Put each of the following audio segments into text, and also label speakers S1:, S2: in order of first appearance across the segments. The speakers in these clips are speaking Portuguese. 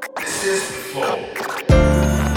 S1: Mrs. Flow.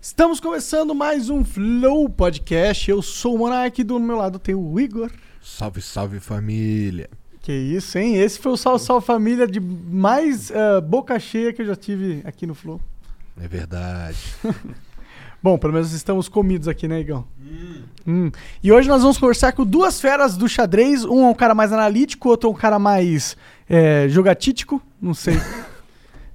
S2: Estamos começando mais um Flow Podcast. Eu sou o Monark, do meu lado tem o Igor.
S3: Salve, salve família.
S2: Que isso, hein? Esse foi o Sal Sal Família de mais ah, boca cheia que eu já tive aqui no Flow.
S3: É verdade.
S2: Bom, pelo menos estamos comidos aqui, né, Igão? Hum. E hoje nós vamos conversar com duas feras do xadrez. Um é um cara mais analítico, outro é um cara mais é, jogatítico, não sei.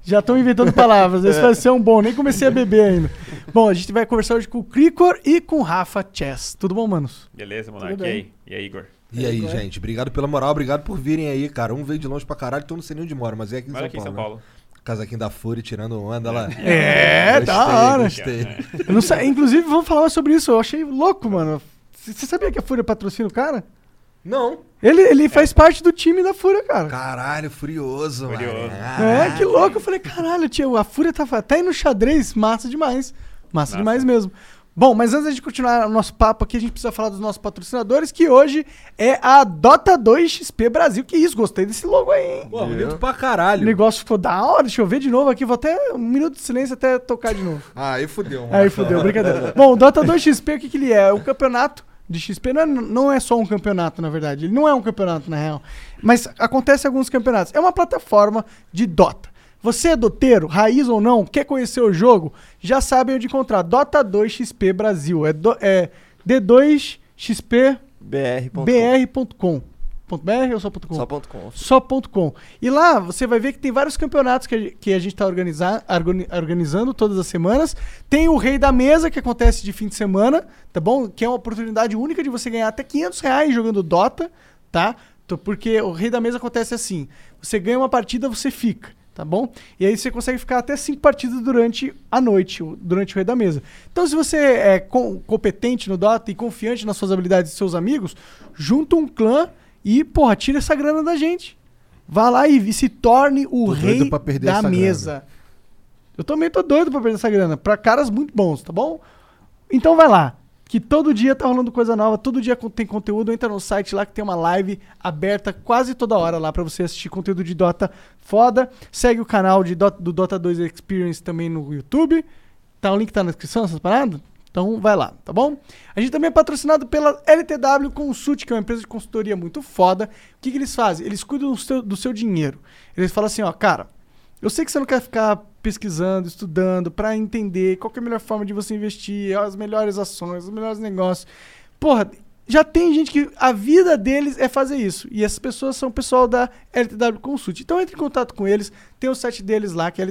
S2: Já estão inventando palavras, esse vai ser um bom, nem comecei a beber ainda. Bom, a gente vai conversar hoje com o Cricor e com o Rafa Chess. Tudo bom, manos?
S4: Beleza, Monark?
S2: Tudo
S4: E
S2: bem.
S4: aí? E aí, Igor?
S3: E aí, gente, obrigado pela moral, obrigado por virem aí, cara. Um veio de longe pra caralho, então eu não sei nem onde mora, mas é aqui em
S4: Olha
S3: São
S4: aqui em
S3: Paulo.
S4: São Paulo.
S3: Né? Casaquinho da Fúria tirando onda lá.
S2: É, da hora. né?
S3: Gostei.
S2: Eu não sa- Inclusive, vamos falar sobre isso. Eu achei louco, mano. C- Você sabia que a Fúria patrocina o cara?
S3: Não.
S2: Ele, ele faz parte do time da Fúria, cara.
S3: Caralho, furioso, mano.
S4: Furioso.
S2: É, que louco. Eu falei, caralho, tio, a Fúria tá até no xadrez. Massa demais. Massa
S4: Massa.
S2: demais mesmo. Bom, mas antes de continuar o nosso papo aqui, a gente precisa falar dos nossos patrocinadores, que hoje é a Dota 2 XP Brasil. Que isso, gostei desse logo aí, hein?
S3: Pô, bonito pra
S2: O
S3: caralho.
S2: negócio ficou da hora. Deixa eu ver de novo aqui. Vou até um minuto de silêncio até tocar de novo.
S3: Ah, aí fudeu. mano.
S2: Aí fudeu, brincadeira. Bom, o Dota 2 XP, o que, que ele é? É um campeonato de XP. Não é, não é só um campeonato, na verdade. Ele não é um campeonato, na real. Mas acontece alguns campeonatos. É uma plataforma de Dota. Você é doteiro, raiz ou não, quer conhecer o jogo, já sabe onde encontrar. Dota 2 XP Brasil. É, do- é D2XPBR.com.
S5: br.com.
S2: .br ou só ponto .com?
S5: Só ponto .com.
S2: só.com. E lá você vai ver que tem vários campeonatos que a, ge- que a gente está organizando todas as semanas. Tem o Rei da Mesa, que acontece de fim de semana, tá bom? Que é uma oportunidade única de você ganhar até 500 reais jogando Dota, tá? Tô- Porque o Rei da Mesa acontece assim: você ganha uma partida, você fica. Tá bom? E aí você consegue ficar até cinco partidas durante a noite, o- durante o rei da mesa. Então, se você é com- competente no Dota e confiante nas suas habilidades e seus amigos, junta um clã e, porra, tira essa grana da gente. Vá lá e se torne o
S3: Tô
S2: rei
S3: doido pra perder
S2: da
S3: essa
S2: mesa. Eu também tô doido pra perder essa grana. Pra caras muito bons, tá bom? Então vai lá. Que todo dia tá rolando coisa nova, todo dia con- tem conteúdo. Entra no site lá que tem uma live aberta quase toda hora lá pra você assistir conteúdo de Dota foda. Segue o canal de Dota- do Dota 2 Experience também no YouTube. Tá, o link tá na descrição, essas paradas? Então vai lá, tá bom? A gente também é patrocinado pela LTW Consult, que é uma empresa de consultoria muito foda. O que, que eles fazem? Eles cuidam do seu, do seu dinheiro. Eles falam assim, ó, cara, eu sei que você não quer ficar pesquisando, estudando, pra entender qual que é a melhor forma de você investir, as melhores ações, os melhores negócios. Porra, já tem gente que a vida deles é fazer isso. E essas pessoas são o pessoal da LTW Consult. Então entre em contato com eles, tem o site deles lá, que é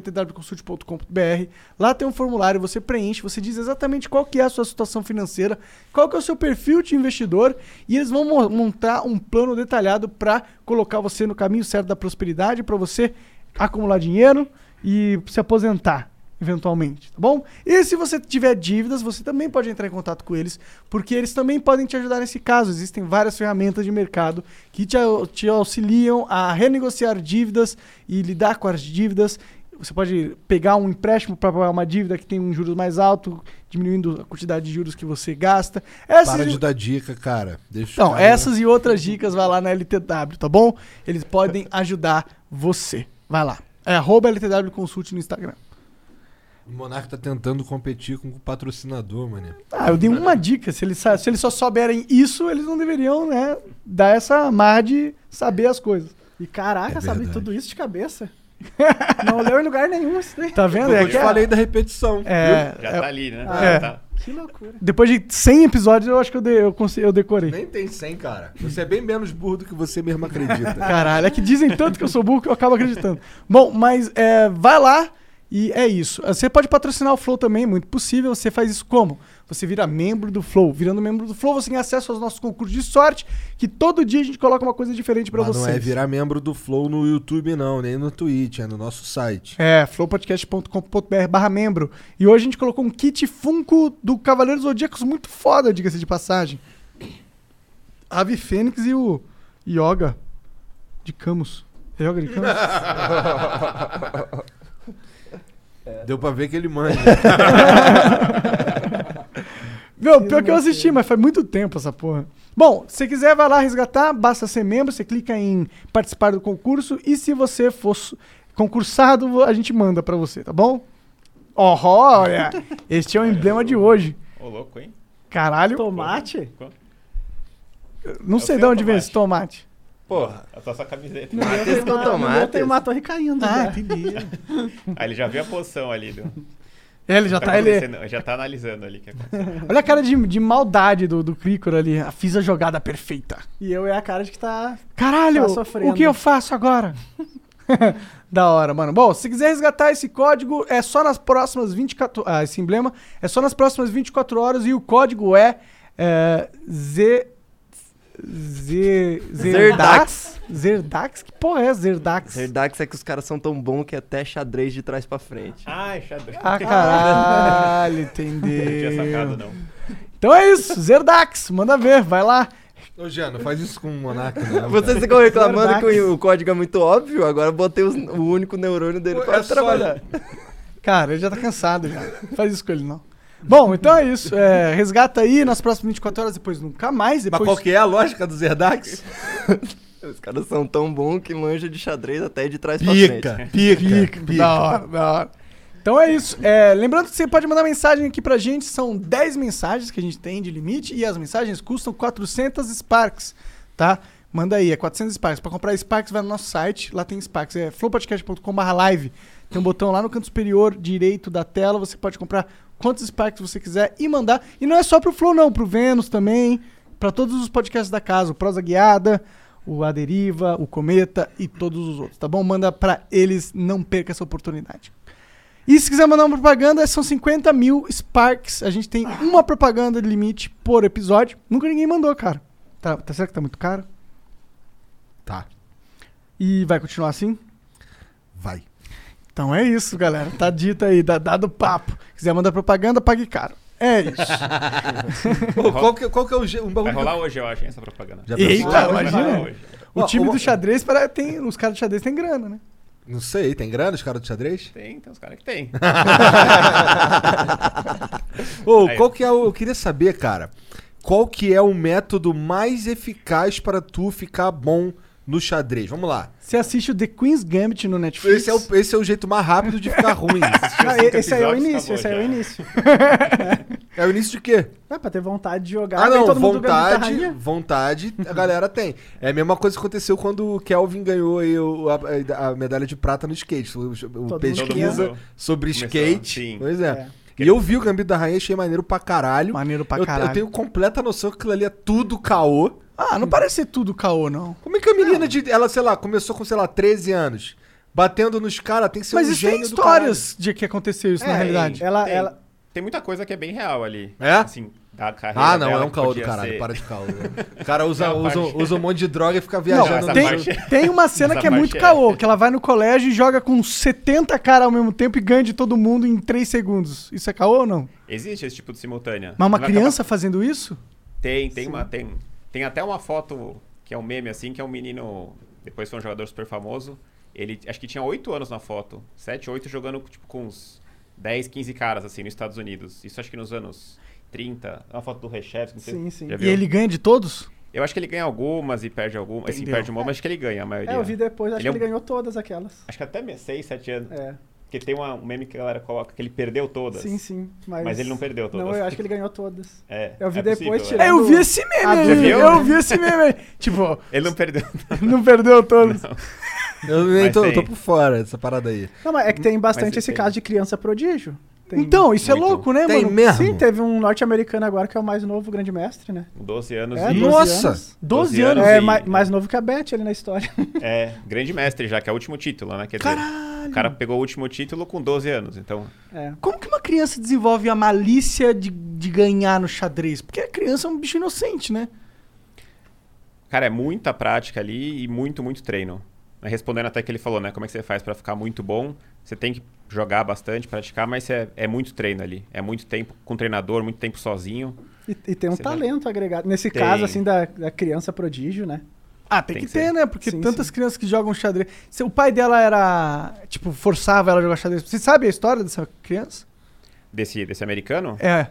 S2: ltwconsult.com.br. Lá tem um formulário, você preenche, você diz exatamente qual que é a sua situação financeira, qual que é o seu perfil de investidor, e eles vão mo- montar um plano detalhado para colocar você no caminho certo da prosperidade, para você acumular dinheiro e se aposentar eventualmente, tá bom? E se você tiver dívidas, você também pode entrar em contato com eles, porque eles também podem te ajudar nesse caso. Existem várias ferramentas de mercado que te, au- te auxiliam a renegociar dívidas e lidar com as dívidas. Você pode pegar um empréstimo para pagar uma dívida que tem um juros mais alto, diminuindo a quantidade de juros que você gasta. Essas
S3: Para de dar dica, cara. Deixa
S2: então,
S3: os caras-
S2: essas e outras dicas vai lá na LTW, tá bom? Eles podem ajudar você. Vai lá. É arroba LTW Consult no Instagram.
S3: O Monark tá tentando competir com o patrocinador, mano.
S2: Ah, eu dei uma dica. Se eles, sa- se eles só souberem isso, eles não deveriam, né, dar essa marra de saber as coisas.
S6: E caraca,
S3: É
S6: sabe
S3: verdade.
S6: tudo isso de cabeça. Não leu em lugar nenhum isso daí.
S2: Tá vendo?
S3: Eu
S2: É,
S3: te
S2: que é-
S3: falei da repetição.
S2: é-
S4: Já
S2: é-
S4: tá ali, né?
S2: é.
S4: Já tá.
S6: Que loucura.
S2: depois de 100 episódios, eu acho que eu, de- eu, consegui- eu decorei.
S3: Nem tem 100, cara. Você é bem menos burro do que você mesmo acredita.
S2: Caralho, é que dizem tanto que eu sou burro que eu acabo acreditando. Bom, mas é, vai lá e é isso. Você pode patrocinar o Flow também, é muito possível. Você faz isso como? Você vira membro do Flow. Virando membro do Flow, você tem acesso aos nossos concursos de sorte, que todo dia a gente coloca uma coisa diferente pra
S3: Mas
S2: vocês.
S3: não é virar membro do Flow no YouTube, não, nem no Twitch, é no nosso site.
S2: É, flowpodcast.com.br barra membro. E hoje a gente colocou um kit Funko do Cavaleiro Zodíacos muito foda, diga-se de passagem. Ave Fênix e o Yoga de Camus. É Yoga de Camus?
S3: É. Deu pra ver que ele manja.
S2: Meu, pior que eu assisti, mas faz muito tempo essa porra. Bom, se quiser, vai lá resgatar, basta ser membro, você clica em participar do concurso e se você for su- concursado, a gente manda pra você, tá bom? Oh, olha, este é o emblema de hoje.
S1: Ô, louco, hein?
S2: Caralho,
S6: Tomate?
S2: não
S1: É o
S2: sei de
S1: seu
S2: onde vem esse tomate.
S1: Porra, a tua É sua camiseta.
S4: Matheus com tomate.
S6: Tem uma torre caindo. já.
S2: entendi.
S1: Ah, ele já viu a posição ali. Do...
S2: Ele já tá, ele...
S1: acontecendo- Já tá analisando ali o que aconteceu.
S2: Olha a cara de, de maldade do, do Crícor ali. Ah, Fiz a jogada perfeita.
S6: E eu é a cara de que tá.
S2: Caralho,
S6: Tá sofrendo.
S2: o que eu faço agora? da hora, mano. Bom, se quiser resgatar esse código, é só nas próximas 24 Ah, esse emblema é só nas próximas 24 horas e o código é. é Z. Z.
S4: Zerdax.
S2: Zerdax? Que porra é Zerdax?
S4: Zerdax é que os caras são tão bons que é até xadrez de trás pra frente.
S1: Ai, xadrez.
S2: Ah, caralho,
S1: Não tinha sacado,
S2: entendeu?
S1: não.
S2: Então é isso, Zerdax, manda ver, vai lá.
S3: Ô, Jean, não faz isso com o Monark, né? não.
S4: Vocês
S3: velho.
S4: ficam reclamando que
S2: Zerdax.
S4: o código é muito óbvio, agora eu botei os- o único neurônio dele
S3: Pô,
S4: pra
S3: é só-
S4: trabalhar.
S2: Cara, ele já tá cansado já. Não Faz isso com ele, não. Bom, então é isso. É, resgata aí nas próximas 24 horas, depois nunca mais.
S3: Mas
S2: Depois...
S3: qual que é a lógica do Zerdax?
S4: Os caras são tão bons que manja de xadrez até de trás pra
S3: Pica,
S4: frente.
S2: Pica,
S3: pica,
S2: Da hora, da hora. Então é isso. É, lembrando que você pode mandar mensagem aqui pra gente. São 10 mensagens que a gente tem de limite e as mensagens custam 400 Sparks, tá? Manda aí, é 400 Sparks. Pra comprar Sparks, vai no nosso site. Lá tem Sparks. É flowpodcast.com.br live. Tem um botão lá no canto superior direito da tela. Você pode comprar quantos Sparks você quiser e mandar. E não é só pro Flow, não. Pro Vênus também. Pra todos os podcasts da casa. O Prosa Guiada o A Deriva, o Cometa e todos os outros, tá bom? Manda pra eles, não perca essa oportunidade. E se quiser mandar uma propaganda, são 50 mil Sparks. A gente tem uma propaganda de limite por episódio. Nunca ninguém mandou, cara. Tá, tá- será que tá muito caro?
S3: Tá,
S2: E vai continuar assim?
S3: vai.
S2: Então é isso, galera. Tá dito aí, dá- dado o papo. Quiser mandar propaganda, pague caro. É isso.
S3: Pô, qual, que, qual que é o... ge- Um
S1: Vai
S3: bagulho que eu-
S1: rolar hoje, eu acho, hein, essa propaganda.
S3: Já
S2: Eita,
S3: pensou?
S1: Vai rolar
S2: imagina.
S1: hoje.
S2: O
S3: Ó,
S2: time
S3: uma-
S2: do xadrez, para, tem, os caras do xadrez têm grana, né?
S1: um?
S3: Não sei, tem grana os caras do xadrez?
S1: Tem, tem uns caras que tem.
S3: Ô,
S1: Aí.
S3: qual que é o... Eu queria saber, cara, qual que é o método mais eficaz pra tu ficar bom no xadrez? Vamos lá.
S2: Você assiste o The Queen's Gambit no Netflix.
S3: Esse é, o, esse é o jeito mais rápido de ficar ruim.
S6: Ah, e- esse aí é o
S1: episódios, tá
S6: início,
S1: bom
S6: esse aí é
S1: já.
S6: o início.
S3: É o início de quê?
S6: Ah, pra ter vontade de jogar.
S3: Ah,
S6: vem
S3: não,
S6: todo mundo ganhando
S3: vontade,
S6: guitarrinha.
S3: vontade, a galera tem. É a mesma coisa que aconteceu quando o Kelvin ganhou aí o- a, a medalha de prata no skate. O, o
S6: mundo
S3: pesquisa
S1: ganhou.
S3: sobre
S1: Começou,
S3: skate.
S1: sim.
S3: Pois é.
S1: É.
S3: E eu vi o Gambito da Rainha, achei maneiro pra caralho.
S2: Maneiro pra
S3: eu,
S2: caralho.
S3: eu tenho completa noção que aquilo ali é tudo caô.
S2: Ah, não parece ser tudo caô, não.
S3: Como é que a menina de. Ela, sei lá, começou com, sei lá, 13 anos. Batendo nos caras, tem que ser
S2: Mas
S3: um
S2: existem
S3: gênio do
S2: histórias de que aconteceu isso na
S1: É,
S2: realidade.
S1: tem-
S6: Ela-
S1: tem,
S6: ela-
S1: tem muita coisa que é bem real ali.
S3: É?
S1: Assim, da carreira
S3: Ah, não,
S1: dela
S3: é um
S1: que
S3: caô do
S1: podia
S3: caralho,
S1: ser-
S3: para de caô. O cara usa,
S1: Não,
S3: usa,
S1: parte-
S3: usa um monte de droga e fica viajando.
S1: essa
S3: no-
S1: parte-
S2: Tem, tem uma cena
S1: Essa
S2: que é muito
S1: parte é-
S2: caô, que ela vai no colégio e joga com 70 caras ao mesmo tempo e ganha de todo mundo em 3 segundos. Isso é caô ou não?
S1: Existe esse tipo de simultânea.
S2: Mas uma
S1: Não acaba-
S2: criança fazendo isso?
S1: Tem, tem uma. Tem, tem até uma foto que é um meme, assim, que é um menino. Depois foi um jogador super famoso. Ele acho que tinha 8 anos na foto. 7, 8 jogando tipo, com uns 10, 15 caras, assim, nos Estados Unidos. Isso acho que nos anos 30. É uma foto do Rechef, não sei
S6: Sim, sim.
S1: já
S2: E
S1: viu?
S2: ele ganha de todos?
S1: Eu acho que ele ganha algumas e perde algumas. Assim,
S2: Entendeu.
S1: perde uma, mas acho que ele ganha a maioria.
S6: É, eu vi depois,
S1: Ele
S6: acho que
S1: é
S6: ele
S1: um-
S6: ganhou todas aquelas.
S1: Acho que até 6, 7 anos.
S6: É.
S1: Porque tem uma- um meme que a galera coloca que ele perdeu todas.
S6: Sim, sim. Mas,
S1: Mas ele não perdeu todas.
S6: Não, eu acho que ele ganhou todas.
S1: É.
S6: Eu vi
S1: é
S6: depois,
S1: possível,
S6: tirei.
S1: é.
S2: É, eu vi esse meme
S6: Ah,
S2: aí.
S1: já viu?
S2: Eu vi esse meme aí. Tipo,
S1: Ele não perdeu.
S2: não perdeu todos.
S3: Eu nem
S1: Mas
S3: tô, eu
S1: tem.
S3: tô por fora dessa parada aí.
S6: Não, mas é que tem bastante
S1: ele
S6: esse
S1: tem.
S6: caso de criança prodígio. Tem-
S2: Então, isso é
S1: Muito.
S2: louco, né,
S3: Tem
S2: mano?
S3: mesmo?
S6: Sim, teve um norte-americano agora que é o mais novo grande mestre, né?
S1: Com 12 anos.
S6: É,
S1: e-
S6: 12
S3: Nossa!
S6: anos.
S2: 12
S1: 12
S2: anos.
S1: anos.
S6: É,
S1: e-
S6: mais, mais novo que a Beth ali na história.
S1: É, grande mestre já, que é o último título, né? Quer dizer, o cara pegou o último título com 12 anos, então...
S6: É.
S2: Como que uma criança desenvolve a malícia de, de ganhar no xadrez? Porque a criança é um bicho inocente, né?
S1: Cara, é muita prática ali e muito, muito treino. Respondendo até que ele falou, né? Como é que você faz pra ficar muito bom? Você tem que jogar bastante, praticar, mas é, é muito treino ali. É muito tempo com o treinador, muito tempo sozinho.
S6: E, e tem um
S1: Você vai-
S6: talento agregado. Nesse
S1: Tem.
S6: caso, assim, da, da criança prodígio, né?
S2: Ah, tem,
S1: Tem
S2: que,
S1: que
S2: ter,
S1: ser.
S2: né? Porque
S6: Sim,
S2: tantas crianças que jogam xadrez. Se o pai dela era. Tipo, forçava ela a jogar xadrez. Você sabe a história dessa criança?
S1: Desse, desse americano?
S2: É.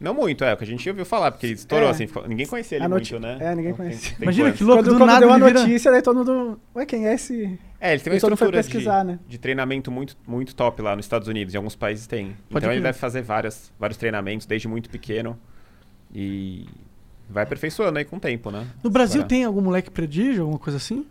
S1: Não muito, é. O que a gente ouviu falar, porque ele estourou,
S6: É.
S1: assim. ficou- Ninguém conhecia ele
S6: A noti-
S1: muito, né?
S6: É, ninguém
S1: Não tem-
S6: conhecia.
S1: tem
S2: Imagina
S1: quantos.
S2: que louco,
S6: quando
S2: do
S6: quando
S2: nada
S6: deu a
S2: ele vira-
S6: notícia, daí todo mundo. Ué, quem é esse?
S1: É, ele tem uma
S6: E todo mundo foi
S1: estrutura
S6: pesquisar,
S1: de,
S6: né?
S1: de treinamento muito, muito top lá nos Estados Unidos, em alguns países tem. então
S2: crer.
S1: ele deve fazer várias, vários treinamentos desde muito pequeno e vai aperfeiçoando aí com o tempo, né?
S2: No Brasil
S1: Agora,
S2: tem algum moleque prodígio, alguma coisa assim?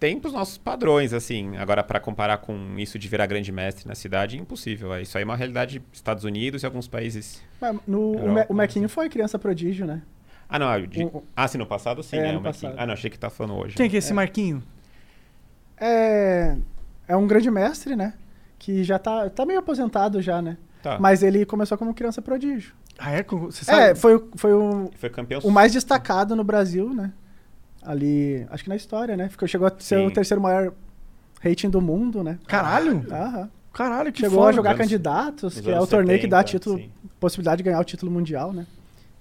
S1: Tem os nossos padrões, assim. Agora, pra comparar com isso de virar grande mestre na cidade, é impossível. é. Isso aí é uma realidade dos Estados Unidos e alguns países.
S6: Mas no, o,
S1: Europa,
S6: Me- o Mequinho foi criança prodígio, né?
S1: Ah, não. é o né? de-
S6: O- o-
S1: Ah, sim, no passado sim,
S6: É,
S1: né?
S6: no
S1: o Mequinho.
S6: passado.
S1: Ah, não, achei que tá falando hoje.
S2: Quem que é esse Marquinho?
S6: É, é um grande mestre, né? Que já tá, tá meio aposentado já, né?
S1: Tá.
S6: Mas ele começou como criança prodígio.
S2: Ah, é? Como- Você sabe?
S6: É, foi, o- foi o,
S1: Foi campeão.
S6: o mais destacado no Brasil, né? Ali, acho que na história, né? Ficou, chegou a ser
S1: Sim.
S6: o terceiro maior rating do mundo, né?
S2: Caralho?
S6: Aham.
S2: Caralho, que
S6: ah. Chegou
S2: foda.
S6: a jogar
S1: Nos anos-
S6: candidatos,
S1: nos
S6: que é o
S1: anos
S6: torneio que dá
S1: 70,
S6: título,
S1: sim.
S6: possibilidade de ganhar o título mundial, né?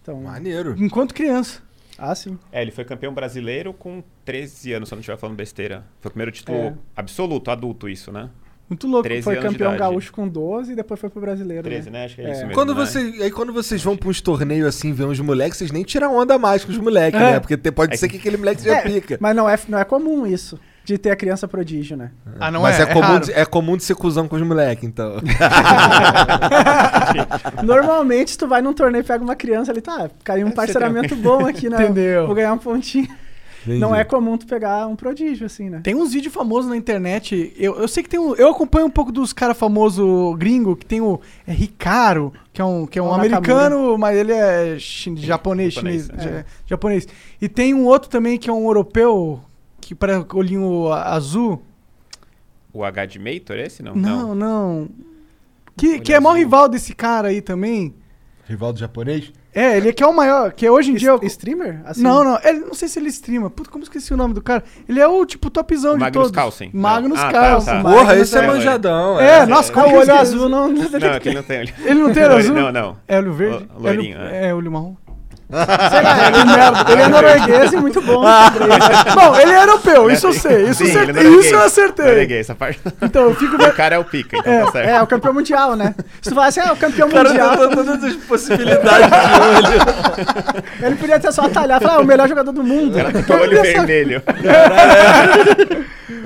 S6: Então,
S3: Maneiro.
S2: Enquanto criança.
S6: ah, sim.
S1: É, ele foi campeão brasileiro com 13 anos, se eu não estiver falando besteira. Foi o primeiro título
S6: É.
S1: absoluto, adulto isso, né?
S2: Muito louco.
S1: 13
S6: Foi
S1: anos de
S6: campeão
S1: idade.
S6: gaúcho com 12 e depois foi pro brasileiro.
S1: 13,
S6: né?
S1: né? Acho que é,
S6: É.
S1: isso mesmo.
S3: Quando
S1: né?
S3: você, aí quando vocês vão pra uns torneios assim, ver uns moleques, vocês nem tiram onda mais com os moleques,
S2: É.
S3: né? Porque te- pode
S1: É
S3: ser que aquele moleque já
S6: É,
S3: pica.
S6: Mas não é, não é comum isso, de ter a criança prodígio, né?
S2: Ah, não
S3: Mas
S2: é?
S3: é, comum,
S2: raro.
S3: de, é comum de ser cuzão com os moleques, então.
S6: Normalmente, tu vai num torneio, pega uma criança ali, tá, caiu um parceiramento bom aqui, né?
S2: Entendeu.
S6: Vou ganhar um pontinho. Não é comum tu pegar um prodígio, assim, né?
S2: Tem uns vídeos famosos na internet. Eu, eu sei que tem um. Eu acompanho um pouco dos caras famosos gringo, que tem o. É Ricaro, que é um, que é um
S6: O Nakamura.
S2: americano, mas ele é chin- japonês,
S1: Japonês, é.
S2: chinês. ja- Japonês. E tem um outro também que é um europeu, que parece com olhinho a- azul.
S1: O H de Mator, esse não?
S2: Não, não. Que, que
S1: Olho
S2: é maior
S1: azul.
S2: rival desse cara aí também.
S3: Rival do japonês?
S2: É, ele é que é o maior. Que hoje em dia. é o-
S6: Es- Streamer? Assim,
S2: Não, não. Ele, não sei se ele streama. Puta, como eu esqueci o nome do cara? Ele é o tipo topzão
S1: O
S2: de
S1: Magnus
S2: todos.
S1: Carlsen.
S2: Magnus
S1: Ah, tá,
S2: Carlsen.
S1: tá.
S2: Magnus-
S3: Porra, esse é
S1: é,
S3: manjadão.
S2: É,
S3: é.
S2: nossa,
S6: Ah,
S2: como
S6: o
S2: que eu
S6: olho
S2: esqueci?
S6: azul não...
S1: Não, aquele não tem olho.
S2: Ele não é tem olho azul?
S1: Não, não.
S2: É olho verde?
S1: Lo- loirinho,
S2: é, olho,
S1: é.
S2: é olho marrom.
S6: Sei
S1: né?
S6: lá, ele, é- ele é norueguês e muito bom. né?
S2: Bom, ele é europeu, isso eu
S1: Sim,
S2: sei. Isso, eu
S1: ele
S2: acertei,
S1: não
S2: isso
S1: era
S2: eu
S1: gay. Não era
S2: acertei.
S1: gay, essa parte.
S2: Então eu fico.
S1: o cara é o pica, então tá certo.
S6: É, o campeão mundial, né? Se tu falasse, é, o campeão
S3: Cara,
S6: mundial,
S3: tá todas as possibilidades de olho.
S6: ele podia ter só atalhar e falar, ah, o melhor jogador do mundo.
S1: O cara tem o olho vermelho.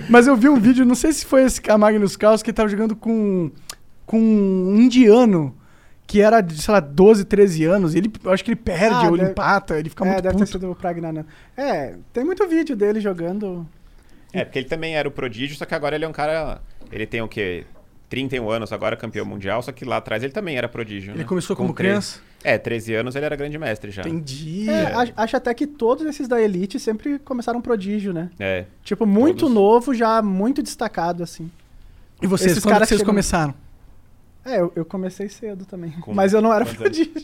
S2: Mas eu vi um vídeo, não sei se foi esse a Magnus Carlsen, que ele tava jogando com, com um indiano. Que era, de, sei lá, 12, 13 anos. e Ele, eu acho que ele perde,
S6: Ah,
S2: ou ele
S6: deve-
S2: empata, ele fica
S6: é,
S2: muito
S6: deve ter
S2: puto.
S6: sido o Pragnana. É, tem muito vídeo dele jogando.
S1: É, porque ele também era o prodígio, só que agora ele é um cara. Ele tem o quê? 31 anos agora, campeão mundial, só que lá atrás ele também era prodígio.
S2: Ele
S1: né?
S2: começou
S1: Com
S2: como
S1: treze-
S2: criança?
S1: É, 13 anos ele era grande mestre já.
S2: Entendi.
S6: É, a- acho até que todos esses da Elite sempre começaram prodígio, né?
S1: É.
S6: Tipo, muito
S1: Todos.
S6: novo, já muito destacado, assim.
S2: E vocês,
S6: esses
S2: quando
S6: caras
S2: vocês
S6: chegam-
S2: começaram?
S6: É, eu, eu comecei cedo também.
S1: Com
S6: Mas eu não era
S1: quantos
S6: prodígio. eu,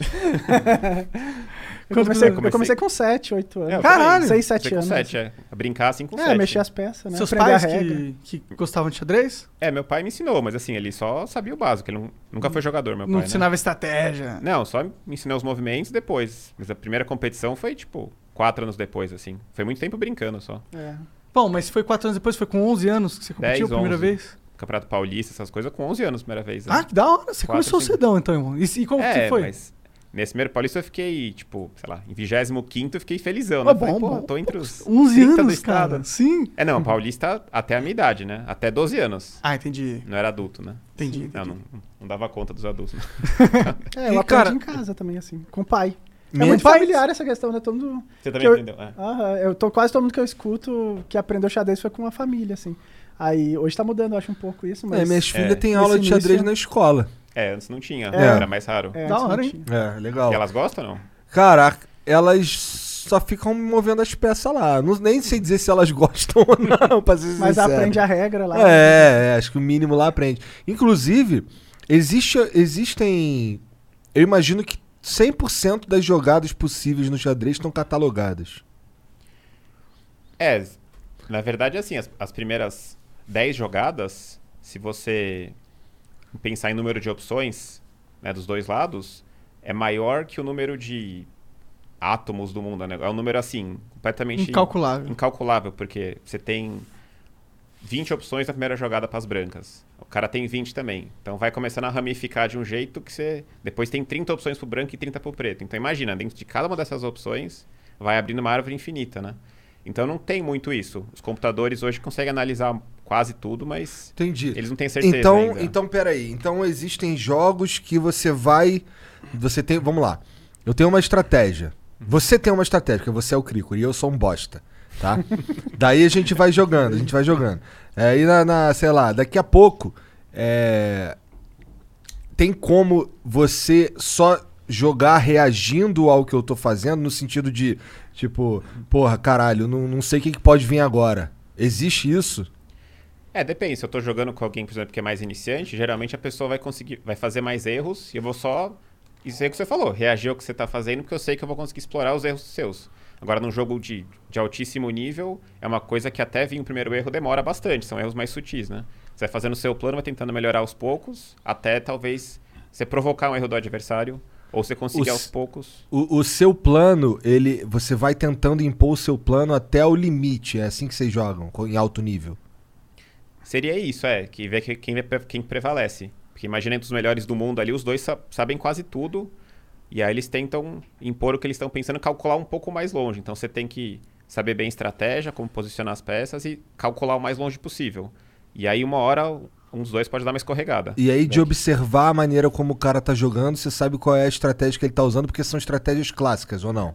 S2: Quantos
S6: comecei, eu
S1: anos?
S6: comecei com 7, 8 anos.
S1: É, eu
S2: Caralho!
S1: também.
S6: 6, 7
S1: Comecei
S6: anos.
S1: Com 7, é. A Brincar assim com
S6: é,
S1: 7.
S6: mexer as peças, né?
S2: Seus
S6: Aprender
S2: pais
S6: a regra.
S2: que, que gostavam de xadrez?
S1: É, meu pai me ensinou, mas assim, ele só sabia o básico. Ele nu- nunca foi jogador, meu
S2: não
S1: pai.
S2: ensinava estratégia.
S1: Né? Não, só me ensinou os movimentos depois. Mas a primeira competição foi, tipo, quatro anos depois, assim. Foi muito tempo brincando só.
S6: É.
S2: Bom, mas foi 4 anos depois, foi com 11 anos que você competiu a
S1: 10,
S2: primeira
S1: 11.
S2: vez?
S1: Campeonato Paulista, essas coisas, com 11 anos, primeira vez. né?
S2: Ah, que da hora. Você
S1: Quatro,
S2: começou
S1: cinco.
S2: cedão, então, irmão. E, e como
S1: é,
S2: que foi?
S1: mas nesse primeiro Paulista eu fiquei, tipo, sei lá, em 25 eu fiquei felizão, né?
S2: Ah,
S1: Falei,
S2: bom,
S1: pô,
S2: bom.
S1: tô entre os
S2: 11
S1: 30 do
S2: anos,
S1: estado.
S2: cara. Sim.
S1: É, não, Paulista até a minha idade, né? Até 12 anos.
S2: Ah, entendi.
S1: Não era adulto, né?
S2: Entendi.
S1: Não, não, não dava conta dos adultos. né?
S6: É, eu
S3: E,
S6: aprendi
S3: cara-
S6: em casa também, assim, com o pai. É
S3: Minha-
S6: muito
S2: Pai-
S6: familiar essa questão, né? Todo mundo...
S1: Você
S6: Que
S1: também
S6: eu-
S1: entendeu? É.
S6: Aham, eu tô quase todo mundo que eu escuto que aprendeu xadrez foi com a família, assim. Aí, hoje tá mudando, eu acho, um pouco isso, mas...
S3: É, minhas filhas têm
S6: Esse
S3: aula de xadrez
S6: início-
S3: na escola.
S1: É, antes não tinha,
S3: É.
S1: era mais raro.
S6: É,
S2: Da
S6: antes não
S2: hora, hein?
S6: tinha.
S3: É, legal.
S1: E elas gostam ou não?
S3: Cara, elas só ficam movendo as peças lá. Não, nem sei dizer se elas gostam ou não, pra ser
S6: Mas
S3: sincero.
S6: aprende a né? regra lá.
S3: É, é, acho que o mínimo lá aprende. Inclusive, existe, existem. Eu imagino que 100% das jogadas possíveis no xadrez estão catalogadas.
S1: É, s- na verdade, assim, as, as primeiras 10 jogadas, se você pensar em número de opções né, dos dois lados, é maior que o número de átomos do mundo. Né? É um número assim, completamente
S2: Incalculável.
S1: incalculável, porque você tem 20 opções na primeira jogada para as brancas. O cara tem 20 também. Então vai começando a ramificar de um jeito que você. Depois tem 30 opções pro branco e 30 pro preto. Então imagina, dentro de cada uma dessas opções, vai abrindo uma árvore infinita, né? Então não tem muito isso. Os computadores hoje conseguem analisar quase tudo, mas
S3: Entendi.
S1: eles não têm certeza.
S3: Então,
S1: ainda.
S3: então, peraí. Então existem jogos que você vai. Você tem. Vamos lá. Eu tenho uma estratégia. Você tem uma estratégia, porque você é o Crico e eu sou um bosta. Tá? Daí a gente vai jogando, a gente vai jogando. É, e na, na, sei lá, daqui a pouco. é, tem como você só jogar reagindo ao que eu tô fazendo, no sentido de, tipo, porra, caralho, não, não sei o que, que pode vir agora. Existe isso?
S1: É, depende. Se eu tô jogando com alguém, por exemplo, que é mais iniciante, geralmente a pessoa vai conseguir, vai fazer mais erros e eu vou só. Isso aí é que você falou, reagir ao que você tá fazendo, porque eu sei que eu vou conseguir explorar os erros seus. Agora, num jogo de, de altíssimo nível, é uma coisa que até vir o primeiro erro demora bastante, são erros mais sutis, né? Você vai fazendo o seu plano, vai tentando melhorar aos poucos, até talvez você provocar um erro do adversário, ou você conseguir
S3: Os-
S1: aos poucos.
S3: O, o seu plano, ele, você vai tentando impor o seu plano até o limite. É assim que vocês jogam, co- em alto nível.
S1: Seria isso, é, que vê que- quem, vê- quem prevalece. Porque imagina entre os melhores do mundo ali, os dois sa- sabem quase tudo. E aí eles tentam impor o que eles estão pensando, calcular um pouco mais longe. Então você tem que saber bem estratégia, como posicionar as peças e calcular o mais longe possível. E aí uma hora um dos dois pode dar uma escorregada.
S3: E aí, de
S1: Verdade.
S3: observar a maneira como o cara tá jogando, você sabe qual é a estratégia que ele tá usando, porque são estratégias clássicas, ou não?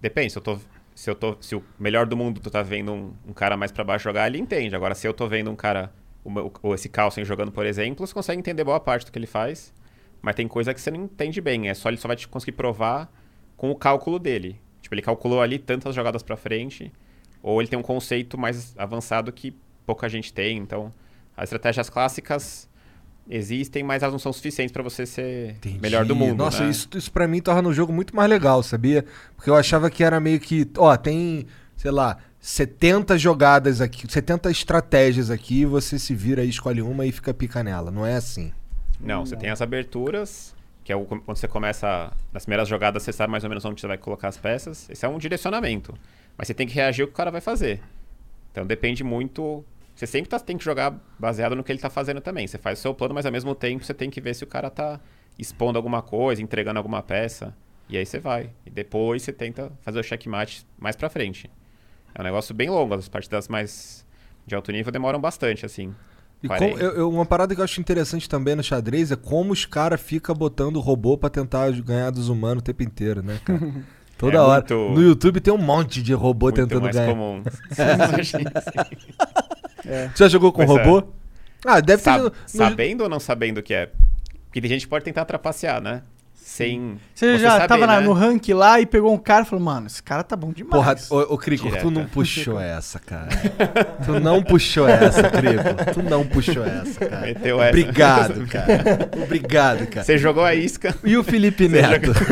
S1: Depende, se eu tô. Se, eu tô, se o melhor do mundo tu tá vendo um, um cara mais pra baixo jogar, ele entende. Agora, se eu tô vendo um cara, o meu- ou esse Carlsen jogando, por exemplo, você consegue entender boa parte do que ele faz. Mas tem coisa que você não entende bem. É só ele só vai te conseguir provar com o cálculo dele. Tipo, ele calculou ali tantas jogadas pra frente, ou ele tem um conceito mais avançado que pouca gente tem. Então, as estratégias clássicas existem, mas elas não são suficientes pra você ser melhor do mundo.
S3: Nossa,
S1: né?
S3: isso, isso pra mim torna o jogo muito mais legal, sabia? Porque eu achava que era meio que, ó, tem, sei lá, 70 jogadas aqui, 70 estratégias aqui, você se vira aí, escolhe uma e fica pica nela. Não é assim.
S1: Não, você tem as aberturas, que é o- quando você começa nas primeiras jogadas, você sabe mais ou menos onde você vai colocar as peças. Esse é um direcionamento. Mas você tem que reagir ao que o cara vai fazer. Então depende muito. Você sempre tá- tem que jogar baseado no que ele tá fazendo também. Você faz o seu plano, mas ao mesmo tempo você tem que ver se o cara tá expondo alguma coisa, entregando alguma peça. E aí você vai. E depois você tenta fazer o checkmate mais pra frente. É um negócio bem longo. As partidas mais de alto nível demoram bastante, assim.
S3: E como-
S1: 40.
S3: eu- eu- uma parada que eu acho interessante também no xadrez é como os caras ficam botando robô pra tentar ganhar dos humanos o tempo inteiro, né, cara? Toda
S1: É
S3: hora.
S1: muito-
S3: No YouTube tem um monte de robô
S1: Muito
S3: tentando
S1: mais
S3: ganhar.
S1: comum. assim.
S3: Você já jogou com
S1: Pois é.
S3: robô? Ah, deve
S1: Sa-
S3: ter. no- no-
S1: Sabendo ou não sabendo o que é? Porque tem gente que pode tentar trapacear, né? Sem.
S2: Você, já
S1: saber,
S2: tava na-
S1: né?
S2: no rank lá e pegou um cara e falou, mano, esse cara tá bom demais.
S3: Porra, ô, ô Crico,
S1: Direta.
S3: tu não puxou essa, cara. tu não puxou essa, Crico. Tu não puxou essa, cara.
S1: Meteu essa.
S3: Obrigado, cara. Obrigado, cara.
S1: Você jogou a isca.
S3: E o Felipe
S1: Você
S3: Neto?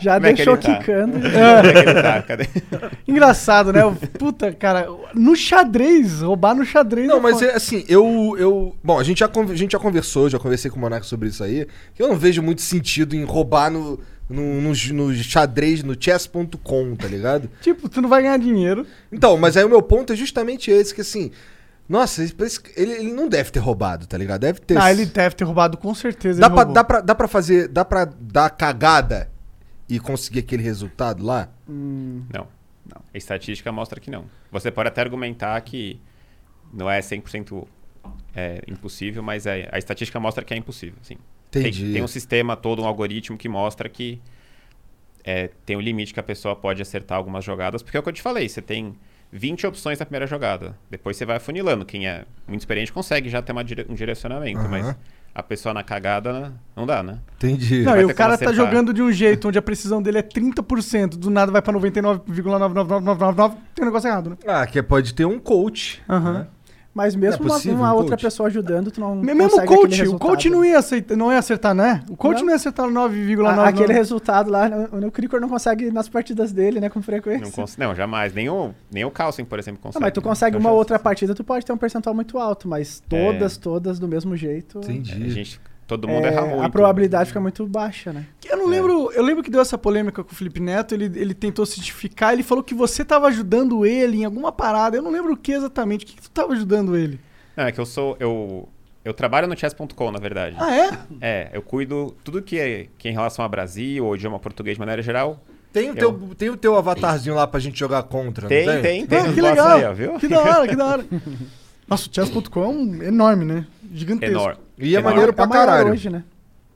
S6: Já
S1: Como é que
S6: deixou
S1: ele tá?
S6: quicando.
S1: Onde é que ele tá? Cadê?
S2: Engraçado, né? Puta, cara, no xadrez, roubar no xadrez.
S3: Não,
S2: é
S3: mas
S2: foda.
S3: é, assim, eu. eu bom, a gente, já, con- a gente já conversou, já conversei com o Monark sobre isso aí. Que eu não vejo muito sentido em roubar no, no, no, j- no xadrez, no chess.com, tá ligado?
S2: Tipo, tu não vai ganhar dinheiro.
S3: Então, mas aí o meu ponto é justamente esse, que assim. Nossa, esse- esse- ele, ele não deve ter roubado, tá ligado? Deve ter.
S2: Ah, ele deve ter roubado com certeza.
S3: dá,
S2: ele
S3: pra,
S2: roubou.
S3: dá, pra, dá pra fazer. Dá pra dar cagada e conseguir aquele resultado lá?
S1: Não. A estatística mostra que não. Você pode até argumentar que não é 100% é, impossível, mas é- a estatística mostra que é impossível, sim. Tem-
S3: Entendi.
S1: Tem, um sistema todo, um algoritmo que mostra que é, tem um limite que a pessoa pode acertar algumas jogadas, porque é o que eu te falei, você tem 20 opções na primeira jogada. Depois você vai afunilando. Quem é muito experiente consegue já ter uma dire- um direcionamento,
S3: Aham.
S1: mas a pessoa na cagada né, não dá, né?
S3: Entendi.
S2: Não,
S1: vai
S2: e o
S1: ter como
S2: cara tá
S1: acertar.
S2: jogando de um jeito onde a precisão dele é 30%, do nada vai pra 99,99999, tem um negócio errado, né?
S3: Ah, que pode ter um coach.
S2: Aham.
S3: né?
S6: Mas mesmo
S3: Não é
S6: uma-
S3: possível,
S6: uma,
S3: um
S6: outra
S3: coach?
S6: pessoa ajudando, tu não
S2: Mesmo o
S6: consegue aquele
S2: coach, o
S6: resultado.
S2: coach não ia, aceitar, não ia acertar, né? O coach não,
S6: Não.
S2: ia acertar o 9,9.
S6: A- Aquele resultado lá, né, o, o Cricor não consegue nas partidas dele, né, com frequência.
S1: Não, cons- não, jamais. Nem o, nem o Carlsen, por exemplo, consegue.
S6: Ah, mas tu
S1: né?
S6: consegue
S1: Então,
S6: uma
S1: já-
S6: outra partida, tu pode ter um percentual muito alto, mas todas, todas do mesmo jeito.
S1: é,
S3: Entendi.
S1: a gente, todo mundo
S6: é,
S1: erra muito. né? É.
S6: a probabilidade fica muito baixa, né?
S2: Eu não lembro. Eu lembro que deu essa polêmica com o Felipe Neto. Ele, ele tentou se justificar. Ele falou que você tava ajudando ele em alguma parada. Eu não lembro o que exatamente. O que, que tu tava ajudando ele?
S1: Não, é que eu sou. Eu, eu trabalho no chess.com, na verdade.
S2: Ah, é?
S1: É, eu cuido tudo que é, que é em relação a Brasil ou idioma português de maneira geral.
S3: Tem o, teu, tem o teu avatarzinho lá pra gente jogar contra,
S1: Tem,
S3: não
S1: tem, tem.
S2: Ah,
S1: os
S2: que
S1: bots
S2: legal.
S1: aí, ó, viu?
S2: Que da hora, que da hora. Nossa, o chess.com é um enorme, né? Gigantesco.
S1: Enorme.
S3: E é
S1: Enorme.
S3: maneiro
S6: é
S3: pra
S6: o maior
S3: caralho.
S6: hoje, né?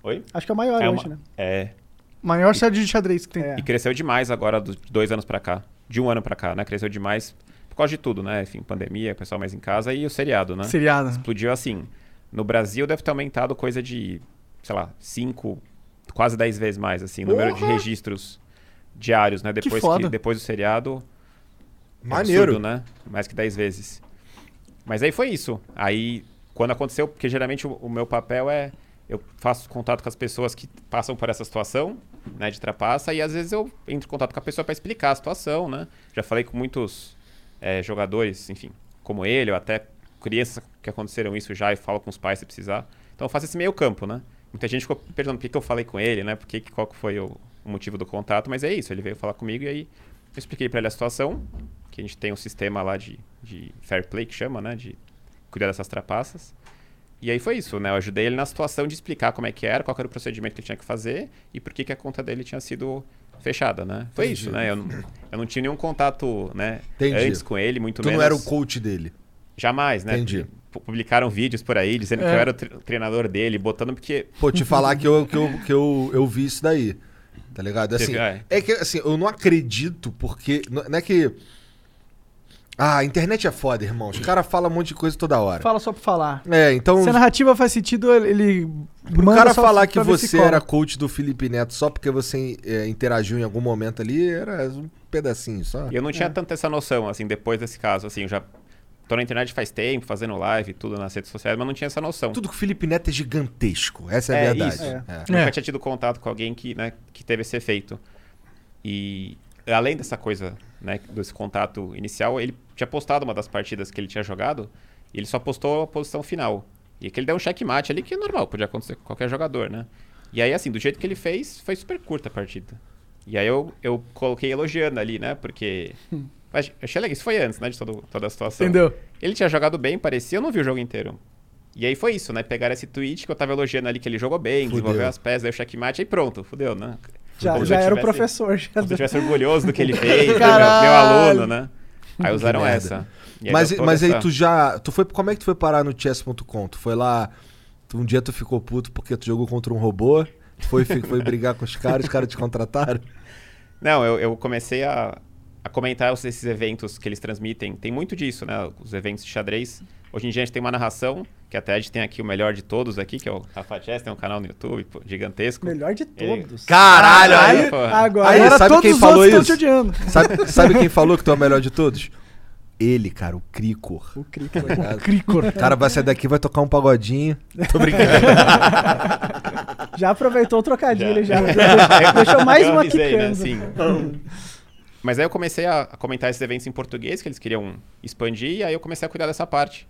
S1: Oi?
S6: Acho que é o maior
S1: É
S6: hoje,
S1: uma-
S6: né?
S1: É.
S2: Maior sede de xadrez que tem.
S6: É.
S1: E cresceu demais agora do- de dois anos pra cá. De um ano pra cá, né? Cresceu demais por causa de tudo, né? Enfim, pandemia, pessoal mais em casa e o seriado, né?
S2: Seriada.
S1: Explodiu assim. No Brasil deve ter aumentado coisa de, sei lá, 5, quase 10 vezes mais, assim, o número de registros diários, né? Depois,
S2: foda.
S1: depois do seriado. É
S3: Maneiro.
S1: absurdo, né? Mais que 10 vezes. Mas aí foi isso. Aí, quando aconteceu, porque geralmente o, o meu papel é. Eu faço contato com as pessoas que passam por essa situação, né, de trapaça, e às vezes eu entro em contato com a pessoa para explicar a situação, né? Já falei com muitos eh, jogadores, enfim, como ele, ou até crianças que aconteceram isso já e falo com os pais se precisar. Então eu faço esse meio campo, né? Muita gente ficou perguntando por que, que eu falei com ele, né? Por que, que- qual que foi o, o motivo do contato, mas é isso, ele veio falar comigo e aí eu expliquei para ele a situação, que a gente tem um sistema lá de, de fair play, que chama, né? De cuidar dessas trapaças. E aí foi isso, né? Eu ajudei ele na situação de explicar como é que era, qual que era o procedimento que ele tinha que fazer e por que, que a conta dele tinha sido fechada, né? Foi
S3: Entendi.
S1: isso, né? Eu não, eu não tinha nenhum contato, né?
S3: Entendi.
S1: Antes com ele, muito
S3: Tu
S1: menos.
S3: não era o coach dele.
S1: Jamais, né?
S3: Entendi.
S1: Pu- Publicaram vídeos por aí dizendo
S2: É.
S1: que eu era o tre- treinador dele, botando porque.
S3: Pô, te falar que eu, que eu, que eu, eu vi isso daí. Tá ligado? Assim,
S1: Você viu?
S3: é.
S1: É.
S3: que assim, eu não acredito, porque. Não não é que. Ah, a internet é foda, irmão. Os caras falam um monte de coisa toda hora.
S2: Fala só pra falar.
S3: É, então.
S2: Se a narrativa faz sentido, ele.
S3: O
S2: manda
S3: cara
S2: só
S3: falar que
S2: pra ver se
S3: você
S2: cola.
S3: era coach do Felipe Neto só porque você é, interagiu em algum momento ali, era um pedacinho só.
S1: E eu não tinha tanta essa noção, assim, depois desse caso. Assim, eu já tô na internet faz tempo, fazendo live e tudo nas redes sociais, mas não tinha essa noção.
S3: Tudo que o Felipe Neto é gigantesco. Essa é a
S1: É,
S3: verdade.
S1: isso.
S3: É.
S2: É.
S1: Nunca tinha tido contato com alguém que, né, que teve esse efeito. E além dessa coisa, né, desse contato inicial, ele tinha postado uma das partidas que ele tinha jogado e ele só postou a posição final. E que ele deu um checkmate ali, que é normal, podia acontecer com qualquer jogador, né? E aí, assim, do jeito que ele fez, foi super curta a partida. E aí eu, eu coloquei elogiando ali, né? Porque. Mas achei legal, isso foi antes, né? De todo, toda a situação.
S2: Hum. Entendeu?
S1: Ele tinha jogado bem, parecia, eu não vi o jogo inteiro. E aí foi isso, né? Pegaram esse tweet que eu tava elogiando ali que ele jogou bem,
S3: Fudeu.
S1: desenvolveu as peças, aí o checkmate, aí pronto, fudeu, né?
S6: Já,
S1: Como se
S6: já
S1: eu
S6: era o
S1: tivesse-
S6: professor. Já
S1: Como se eu tivesse orgulhoso do que ele fez, né, meu, meu
S2: Caralho.
S1: aluno, né? Aí usaram
S3: merda.
S1: essa. E
S3: mas
S1: deu toda
S3: mas aí
S1: essa-
S3: tu já. Tu foi, como é que tu foi parar no chess.com? Tu foi lá. tu- um dia tu ficou puto porque tu jogou contra um robô. Tu foi, fi- foi brigar com os caras, os caras te contrataram.
S1: Não, eu, eu comecei a, a comentar os- esses eventos que eles transmitem. Tem muito disso, né? Os eventos de xadrez. Hoje em dia a gente tem uma narração, que até a gente tem aqui o melhor de todos aqui, que é o Rafa Chess, tem um canal no YouTube pô, gigantesco.
S6: Melhor de todos.
S3: Caralho,
S1: aí-
S6: Agora,
S3: Aí,
S2: Agora
S3: sabe
S2: todos
S3: quem
S2: os
S3: falou
S2: outros tão
S3: isso?
S2: te odiando.
S3: Sabe, sabe quem falou que tu é o melhor de todos? Ele, cara, o Cricor.
S6: o Cricor.
S2: Cricor.
S3: O cara vai sair daqui vai tocar um pagodinho. Tô brincando.
S6: Já aproveitou o trocadilho, já. Deixou
S1: Eu
S6: mais uma
S1: avisei,
S6: quicando.
S1: né, assim. Mas aí eu comecei a, a comentar esses eventos em português que eles queriam expandir, e aí eu comecei a cuidar dessa parte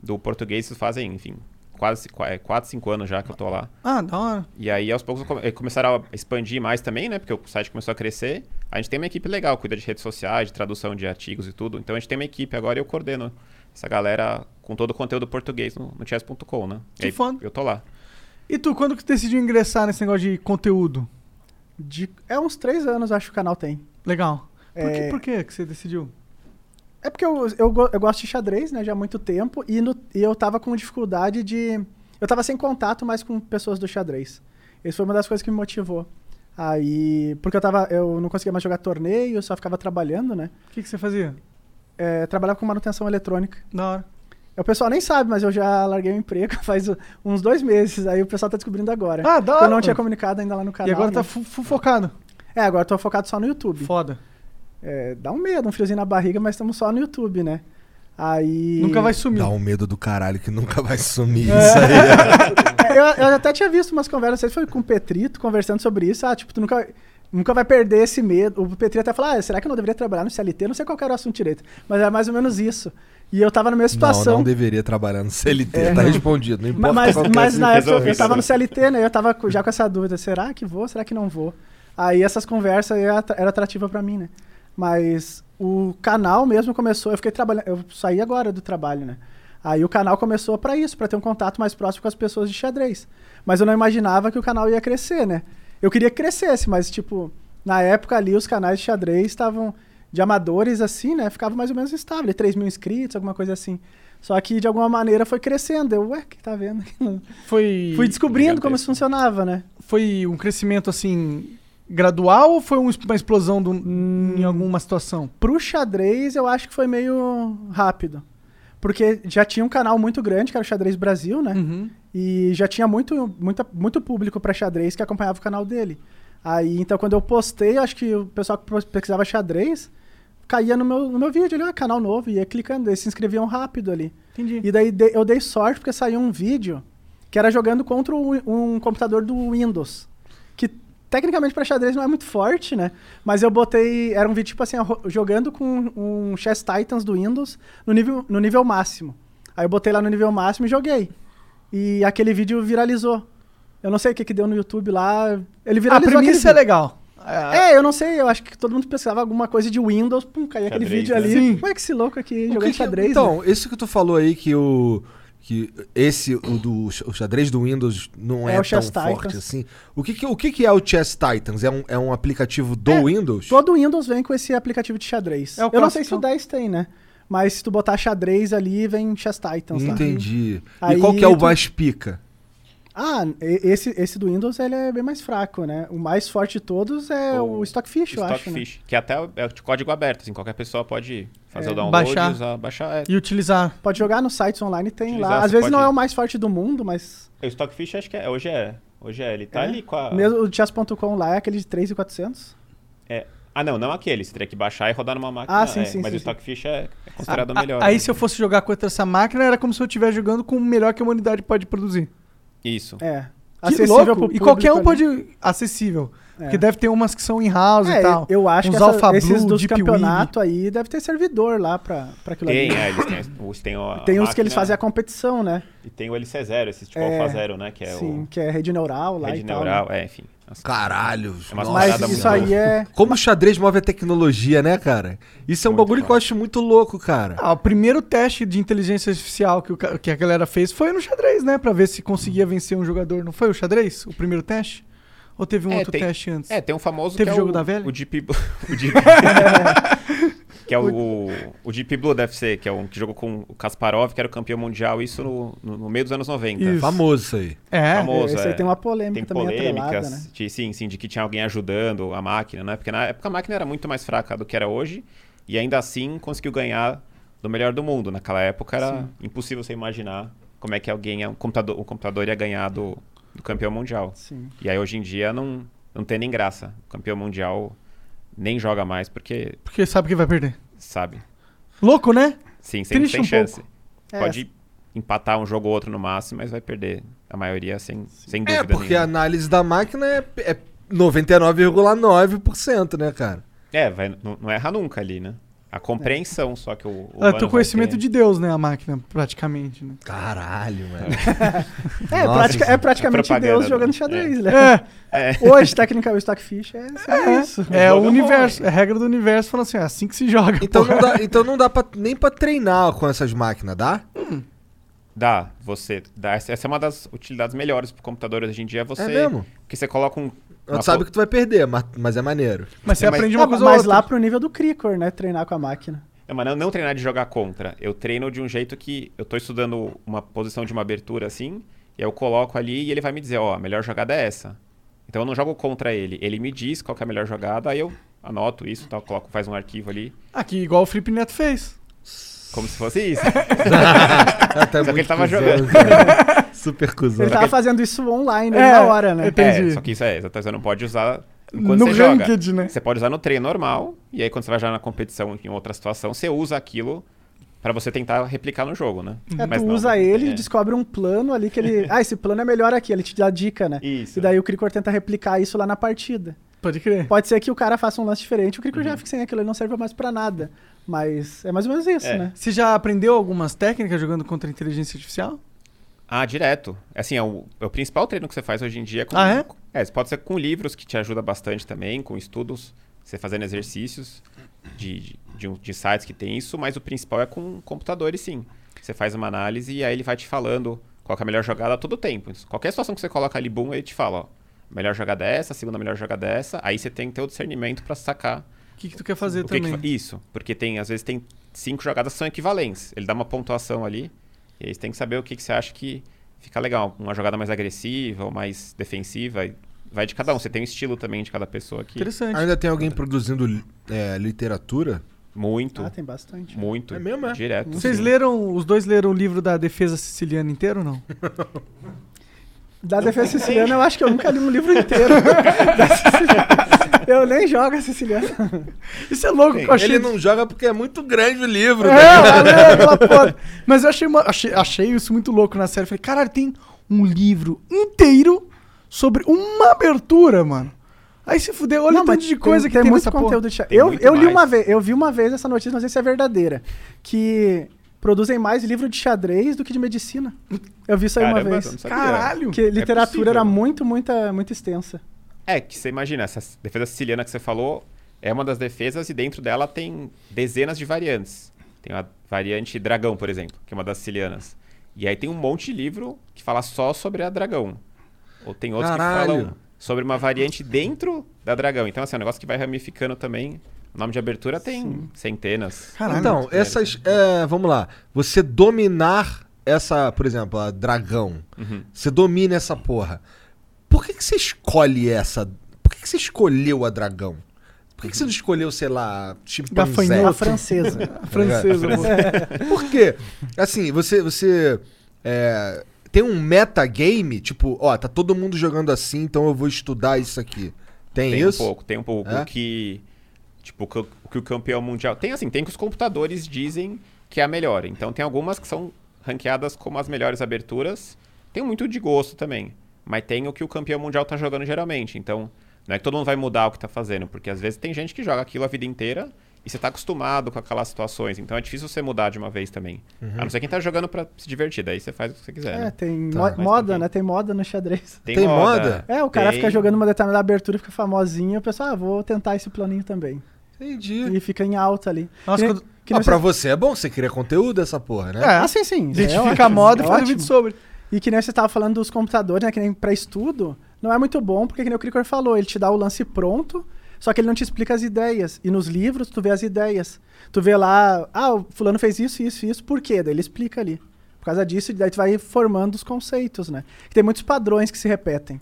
S1: do português. Isso fazem, enfim, quase 4, 5 anos já que eu tô lá.
S2: Ah, da hora.
S1: E aí, aos poucos, come- eh, começaram a expandir mais também, né? Porque o site começou a crescer. A gente tem uma equipe legal, cuida de redes sociais, de tradução de artigos e tudo. Então, a gente tem uma equipe agora e eu coordeno essa galera com todo o conteúdo português no, no chess.com, né?
S2: Que
S1: E aí,
S2: foda.
S1: Eu tô lá.
S2: E tu, quando que tu decidiu ingressar nesse negócio de conteúdo?
S6: De- É uns três anos, acho que o canal tem.
S2: Legal. Por,
S6: É.
S2: que, por que que você decidiu?
S6: É porque eu, eu, go- eu gosto de xadrez, né, já há muito tempo, e, no- e eu tava com dificuldade de. Eu tava sem contato mais com pessoas do xadrez. Isso foi uma das coisas que me motivou. Aí. Porque eu tava. Eu não conseguia mais jogar torneio, eu só ficava trabalhando, né?
S2: O que, que você fazia?
S6: É, trabalhava com manutenção eletrônica.
S2: Da hora.
S6: O pessoal nem sabe, mas eu já larguei o emprego faz u- uns dois meses. Aí o pessoal tá descobrindo agora.
S2: Ah, da
S6: Eu
S2: hora,
S6: não tinha
S2: mano.
S6: comunicado ainda lá no canal.
S2: e agora
S6: né?
S2: tá fu- fu- focado.
S6: É, agora eu tô focado só no YouTube.
S2: Foda.
S6: É, dá um medo, um friozinho na barriga, mas estamos só no YouTube, né? Aí.
S2: Nunca vai sumir.
S3: Dá um medo do caralho que nunca vai sumir isso aí.
S6: É, eu, eu até tinha visto umas conversas, não sei se foi com o Petrito, conversando sobre isso. Ah, tipo, tu nunca, nunca vai perder esse medo. O Petrito até falou, ah, será que eu não deveria trabalhar no CLT? Não sei qual que era o assunto direito, mas era mais ou menos isso. E eu tava na mesma
S3: Não,
S6: situação.
S3: não deveria trabalhar no CLT, tá respondido. Não
S6: Ma-
S3: importa
S6: Mas,
S3: qual
S6: mas,
S3: que é a
S6: na época eu
S1: resolvido,
S6: tava
S1: né?
S6: no CLT, né? Eu tava co- já com essa dúvida, será que vou, será que não vou? Aí essas conversas era at- era atrativa pra mim, né? Mas o canal mesmo começou, eu fiquei trabalhando, eu saí agora do trabalho, né? Aí o canal começou pra isso, pra ter um contato mais próximo com as pessoas de xadrez. Mas eu não imaginava que o canal ia crescer, né? Eu queria que crescesse, mas tipo, na época ali os canais de xadrez estavam de amadores assim, né? Ficava mais ou menos estável, 3 mil inscritos, alguma coisa assim. Só que de alguma maneira foi crescendo. Eu, ué, o que tá vendo?
S2: Foi,
S6: Fui descobrindo
S1: Gigantesco.
S6: como isso funcionava, né?
S2: foi um crescimento assim gradual ou foi um es- uma explosão do- em alguma situação?
S6: Pro xadrez, eu acho que foi meio rápido. Porque já tinha um canal muito grande, que era o Xadrez Brasil, né?
S2: Uhum.
S6: E já tinha muito, muita, muito público pra xadrez que acompanhava o canal dele. Aí, então, quando eu postei, acho que o pessoal que pesquisava xadrez caía no meu, no meu vídeo ali, ó, canal novo, ia clicando, eles se inscreviam rápido ali.
S2: Entendi.
S6: E daí de- eu dei sorte porque saiu um vídeo que era jogando contra um, um computador do Windows. Que tecnicamente pra xadrez não é muito forte, né? Mas eu botei. Era um vídeo tipo assim, arro- jogando com um Chess Titans do Windows no nível, no nível máximo. Aí eu botei lá no nível máximo e joguei. E aquele vídeo viralizou. Eu não sei o que, que deu no YouTube lá. Ele
S2: a
S6: viralizou. aquele
S2: premissa é
S6: vídeo.
S2: legal. É,
S6: É, eu não sei, eu acho que todo mundo pesquisava alguma coisa de Windows, pum, caía aquele
S1: Xadrez,
S6: vídeo
S1: né?
S6: ali.
S2: Sim.
S6: Como é que esse louco aqui
S3: O
S6: jogando
S3: que que-
S6: xadrez? né?
S3: Então, isso que tu falou aí que o que esse o do o xadrez do Windows não é,
S6: É o
S3: tão
S6: Chess
S3: forte
S6: Titans.
S3: assim. O que que, o que que é o Chess Titans? É um, é um aplicativo do
S6: É,
S3: Windows?
S6: Todo Windows vem com esse aplicativo de xadrez.
S2: É o
S6: eu não sei se
S2: clássico.
S6: o 10 tem, né? Mas se tu botar xadrez ali, vem Chess Titans lá.
S3: Entendi.
S6: Aí
S3: e qual que é o
S6: tu-
S3: mais pica?
S6: Ah, e- esse, esse do Windows ele é bem mais fraco, né? O mais forte de todos é o, Stockfish, eu acho. né?
S1: Stockfish, que até é de código aberto, assim, qualquer pessoa pode fazer
S6: É,
S1: o download,
S2: baixar.
S1: usar, baixar. É.
S2: E utilizar.
S6: Pode jogar nos sites online, tem
S1: Utilizar,
S6: lá. Às
S1: você
S6: vezes não
S1: pode-
S6: é o mais forte do mundo, mas
S1: O Stockfish acho que é, hoje é, hoje é, ele tá
S6: É?
S1: ali com a...
S6: mesmo o chess.com lá é aquele de 3,400.
S1: É. Ah não, não aquele, você teria que baixar e rodar numa máquina.
S6: Ah, sim,
S1: é,
S6: sim,
S1: Mas
S6: sim,
S1: o
S6: sim. Ah,
S1: Stockfish é, é considerado o
S2: A-
S1: melhor.
S2: Ah, Aí
S1: né?
S2: se eu fosse jogar contra essa máquina, era como se eu estivesse jogando com o melhor que a humanidade pode produzir.
S1: Isso.
S6: É.
S2: Que
S6: Acessível pro
S2: louco! E
S6: público
S2: qualquer um
S6: ali.
S2: pode... Acessível. Porque deve ter umas que são in-house
S6: É,
S2: É. e tal.
S6: eu acho
S2: Uns
S6: que essa-
S2: Alpha
S6: esses
S2: Blue,
S6: dos
S2: Deep Web.
S6: campeonatos aí deve ter servidor lá pra, pra aquilo
S1: Tem,
S6: ali.
S1: é, eles têm, os- tem, a
S6: Tem uns que
S1: máquina
S6: eles fazem a competição, né?
S1: E tem o LC0, esse tipo
S6: É,
S1: Alpha Zero, né? Que é
S6: Sim, que é rede neural
S1: o
S6: lá
S1: rede
S6: e tal. né?
S1: neural, é, enfim. Nossa,
S3: Caralho.
S1: É uma
S3: nossa.
S6: Mas
S1: parada
S6: isso
S1: muito
S6: aí é.
S3: Como o xadrez move a tecnologia, né, cara? Isso é um
S1: Muito
S3: bagulho que eu
S1: foda.
S3: acho muito louco, cara.
S2: Ah, o primeiro teste de inteligência artificial que, o ca- que a galera fez foi no xadrez, né? Pra ver se conseguia vencer um jogador. Não foi o xadrez? O primeiro teste? Ou teve um
S1: É,
S2: outro
S1: tem-
S2: teste antes?
S1: É, tem um famoso
S2: Teve
S1: que é
S2: jogo
S1: o,
S2: da velha?
S1: O Deep Blue. o Deep- que é o, o Deep Blue deve ser, que é um que jogou com o Kasparov, que era o campeão mundial, isso no, no- no meio dos anos 90.
S2: Isso.
S3: Famoso isso aí.
S2: É,
S1: Famoso,
S6: Esse
S1: é.
S6: aí tem uma polêmica
S1: Tem
S6: também atrelada,
S1: polêmicas,
S6: né?
S1: de- sim, sim, de que tinha alguém ajudando a máquina, né? Porque na época a máquina era muito mais fraca do que era hoje, e ainda assim conseguiu ganhar do melhor do mundo. Naquela época era impossível você imaginar como é que alguém, um computador, um computador ia ganhar do, do campeão mundial.
S6: Sim.
S1: E aí hoje em dia não, não tem nem graça. O campeão mundial nem joga mais porque
S2: porque sabe que vai perder.
S1: sabe.
S2: Louco, né?
S1: Sim, sem,
S2: Triste
S1: sem
S2: um
S1: chance.
S6: É,
S1: Pode empatar um jogo ou outro no máximo, mas vai perder a maioria sem, sem
S3: É,
S1: dúvida
S3: porque a
S1: nenhuma.
S3: análise da máquina é, é 99,9%, né, cara?
S1: É, vai, não, não erra nunca ali, né? A compreensão, só que o. o
S2: Ela tem o
S1: humano vai
S2: Ah, conhecimento
S1: ter-
S2: de Deus, né? A máquina, praticamente. Né?
S3: Caralho, mano.
S6: É,
S3: Nossa,
S6: pratica- é praticamente
S1: propaganda
S6: Deus
S1: do-
S6: jogando xadrez, né?
S2: É,
S6: Hoje, tecnicamente, o Stockfish é, é isso.
S2: é, o
S1: jogo é bom,
S2: universo.
S1: hein?
S2: É a regra do universo falando assim: é assim que se joga.
S3: Então
S2: porra.
S3: não dá, então não dá pra- nem pra treinar com essas máquinas, dá?
S1: Dá, você. Dá. Essa essa é uma das utilidades melhores pro computador hoje em dia. é Você,
S3: É mesmo?
S1: Porque você coloca um.
S3: Tu sabe que tu vai perder, mas, mas é maneiro.
S2: mas você
S1: mas-
S2: aprende um uma
S6: Não,
S2: coisa ou
S6: Ah, mas
S2: outra.
S6: lá pro nível do Cricor, né? Treinar com a máquina.
S1: Não, mas não, não treinar de jogar contra. Eu treino de um jeito que eu tô estudando uma posição de uma abertura assim, e aí eu coloco ali e ele vai me dizer, ó, a melhor jogada é essa. Então eu não jogo contra ele. Ele me diz qual que é a melhor jogada, aí eu anoto isso, tal, coloco, faz um arquivo ali,
S2: Aqui, igual o Felipe Neto fez.
S1: como se fosse isso.
S6: É,
S1: É,
S3: Ah, tá
S1: Só que
S3: muito
S1: ele tava jogando.
S3: cara. Super cuzão.
S6: Ele tava fazendo isso online
S2: É,
S6: na hora, né?
S2: eu Entendi.
S1: É, só que isso é, exatamente, você não pode usar enquanto
S2: No
S1: você
S2: ranked,
S1: joga.
S2: né?
S1: Você pode usar no treino normal, e aí quando você vai jogar na competição em outra situação, você usa aquilo Pra você tentar replicar no jogo, né?
S6: É,
S1: Mas
S6: tu
S1: não,
S6: usa
S1: né?
S6: ele,
S1: É.
S6: descobre um plano ali que ele. ah, esse plano é melhor aqui, ele te dá dica, né?
S1: Isso.
S6: E daí o Cricor tenta replicar isso lá na partida.
S2: Pode crer.
S6: Pode ser que o cara faça um lance diferente, o Cricor
S1: Uhum.
S6: já fica sem aquilo, ele não serve mais pra nada. Mas é mais ou menos isso,
S1: É.
S6: né?
S2: Você já aprendeu algumas técnicas jogando contra a inteligência artificial?
S1: Ah, direto. Assim, é o, é o principal treino que você faz hoje em dia. é Com,
S2: Ah, é?
S1: É, pode ser com livros que te ajuda bastante também, com estudos, você fazendo exercícios de, de, de, um- de sites que tem isso, mas o principal é com computadores, sim. Você faz uma análise e aí ele vai te falando qual que é a melhor jogada a todo tempo. Então, Qualquer situação que você coloca ali, boom, ele te fala, ó, melhor jogada é essa, a segunda melhor jogada é essa. Aí você tem que ter o discernimento pra sacar
S2: O que, que tu quer fazer
S1: o que que
S2: também?
S1: fa- isso, porque tem, às vezes tem cinco jogadas que são equivalentes. Ele dá uma pontuação ali, e aí você tem que saber o que, que você acha que fica legal. Uma jogada mais agressiva ou mais defensiva. e Vai de cada um. Você tem um estilo também de cada pessoa aqui.
S2: Interessante.
S3: Ainda tem alguém produzindo é, literatura?
S1: Muito,
S6: Ah, tem bastante.
S1: muito.
S3: É mesmo, é?
S1: Direto.
S2: Vocês
S1: sim.
S2: leram, os dois leram o livro da defesa siciliana inteiro ou não?
S6: Da defesa siciliana, eu acho que eu nunca li um livro inteiro. Da siciliana. eu nem jogo a siciliana.
S2: Isso é louco,
S1: Sim,
S2: que eu achei.
S3: Ele não joga porque é muito grande o livro. né?
S2: É, valeu aquela porra. Mas eu achei, uma- achei, achei isso muito louco na série. Falei, caralho, tem um livro inteiro sobre uma abertura, mano. Aí se fudeu, olha o
S6: mas
S2: tanto de coisa
S6: tem,
S2: que tem,
S6: muito
S2: nessa porra.
S6: conteúdo de xadrez.
S1: Tem
S6: Eu,
S1: muito
S6: eu li
S1: mais.
S6: uma vez, eu vi uma vez essa notícia, não sei se é verdadeira, que produzem mais livro de xadrez do que de medicina. Eu vi isso aí
S1: Caramba,
S6: uma
S1: eu não
S6: vez. É
S1: sabia.
S2: Caralho. é
S6: Que literatura
S1: possível.
S6: era muito, muita, muito extensa.
S1: É, que você imagina, essa defesa siciliana que você falou é uma das defesas e dentro dela tem dezenas de variantes. Tem a variante dragão, por exemplo, que é uma das sicilianas. E aí tem um monte de livro que fala só sobre a dragão. Ou tem outros
S3: Caralho.
S1: que falam sobre uma variante dentro da dragão. Então, assim, é um negócio que vai ramificando também. O nome de abertura tem centenas.
S2: Caralho.
S3: Então, essas. é, vamos lá. Você dominar essa, por exemplo, a dragão.
S1: Uhum.
S3: Você domina essa porra. Por que, que você escolhe essa? Por que, que você escolheu a dragão? Por que, que você não escolheu, sei lá, chimpanzé?
S2: Gafanhoto.
S6: A francesa. É,
S2: A francesa, mano.
S3: Por quê? Assim, você. você é, tem um metagame, tipo, ó, tá todo mundo jogando assim, então eu vou estudar isso aqui. Tem,
S1: Tem
S3: isso?
S1: um pouco, tem um pouco.
S3: É?
S1: O que. Tipo, o que- o que o campeão mundial. Tem assim, tem que os computadores dizem que é a melhor. Então tem algumas que são ranqueadas como as melhores aberturas. Tem muito de gosto também. Mas tem o que o campeão mundial tá jogando geralmente. Então, não é que todo mundo vai mudar o que tá fazendo, porque às vezes tem gente que joga aquilo a vida inteira e você tá acostumado com aquelas situações. Então é difícil você mudar de uma vez também.
S3: Uhum.
S1: A não ser quem tá jogando pra se divertir, daí você faz o que você quiser.
S6: É,
S1: né?
S6: tem
S3: Tá.
S6: mo-
S3: Mas
S6: moda,
S1: também-
S6: né? Tem moda no xadrez.
S3: tem moda?
S6: É, o cara
S1: tem-
S6: fica jogando uma determinada abertura, fica famosinho, o pessoal, ah, vou tentar esse planinho também.
S3: Entendi.
S6: E fica em alta ali.
S2: Nossa,
S6: que, nem-
S2: quando-
S6: que
S3: ah,
S6: nem
S3: pra
S6: você-
S3: você é bom, você cria conteúdo essa porra, né?
S2: É,
S6: Ah, sim, sim.
S2: a gente
S6: É
S2: fica a
S6: ótimo,
S2: moda
S6: é
S2: e faz um
S6: ótimo.
S2: vídeo sobre.
S6: E que nem você tava falando dos computadores, né? Que nem pra estudo, não é muito bom, porque que nem o Cricor falou, ele te dá o lance pronto, só que ele não te explica as ideias. E nos livros tu vê as ideias. Tu vê lá, ah, o fulano fez isso, isso, isso, por quê? Daí ele explica ali. Por causa disso, daí tu vai formando os conceitos, né? Que tem muitos padrões que se repetem.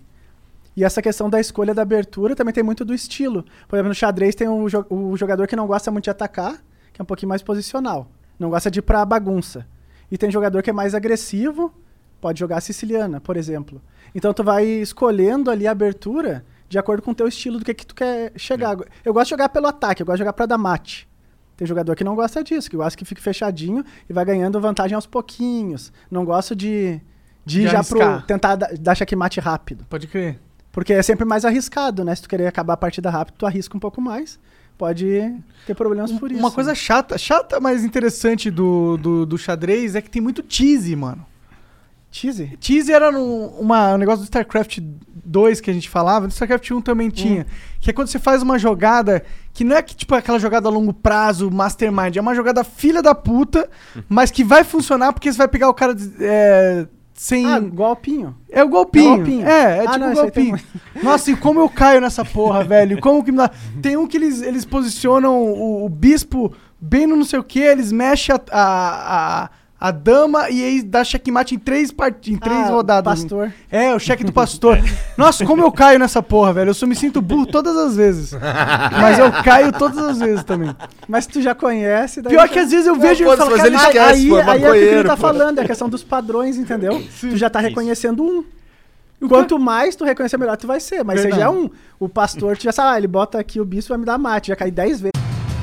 S6: E essa questão da escolha da abertura também tem muito do estilo. Por exemplo, no xadrez tem o, jo- o jogador que não gosta muito de atacar, que é um pouquinho mais posicional. Não gosta de ir pra bagunça. E tem jogador que é mais agressivo, pode jogar a siciliana, por exemplo. Então tu vai escolhendo ali a abertura de acordo com o teu estilo do que, que tu quer chegar. Eu gosto de jogar pelo ataque, eu gosto de jogar pra dar mate. Tem jogador que não gosta disso, que gosta que fique fechadinho e vai ganhando vantagem aos pouquinhos. Não gosto de, de ir
S2: De
S6: já pro.
S2: arriscar.
S6: tentar da- dar checkmate rápido.
S2: Pode crer.
S6: Porque é sempre mais arriscado, né? Se tu querer acabar a partida rápido, tu arrisca um pouco mais. Pode ter problemas por isso.
S2: Um,
S6: né?
S2: Uma coisa chata, chata, mas interessante do, do, do xadrez é que tem muito tease, mano.
S6: cheesy.
S2: Tease era num- uma- um negócio do StarCraft 2 que a gente falava, do StarCraft 1 também
S6: Hum.
S2: tinha. Que é quando você faz uma jogada que não é que, tipo aquela jogada a longo prazo, mastermind, é uma jogada filha da puta,
S6: Hum.
S2: mas que vai funcionar porque você vai pegar o cara des- é, sem.
S6: Ah, golpinho.
S2: É o golpinho. É,
S6: É golpinho.
S2: é,
S6: Ah,
S2: tipo
S6: não,
S2: um
S6: isso aí tem
S2: golpinho. Nossa, e como eu caio nessa porra, velho? Como que me dá... Tem um que eles, eles posicionam o, o bispo bem no não sei o que, eles mexem a, a, a, a dama e aí dá checkmate em três, part... em três
S6: Ah,
S2: rodadas.
S6: Pastor.
S2: É, o cheque do pastor. Nossa, como eu caio nessa porra, velho. Eu só me sinto burro todas as vezes. Mas eu caio todas as vezes também.
S6: Mas tu já conhece. Daí
S2: Pior que às vezes eu vejo e
S3: foda-se,
S2: falo,
S3: mas
S2: caralho,
S3: ele esquece,
S6: aí,
S3: pô, é
S6: aí é o que
S3: maconheiro,
S6: tu tá
S3: pô.
S6: falando, é a questão dos padrões, entendeu? Tu já tá
S1: Isso.
S6: reconhecendo um. Quanto mais tu reconhecer, melhor tu vai ser. Mas
S2: é- Verdade.
S6: você já é um. O pastor, tu já sabe, ah, ele bota aqui o bispo vai me dar mate, já cai 10 vezes.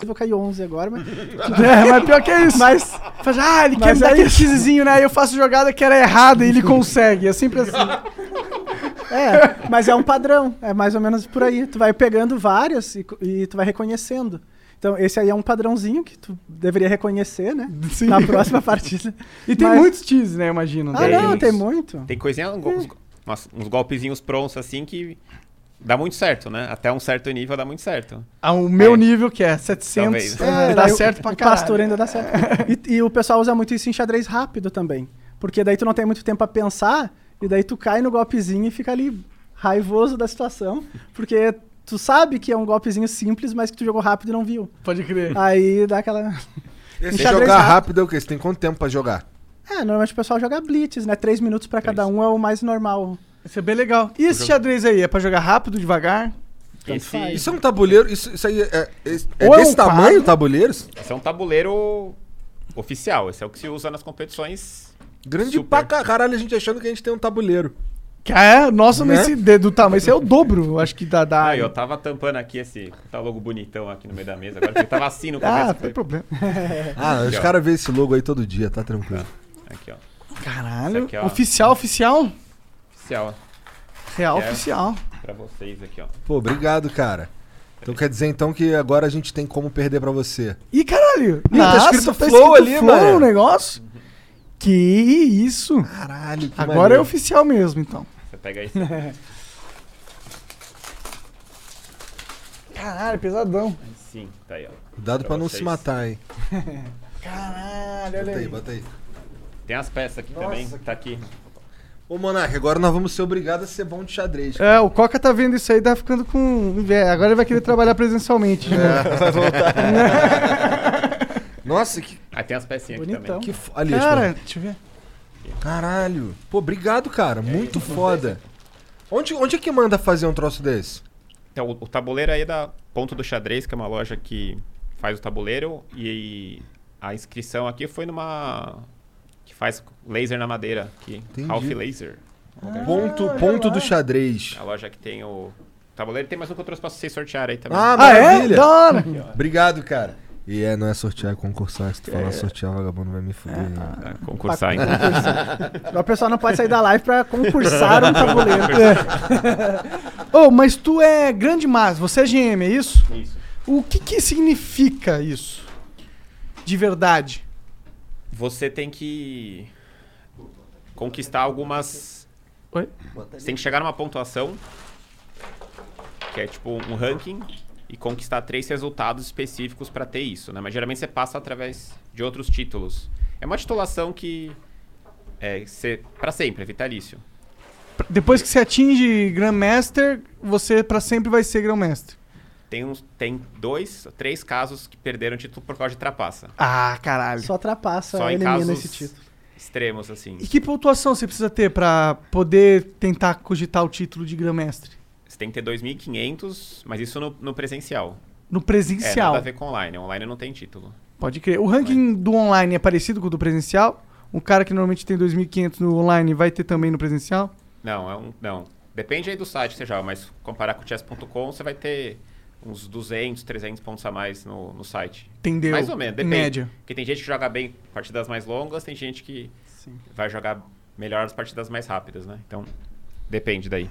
S6: Eu vou cair 11 agora, mas.
S2: É, mas pior que é isso.
S6: Mas.
S2: Faz, ah, ele quer
S6: Mas
S2: me dar
S6: aí-
S2: aquele xizinho, né? Eu faço jogada que era errada e ele consegue. É sempre assim.
S6: É, mas é um padrão. É mais ou menos por aí. Tu vai pegando várias e, co- e tu vai reconhecendo. Então, esse aí é um padrãozinho que tu deveria reconhecer, né?
S2: Sim.
S6: Na próxima partida.
S2: E tem
S6: Mas-
S2: muitos teas, né? Imagino.
S6: Ah,
S2: né?
S6: não,
S1: Dez.
S6: tem muito.
S1: Tem coisinha, um go- uns, go- umas- uns golpezinhos prontos assim que dá muito certo, né? Até um certo nível dá muito certo.
S2: Ah, O meu
S1: É.
S2: nível, que é 700,
S1: Talvez.
S6: É,
S2: dá
S6: daí o-
S2: certo pra
S6: o
S2: caralho.
S6: Pastor ainda dá certo. E, e o pessoal usa muito isso em xadrez rápido também. Porque daí tu não tem muito tempo pra pensar, e daí tu cai no golpezinho e fica ali raivoso da situação, porque tu sabe que é um golpezinho simples, mas que tu jogou rápido e não viu.
S2: Pode
S6: Ah.
S2: crer.
S6: Aí dá aquela.
S3: Se
S6: xadrez
S3: jogar
S6: rápido.
S3: rápido é o quê? Você tem quanto tempo pra jogar?
S6: É, normalmente o pessoal joga blitz, né? Três minutos pra cada um é o mais normal.
S2: Isso é bem legal. E
S1: Uhum.
S2: esse xadrez aí? É pra jogar rápido, devagar?
S1: Esse,
S6: faz.
S1: isso
S3: Isso é um tabuleiro. Isso, isso aí é, é, é
S2: Ou é
S3: desse
S2: um
S3: tamanho
S2: quadro.
S3: o tabuleiro?
S1: é um tabuleiro oficial, esse é o que se usa nas competições.
S3: Grande
S1: Super.
S3: pra ca- caralho a gente achando que a gente tem um tabuleiro.
S2: Que é, nossa,
S3: Né?
S2: nesse dedo tamanho. Esse é o dobro, eu acho que dá. dá
S1: Ah, eu tava tampando aqui esse tá logo bonitão aqui no meio da mesa. Agora porque eu tava assim no começo.
S2: Ah, não
S1: foi-
S2: tem problema.
S3: Ah, os
S1: Aqui, ó.
S3: caras veem esse logo aí todo dia, tá tranquilo.
S1: Aqui, ó.
S2: Caralho.
S1: Isso aqui, ó.
S2: oficial, oficial?
S1: Oficial, ó.
S2: Real,
S1: É.
S2: oficial.
S1: Pra vocês aqui, ó.
S3: Pô, obrigado, cara. Então quer dizer então que agora a gente tem como perder pra você.
S2: Ih, caralho.
S3: Ih, tá escrito flow ali,
S2: flow
S3: mano.
S2: o negócio. Que isso.
S3: Caralho, que
S2: Agora é
S3: maneiro.
S2: oficial mesmo, então.
S1: Você pega esse.
S2: Caralho, pesadão.
S1: Sim, tá aí, ó.
S3: Cuidado pra não
S1: vocês.
S3: se matar, hein.
S2: Caralho,
S3: Bota
S2: olha
S3: aí,
S2: aí.
S3: bota aí.
S1: Tem as peças aqui também, tá aqui.
S3: Ô, Monark, agora nós vamos ser obrigados a ser bom de xadrez.
S2: É, o Coca tá vendo isso aí, tá ficando com inveja. Agora ele vai querer trabalhar presencialmente. né? de novo.
S3: Nossa, que,
S1: Ah, tem as pecinhas aqui
S6: Bonitão.
S1: também.
S3: que fo... Ali,
S2: Cara, deixa eu ver.
S3: Caralho. Pô, obrigado, cara. Muito foda. Onde, onde é que manda fazer um troço desse?
S1: Então, o, o tabuleiro aí é da Ponto do Xadrez, que é uma loja que faz o tabuleiro. E a inscrição aqui foi numa. que faz laser na madeira. Aqui.
S3: Entendi.
S1: Half Laser.
S3: ponto ponto do xadrez.
S1: A loja que tem o tabuleiro. Tem mais um que eu trouxe pra vocês sortearem aí também.
S3: Ah,
S2: Ah, é?
S3: maravilha.
S2: Da hora.
S3: Obrigado, cara. E é, não é sortear, é concursar. Se tu falar sortear, o vagabundo vai me fuder. né?
S1: Pra concursar, então.
S6: Agora o pessoal não pode sair da live pra concursar um tabuleiro.
S2: Ô, mas tu é grande mas, você é GM, é isso?
S1: Isso.
S2: O que que significa isso? De verdade.
S1: Você tem que conquistar algumas.
S2: Oi?
S1: Você tem que chegar numa pontuação, que é tipo um ranking, e conquistar três resultados específicos pra ter isso, né? Mas geralmente você passa através de outros títulos. É uma titulação que é ser para sempre, é vitalício.
S2: Pra- Depois que você atinge Grandmaster, você pra sempre vai ser Grandmaster.
S1: Tem uns, tem dois, três casos que perderam título por causa de trapaça.
S2: Ah, caralho.
S6: Só trapaça,
S1: Só em
S6: elimina
S1: casos
S6: esse título.
S1: extremos assim.
S2: E que pontuação você precisa ter pra poder tentar cogitar o título de Grandmaster?
S1: Você tem que ter 2.500, mas isso no, no presencial.
S2: No
S1: É, nada
S2: presencial.
S1: a ver com online. Online não tem título.
S2: Pode crer. O ranking do online é parecido com o do presencial? Um cara que normalmente tem 2.500 no online vai ter também no presencial?
S1: Não, é um. Não. Depende aí do site que você joga, mas comparar com o chess.com, você vai ter uns 200, 300 pontos a mais no, no site.
S2: Entendeu?
S1: Mais ou menos,
S2: Em
S1: depende.
S2: média.
S1: Porque tem gente que joga bem partidas mais longas, tem gente que vai jogar melhor as partidas mais rápidas, né? Então, depende daí.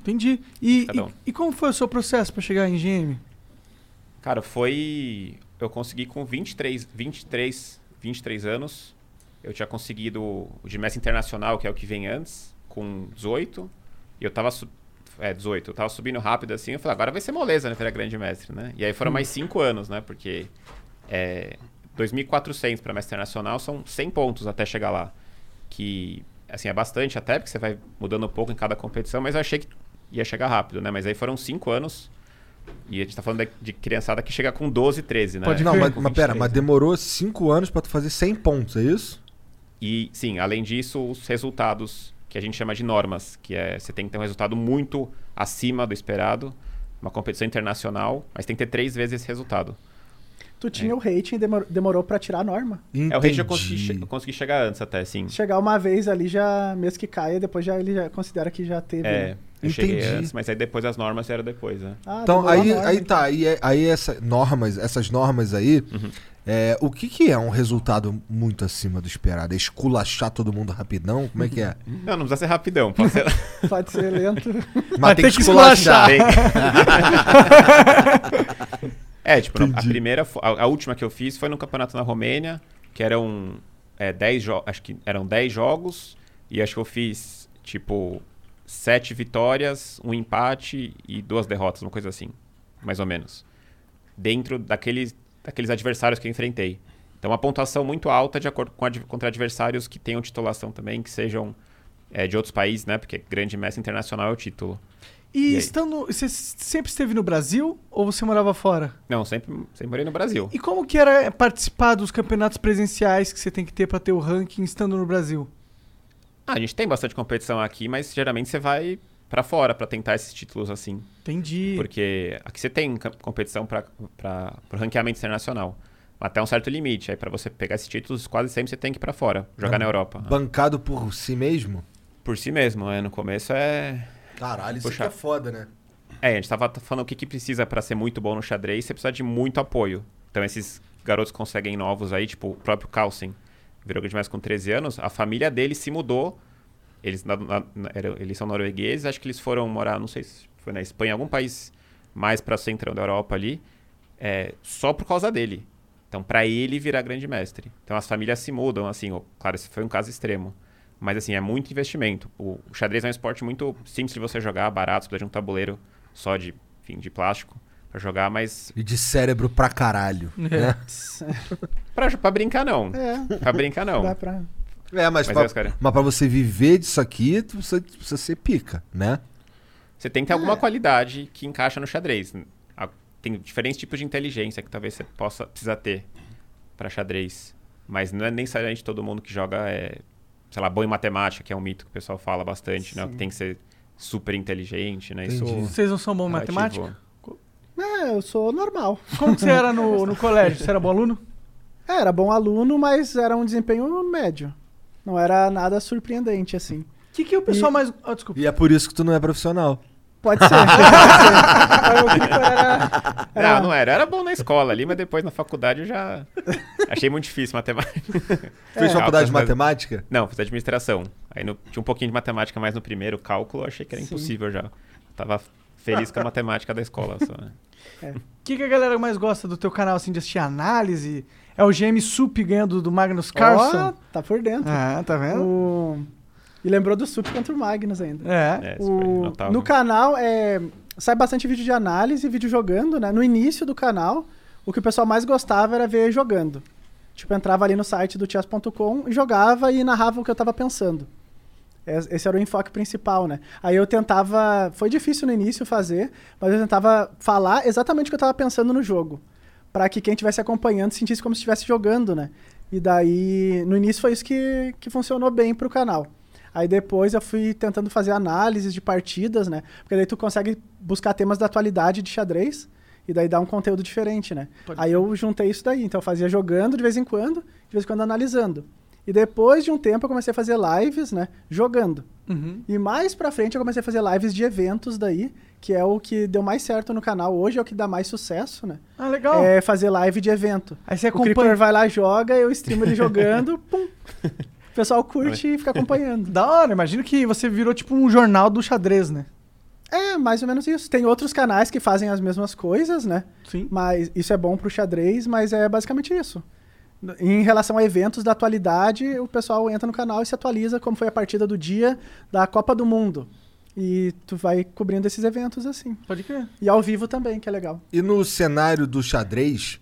S2: Entendi. E,
S1: Cada um.
S2: e, e como foi o seu processo pra chegar em GM?
S1: Cara, foi eu consegui com 23, 23, 23 anos. Eu tinha conseguido o de mestre internacional, que é o que vem antes, com 18. E eu tava. su- É, 18. Eu tava subindo rápido assim. Eu falei, agora vai ser moleza, né? Virar grande mestre, né? E aí foram
S3: Uhum.
S1: mais 5 anos, né? Porque. É, 2.400 para mestre internacional são 100 pontos até chegar lá. Que, assim, é bastante até, porque você vai mudando um pouco em cada competição. Mas eu achei que ia chegar rápido, né? Mas aí foram 5 anos. E a gente tá falando de, de criançada que chega com 12, 13, né?
S2: Pode
S3: Não,
S2: crer.
S3: mas,
S1: Com
S3: mas pera,
S1: 23,
S3: mas
S1: né?
S3: demorou 5 anos pra tu fazer 100 pontos, é isso?
S1: E sim, além disso, os resultados que a gente chama de normas, que é você tem que ter um resultado muito acima do esperado, uma competição internacional, mas tem que ter três vezes esse resultado.
S6: Tu tinha o rating e demor- demorou pra tirar a norma.
S3: Entendi.
S1: É o range eu consegui, che- eu consegui chegar antes até, sim.
S6: Chegar uma vez ali já, mesmo que caia, depois já ele já considera que já teve.
S1: É,
S6: né?
S1: eu cheguei
S3: Entendi.
S1: antes, mas aí depois as normas eram depois, né?
S6: Ah,
S3: Então,
S6: demorou a
S3: aí,
S6: norma,
S3: aí
S6: então.
S3: tá, aí, é- aí essa normas, essas normas aí, é, o que que é um resultado muito acima do esperado? É esculachar todo mundo rapidão? Como é que é?
S1: Não, não precisa ser rapidão, pode ser.
S6: Pode ser lento.
S2: Mas tem que esculachar.
S1: Tem- é, tipo, a primeira, fo- a, a última que eu fiz foi no campeonato na Romênia, que eram é, 10 jogos, acho que eram 10 jogos, e acho que eu fiz, tipo, sete vitórias, um empate e duas derrotas, uma coisa assim, mais ou menos. Dentro daqueles, daqueles adversários que eu enfrentei. Então, uma pontuação muito alta de acordo com ad- contra adversários que tenham titulação também, que sejam é, de outros países, né? Porque grande mestre internacional é o título.
S2: E,
S1: E aí?
S2: estando. Você sempre esteve no Brasil ou você morava fora?
S1: Não, sempre, sempre morei no Brasil.
S2: E como que era participar dos campeonatos presenciais que você tem que ter pra ter o ranking estando no Brasil?
S1: Ah, a gente tem bastante competição aqui, mas geralmente você vai pra fora pra tentar esses títulos assim.
S2: Entendi.
S1: Porque aqui você tem cam- competição para o ranqueamento internacional. Até um certo limite. Aí pra você pegar esses títulos, quase sempre você tem que ir pra fora, jogar na Europa.
S3: Bancado por si mesmo?
S1: Por si mesmo, né? No começo é.
S3: Caralho, isso
S1: Puxa.
S3: aqui é foda, né?
S1: É, a gente tava t- falando o que, que precisa pra ser muito bom no xadrez, você precisa de muito apoio. Então esses garotos conseguem novos aí, tipo o próprio Carlsen, virou grande mestre com 13 anos, a família dele se mudou, eles, na- na- na- eram- eles são noruegueses, acho que eles foram morar, não sei se foi na Espanha, algum país mais pra centrão da Europa ali, é, só por causa dele. Então pra ele virar grande mestre. Então as famílias se mudam, assim, ó, claro, esse foi um caso extremo. Mas assim, é muito investimento. O, o xadrez é um esporte muito simples de você jogar, barato, você precisa de um tabuleiro só de, enfim, de plástico pra jogar, mas
S3: E de cérebro pra caralho,
S1: É.
S3: né?
S1: pra, pra brincar não.
S6: É,
S1: Pra brincar não.
S6: dá pra.
S3: É, mas,
S1: Mas
S3: pra,
S1: é, cara.
S3: mas pra você viver disso aqui, tu precisa, tu precisa ser pica, né?
S1: Você tem que ter alguma qualidade que encaixa no xadrez. A- Tem diferentes tipos de inteligência que talvez você possa precisar ter pra xadrez. Mas não é necessariamente todo mundo que joga é, sei lá, bom em matemática, que é um mito que o pessoal fala bastante, né? Que tem que ser super inteligente, né? Isso
S3: Entendi.
S2: Vocês não são bons em
S1: relativo.
S2: matemática?
S6: É, eu sou normal.
S2: Como que você era no, no colégio? Você era bom aluno?
S6: É, era bom aluno, mas era um desempenho médio. Não era nada surpreendente, assim.
S2: O que, que o pessoal mais. Ah, desculpa.
S3: E é por isso que tu não é profissional.
S6: Pode ser. pode ser. Mas o Kiko era- era-
S1: Ah, Não, não era. Era bom na escola ali, mas depois na faculdade eu já achei muito difícil matemática.
S3: Tu fez
S1: É.
S3: faculdade de
S1: Mas-
S3: matemática?
S1: Não, fiz administração. Aí no- tinha um pouquinho de matemática mais no primeiro cálculo, eu achei que era impossível já. Tava feliz com a matemática da escola só, né?
S2: O que, que a galera mais gosta do teu canal, assim, de assistir análise? É o GM Sup ganhando do Magnus Carlson?
S6: Ó, tá por dentro.
S2: Ah, tá
S3: É.
S2: vendo?
S6: O- E lembrou do Sup contra o Magnus ainda.
S2: É.
S1: É,
S6: O-
S1: isso foi notável.
S6: No canal é... sai bastante vídeo de análise, vídeo jogando, né? No início do canal, o que o pessoal mais gostava era ver jogando. Tipo, eu entrava ali no site do chess.com e jogava e narrava o que eu tava pensando. Es- Esse era o enfoque principal, né? Aí eu tentava. Foi difícil no início fazer, mas eu tentava falar exatamente o que eu tava pensando no jogo. Pra que quem estivesse acompanhando sentisse como se estivesse jogando, né? E daí, no início foi isso que, que funcionou bem pro canal. Aí depois eu fui tentando fazer análises de partidas, né? Porque daí tu consegue buscar temas da atualidade de xadrez e daí dá um conteúdo diferente, né? Aí eu juntei isso daí. Então eu fazia jogando de vez em quando, de vez em quando analisando. E depois de um tempo eu comecei a fazer lives, né? Jogando.
S2: Uhum.
S6: E mais pra frente eu comecei a fazer lives de eventos daí, que é o que deu mais certo no canal hoje, é o que dá mais sucesso, né?
S2: Ah, legal.
S6: É fazer live de evento.
S2: Aí você
S6: O Creeper
S2: acompanha.
S6: vai lá, joga, eu streamo ele jogando, pum. O pessoal curte e fica acompanhando.
S2: Da hora, imagino que você virou tipo um jornal do xadrez, né?
S6: É, mais ou menos isso. Tem outros canais que fazem as mesmas coisas, né?
S2: Sim.
S6: Mas isso é bom pro xadrez, mas é basicamente isso. Em relação a eventos da atualidade, o pessoal entra no canal e se atualiza como foi a partida do dia da Copa do Mundo. E tu vai cobrindo esses eventos assim.
S2: Pode crer.
S6: E ao vivo também, que é legal.
S3: E no cenário do xadrez,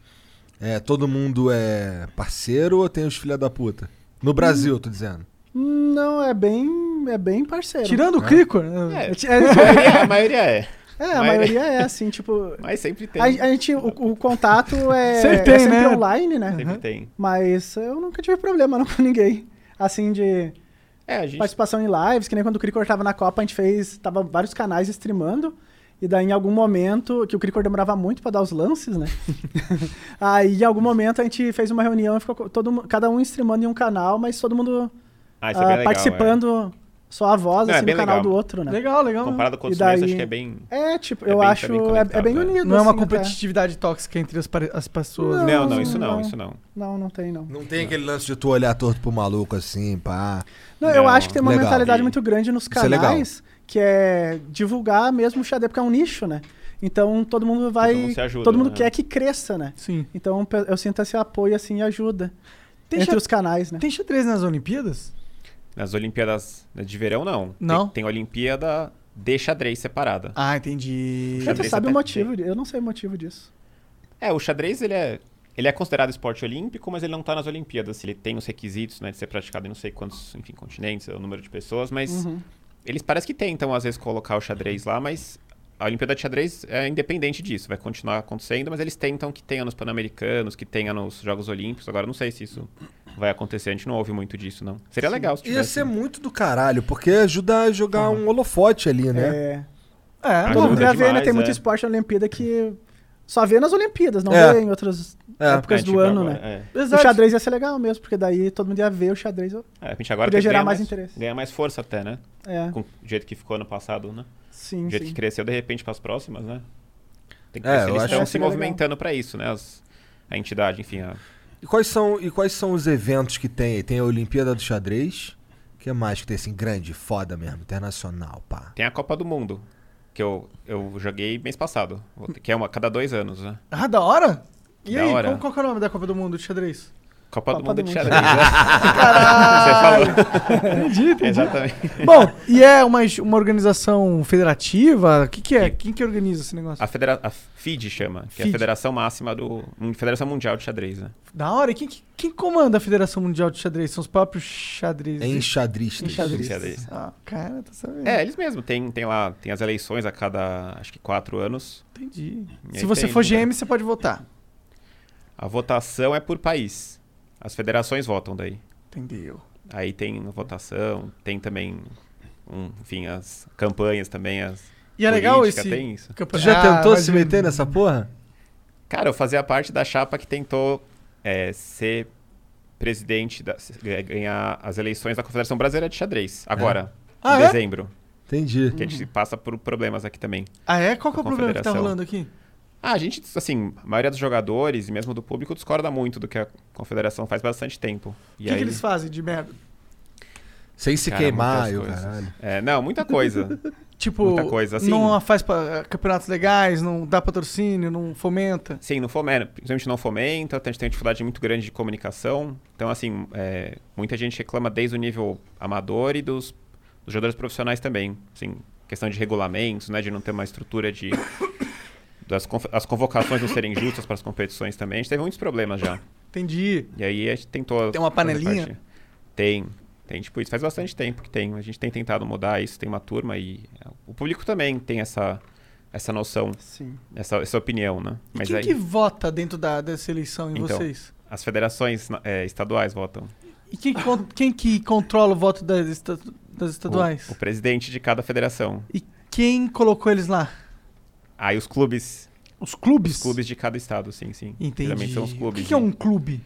S3: é, todo mundo é parceiro ou tem os filha da puta? No Brasil, tô dizendo.
S6: Não, é bem, é bem parceiro.
S2: Tirando o Cricor.
S1: É,
S6: É,
S1: a, maioria, a maioria é.
S6: É, a
S1: Mas-
S6: maioria é assim, tipo.
S1: Mas sempre tem.
S6: A, a gente, o, o contato é,
S2: Sempre
S6: é
S2: tem,
S6: sempre
S2: né?
S6: online, né?
S1: Sempre tem.
S6: Mas eu nunca tive problema não, com ninguém. Assim, de
S1: É, a gente.
S6: participação em lives, que nem quando o Cricor tava na Copa, a gente fez. Tava vários canais streamando. E daí, em algum momento, que o Cricor demorava muito pra dar os lances, né? Aí, em algum momento, a gente fez uma reunião e ficou co- todo, mu- cada um streamando em um canal, mas todo mundo
S1: Ah, isso é
S6: ah,
S1: bem legal,
S6: participando só a voz,
S1: Não, é
S6: assim,
S1: bem
S6: no canal
S1: legal.
S6: do outro, né?
S2: Legal,
S1: é.
S2: legal.
S1: Comparado com
S6: E
S1: outros meios,
S6: daí-
S1: acho que é bem.
S6: É, tipo,
S1: É
S6: eu
S1: bem-
S6: acho.
S1: tá bem
S6: é- é,
S1: conectado,
S6: bem
S1: né?
S6: unido.
S2: Não é uma
S6: assim, até.
S2: competitividade tóxica entre as, pare- as pessoas. né?
S1: Não, não, isso
S6: não.
S1: não, isso não.
S6: Não, não tem, não.
S3: Não tem aquele lance de tu olhar torto pro maluco assim, pá.
S6: Não, eu
S1: Não,
S6: acho que tem uma
S3: legal.
S6: mentalidade
S1: E-
S6: muito grande nos
S3: Isso é legal.
S6: canais, que é divulgar mesmo o xadrez, porque é um nicho, né? Então todo mundo vai.
S1: mundo se ajuda,
S6: todo mundo
S1: né?
S6: quer que cresça, né?
S2: Sim.
S6: Então pe- eu sinto esse apoio assim e ajuda.
S2: Tem
S6: entre
S2: xa-
S6: os canais, né?
S2: Tem xadrez nas Olimpíadas?
S1: Nas Olimpíadas de verão, não. Tem-
S2: Não?
S1: Tem, Olimpíada de xadrez separada.
S2: Ah, entendi.
S1: O
S6: Mas tu
S1: xadrez
S6: sabe o
S1: até
S6: motivo, de- eu não sei o motivo disso.
S1: É, o xadrez, ele é. Ele é considerado esporte olímpico, mas ele não tá nas Olimpíadas. Ele tem os requisitos, né, de ser praticado em não sei quantos, enfim, continentes, é o número de pessoas, mas
S6: Uhum.
S1: eles parecem que tentam, às vezes, colocar o xadrez lá, mas a Olimpíada de Xadrez é independente disso, vai continuar acontecendo, mas eles tentam que tenha nos Pan-Americanos, que tenha nos Jogos Olímpicos. Agora, eu não sei se isso vai acontecer, a gente não ouve muito disso, não. Seria legal se
S3: Ia
S1: tivesse. um
S3: ser muito do caralho, porque ajuda a jogar um holofote ali, né?
S6: É.
S2: É,
S1: Ah,
S6: Bom,
S1: Ajuda
S6: pra ver, né?
S1: demais,
S6: Tem muito
S1: é.
S6: esporte na Olimpíada que só vê nas Olimpíadas, não
S3: Uhum. É.
S6: vê em outras
S3: É.
S1: É,
S6: épocas do
S1: tipo,
S6: ano,
S1: agora-
S6: né?
S1: é.
S6: O
S2: exato.
S6: xadrez ia ser legal mesmo, porque daí todo mundo ia ver o xadrez.
S1: É, a gente agora tem
S6: Podia
S1: que
S6: gerar
S1: ganhar
S6: mais interesse.
S1: Ganhar mais força até, né?
S6: É,
S1: Com o jeito que ficou ano passado, né?
S6: sim,
S1: Do jeito
S6: sim.
S1: que cresceu, de repente, para as próximas, né? Tem que
S3: É,
S1: crescer.
S3: eu
S1: Eles
S3: acho
S1: estão
S6: que
S1: se
S6: seria legal.
S1: movimentando para isso, né? As- a entidade, enfim. a-
S3: E quais são e quais são os eventos que tem? aí? Tem a Olimpíada do Xadrez, que é mais que tem assim grande, foda mesmo, internacional, pá.
S1: Tem a Copa do Mundo, que eu, eu joguei mês passado. Vou ter- Que é uma cada dois anos, né?
S2: Ah, da hora? E
S1: Da
S2: aí,
S1: hora.
S2: qual- Qual, que é o nome da Copa do Mundo de xadrez?
S1: Copa, do
S6: Copa
S1: Mundo
S6: do
S1: de
S6: Mundo.
S1: xadrez, né? Caralho! Você falou.
S2: Entendi, entendi.
S1: Exatamente.
S2: Bom, e é uma, uma organização federativa? O que, que é? Quem que organiza esse negócio?
S1: A, federa a FIDE chama, que é
S2: FIDE.
S1: a Federação Máxima do... hum, Federação Mundial de Xadrez, né?
S2: Da hora. E quem, que- quem comanda a Federação Mundial de Xadrez? São os próprios xadrez.
S3: É enxadristas.
S2: enxadristas.
S1: Enxadristas.
S2: Ah, cara, tá sabendo.
S1: É, eles mesmo. Tem, tem lá, tem as eleições a cada, acho que quatro anos.
S2: Entendi.
S1: E
S2: Se
S1: aí
S2: você
S1: tem né?
S2: for
S1: lugar.
S2: GM, você pode votar.
S1: A votação é por país. As federações votam daí.
S2: Entendeu.
S1: Aí tem votação, tem também, um, enfim, as campanhas também, as
S2: E é legal
S1: política,
S2: esse...
S1: tem isso.
S3: Tu
S2: campeonato?
S3: já
S2: Ah,
S3: tentou
S2: mas
S3: se
S2: eu-
S3: meter nessa porra?
S1: Cara, eu fazia parte da chapa que tentou é, ser presidente, da, se- eh, ganhar as eleições da Confederação Brasileira de Xadrez, agora,
S2: Ah,
S1: em
S2: é? Uhum.
S1: dezembro.
S3: Entendi.
S1: Que a gente passa por problemas aqui também.
S2: Ah, é? Qual que é o
S1: Com a
S2: problema que tá
S1: federação.
S2: rolando aqui?
S1: Ah, a gente, assim, a maioria dos jogadores e mesmo do público discorda muito do que a Confederação faz bastante tempo.
S2: O
S1: E
S2: que, que
S1: aí-
S2: eles fazem de merda?
S3: Sem se
S1: Cara,
S3: queimar,
S1: muitas
S3: eu
S1: coisas.
S3: caralho.
S1: É, não, muita coisa.
S2: Tipo,
S1: Muita coisa, assim.
S2: não faz pa- campeonatos legais, não dá patrocínio, não fomenta.
S1: Sim, não fomenta, principalmente não fomenta, a gente tem uma dificuldade muito grande de comunicação. Então, assim, é, muita gente reclama desde o nível amador e dos, dos jogadores profissionais também. Assim, questão de regulamentos, né? De não ter uma estrutura de. Das conf- as convocações não serem justas para as competições também. A gente teve muitos problemas já.
S2: Entendi.
S1: E aí a gente tentou.
S2: Tem uma
S1: fazer
S2: panelinha?
S1: parte. Tem. Tem, tipo, isso faz bastante tempo que tem. A gente tem tentado mudar isso, tem uma turma e. é, O público também tem essa, essa noção,
S6: Sim.
S1: essa, essa opinião, né?
S2: E quem que vota dentro da, dessa eleição em
S1: Então.
S2: vocês?
S1: As federações na- eh, estaduais votam.
S2: E quem, que con- quem que controla o voto das, esta- das
S1: O-
S2: estaduais?
S1: O, presidente de cada federação.
S2: E quem colocou eles lá?
S1: Aí os clubes.
S2: Os clubes?
S1: Os clubes de cada estado, sim, sim.
S2: Entendi.
S1: Geralmente são os clubes.
S2: o que, que é um
S1: né?
S2: clube?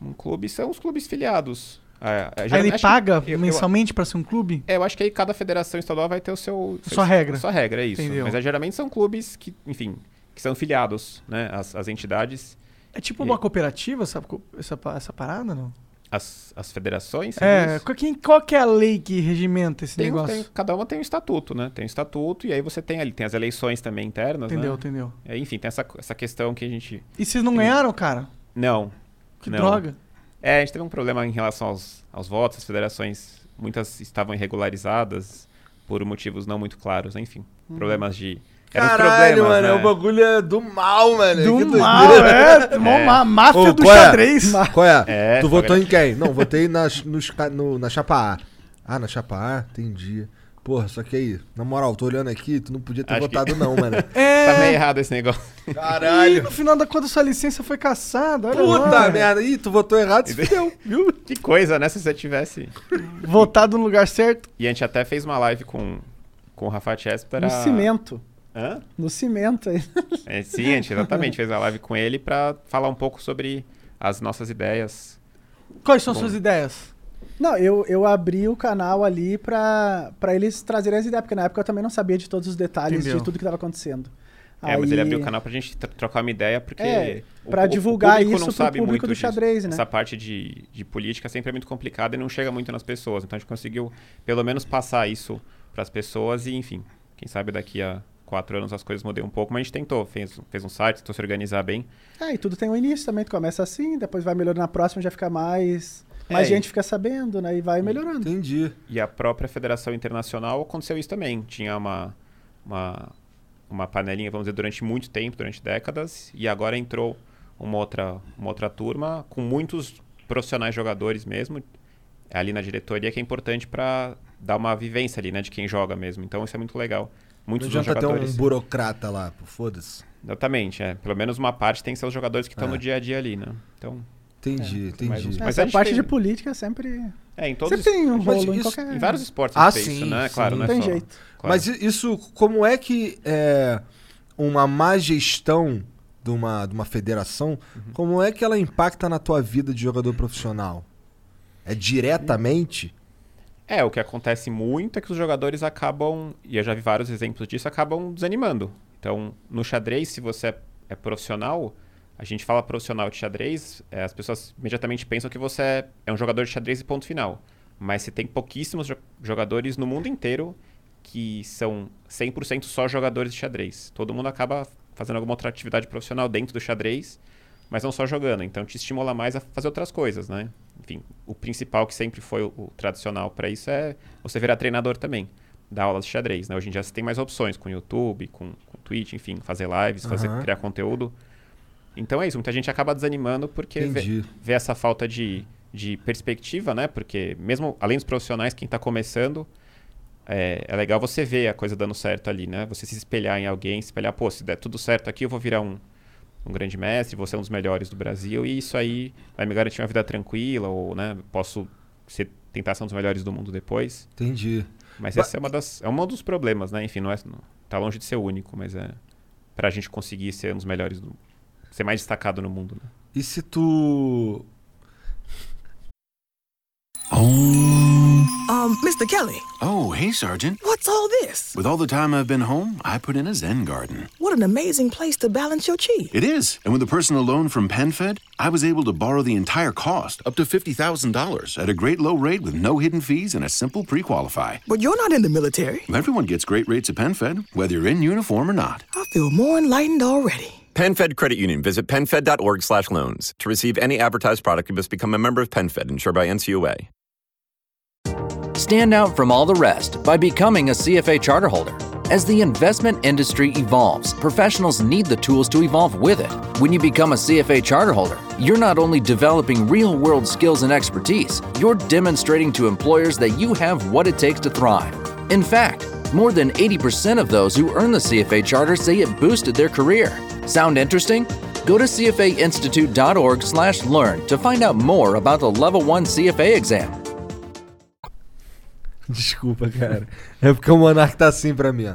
S1: Um clube são os clubes filiados. Ah, ah,
S2: Aí
S1: geralmente-
S2: ele
S1: acho
S2: paga
S1: que- eu- eu-
S2: mensalmente pra ser um clube?
S1: é, eu acho que aí cada federação estadual vai ter o seu.
S2: Sua regra.
S1: Sua regra, é isso.
S2: Entendeu.
S1: Mas ah, geralmente são clubes que, enfim, que são filiados, né? As, as entidades.
S2: É tipo
S1: E-
S2: uma cooperativa essa, co- essa, pa- essa parada, não?
S1: As, as federações? você
S2: É,
S1: diz?
S2: qual, quem, qual que é a lei que regimenta esse
S1: Tem um-
S2: negócio?
S1: tem- cada uma tem um estatuto, né? Tem um estatuto e aí você tem ali, tem as eleições também internas,
S2: Entendeu,
S1: né?
S2: entendeu.
S1: É, Enfim, tem essa, essa questão que a gente...
S2: E vocês não ganharam, cara?
S1: Não.
S2: Que
S1: não.
S2: droga.
S1: É, a gente teve um problema em relação aos, aos votos, as federações, muitas estavam irregularizadas por motivos não muito claros, enfim.
S6: Uhum.
S1: Problemas de... eram
S3: Caralho,
S1: problemas,
S3: mano,
S1: né?
S3: é o bagulho é do mal, mano.
S2: Do
S3: Que
S2: mal,
S3: doideira.
S2: é. Mó ma- máfia
S3: Ô,
S2: do
S3: qual é?
S2: xadrez.
S3: Qual é?
S1: É,
S3: tu
S1: tá
S3: votou
S1: vendo?
S3: em quem? Não, votei na, nos ca- no- na Chapa A. Ah, na Chapa A? Entendi. Porra, só que aí, na moral, tô olhando aqui, tu não podia ter
S1: Acho que-
S3: votado não, mano.
S1: Tá
S2: É.
S1: meio errado esse negócio.
S2: E no final da conta sua licença foi caçada. Olha
S3: Puta
S2: lá.
S3: merda. Ih, tu votou errado, se fudeu.
S1: que coisa, né? Se você tivesse...
S2: Votado no lugar certo.
S1: E a gente até fez uma live com, com o Rafa Chesper.
S6: No
S1: a-
S6: cimento.
S1: Hã?
S6: No cimento aí.
S1: É, sim, a gente exatamente fez a live com ele pra falar um pouco sobre as nossas ideias.
S2: Quais são suas ideias?
S6: Não, eu, eu abri o canal ali pra, pra eles trazerem as ideias, porque na época eu também não sabia de todos os detalhes
S2: Entendeu.
S6: de tudo que tava acontecendo.
S1: É, mas ele
S6: Aí-
S1: abriu o canal pra gente tro- trocar uma ideia, porque.
S6: É,
S1: o-
S6: pra
S1: o- o
S6: divulgar
S1: público
S6: isso pro público do
S1: disso.
S6: xadrez, né?
S1: Essa parte de, de política sempre é muito complicada e não chega muito nas pessoas. Então a gente conseguiu, pelo menos, passar isso pras pessoas e, enfim, quem sabe daqui a quatro anos as coisas mudem um pouco, mas a gente tentou, fez, fez um site, tentou se organizar bem.
S6: É, e tudo tem um início também, tu começa assim, depois vai melhorando na próxima, já fica mais. Mais
S1: É,
S6: gente fica sabendo, né? E vai melhorando.
S3: Entendi.
S1: E a própria Federação Internacional aconteceu isso também. Tinha uma, uma, uma panelinha, vamos dizer, durante muito tempo, durante décadas, e agora entrou uma outra, uma outra turma com muitos profissionais jogadores mesmo ali na diretoria, que é importante para dar uma vivência ali, né, de quem joga mesmo. Então isso é muito legal.
S3: Não
S1: Muitos dos
S3: adianta ter um
S1: jogadores.
S3: burocrata lá, pô, foda-se.
S1: Exatamente, é. Pelo menos uma parte tem que ser os jogadores que estão
S3: É.
S1: no dia a dia ali, né? Então,
S3: Entendi,
S1: mais
S3: entendi.
S1: um-
S6: Essa
S1: Mas a gente
S6: parte
S1: tem-
S6: de política sempre.
S1: é, em todos
S6: Sempre tem um
S3: mas
S6: rolo em
S3: isso-
S6: qualquer.
S1: em vários esportes
S3: Ah,
S1: tem isso,
S3: sim,
S1: né?
S3: sim.
S1: Claro, não é
S6: Não tem
S1: só-
S6: jeito.
S1: claro.
S3: Mas i- isso, como é que é, uma má gestão de uma, de uma federação, como é que ela impacta na tua vida de jogador profissional? É diretamente?
S1: É, o que acontece muito é que os jogadores acabam, e eu já vi vários exemplos disso, acabam desanimando. Então, no xadrez, se você é- é profissional, a gente fala profissional de xadrez, é, as pessoas imediatamente pensam que você é- é um jogador de xadrez e ponto final. Mas você tem pouquíssimos jo- jogadores no mundo inteiro que são 100% só jogadores de xadrez. Todo mundo acaba fazendo alguma outra atividade profissional dentro do xadrez, mas não só jogando. Então te estimula mais a fazer outras coisas, né? Enfim, o principal que sempre foi o, o tradicional para isso é você virar treinador também, dar aulas de xadrez, né? Hoje em dia você tem mais opções com YouTube, com, com Twitch, enfim, fazer lives, fazer,
S3: Aham.
S1: criar conteúdo. Então é isso, muita gente acaba desanimando porque vê,
S3: Entendi.
S1: vê essa falta de, de perspectiva, né? Porque mesmo além dos profissionais, quem está começando, é, é legal você ver a coisa dando certo ali, né? Você se espelhar em alguém, se espelhar, pô, se der tudo certo aqui, eu vou virar um, um grande mestre, vou ser um dos melhores do Brasil, e isso aí vai me garantir uma vida tranquila, ou, né, posso ser, tentar ser um dos melhores do mundo depois.
S3: Entendi.
S1: Mas
S3: Ba-
S1: essa é uma das, é um dos problemas, né? Enfim, não é, não, tá longe de ser único, mas é pra gente conseguir ser um dos melhores do ser mais destacado no mundo, né?
S3: E se tu.
S7: Um, Mr. Kelly,
S8: Oh, hey, Sergeant.
S7: what's all this?
S8: With all the time I've been home, I put in a Zen garden.
S7: What an amazing place to balance your chi.
S8: It is. And with a personal loan from PenFed, I was able to borrow the entire cost, up to $50,000, at a great low rate with no hidden fees and a simple pre qualify.
S7: But you're not in the military.
S8: Everyone gets great rates at PenFed, whether you're in uniform or not.
S7: I feel more enlightened already.
S9: PenFed Credit Union. Visit PenFed.org slash loans. To receive any advertised product, you must become a member of PenFed, insured by NCUA.
S10: Stand out from all the rest by becoming a CFA charterholder. As the investment industry evolves, professionals need the tools to evolve with it. When you become a CFA charterholder, you're not only developing real world skills and expertise, you're demonstrating to employers that you have what it takes to thrive. In fact, more than 80% of those who earn the CFA charter say it boosted their career. Sound interesting? Go to cfainstitute.org/learn to find out more about the Level 1 CFA exam.
S3: Desculpa, cara. É porque o Monark tá assim pra mim, ó.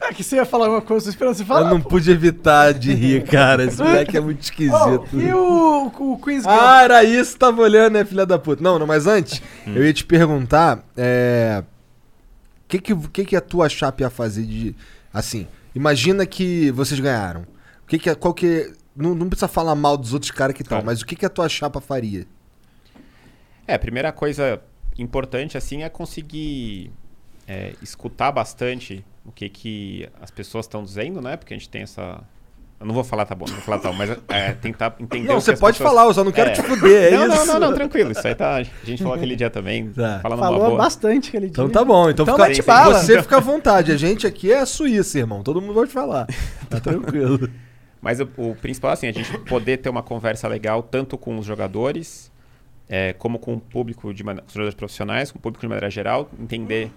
S2: É que você ia falar alguma coisa, tô esperando você
S3: Eu
S2: falar.
S3: não pude evitar de rir, cara. Esse moleque é muito esquisito.
S2: Oh, E o, o Queen's Gambit?
S3: Ah, era isso, que tava olhando, né, filha da puta. Não, não, mas antes,
S1: Hum.
S3: eu ia te perguntar, é... O que que, que que a tua chapa ia fazer de... Assim, imagina que vocês ganharam. O que que, a- qual que Não, não precisa falar mal dos outros caras que estão, mas o que, que a tua chapa faria?
S1: É, a primeira coisa importante, assim, é conseguir é, escutar bastante o que, que as pessoas estão dizendo, né? Porque a gente tem essa... Eu não vou falar, tá bom, não vou falar tal, mas é, tentar entender
S3: Não,
S1: o que
S3: você
S1: as
S3: pode
S1: pessoas-
S3: falar, eu só não quero te fuder, é
S1: não,
S3: isso.
S1: Não, não, não, tranquilo, isso aí tá... A gente falou aquele dia também,
S3: Tá.
S1: falando uma
S6: Falou
S1: boa.
S6: bastante aquele dia.
S3: Então tá bom, então, fica-
S6: mete bala.
S3: você fica à vontade. A gente aqui é a Suíça, irmão. Todo mundo vai te falar. Tá tranquilo.
S1: Mas o, o principal é assim, a gente poder ter uma conversa legal tanto com os jogadores, eh, como com o público de mane- com os jogadores profissionais, com o público de maneira geral, entender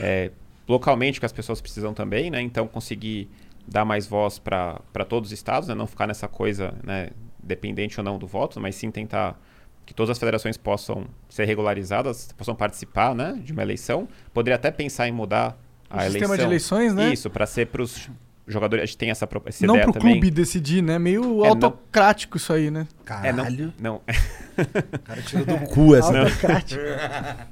S1: eh, localmente o que as pessoas precisam também, né? Então conseguir dar mais voz para todos os estados, né? não ficar nessa coisa né, dependente ou não do voto, mas sim tentar que todas as federações possam ser regularizadas, possam participar né, de uma eleição. Poderia até pensar em mudar
S2: O
S1: a eleição.
S2: sistema de eleições, né?
S1: Isso, para ser para os jogadores. A gente tem essa, pro- essa
S2: Não
S1: ideia
S2: pro
S1: também.
S2: clube decidir, né? Meio
S1: É, não-
S2: autocrático isso aí, né?
S1: É, não, não.
S3: cara tirou do cu essa.
S6: Autocrático.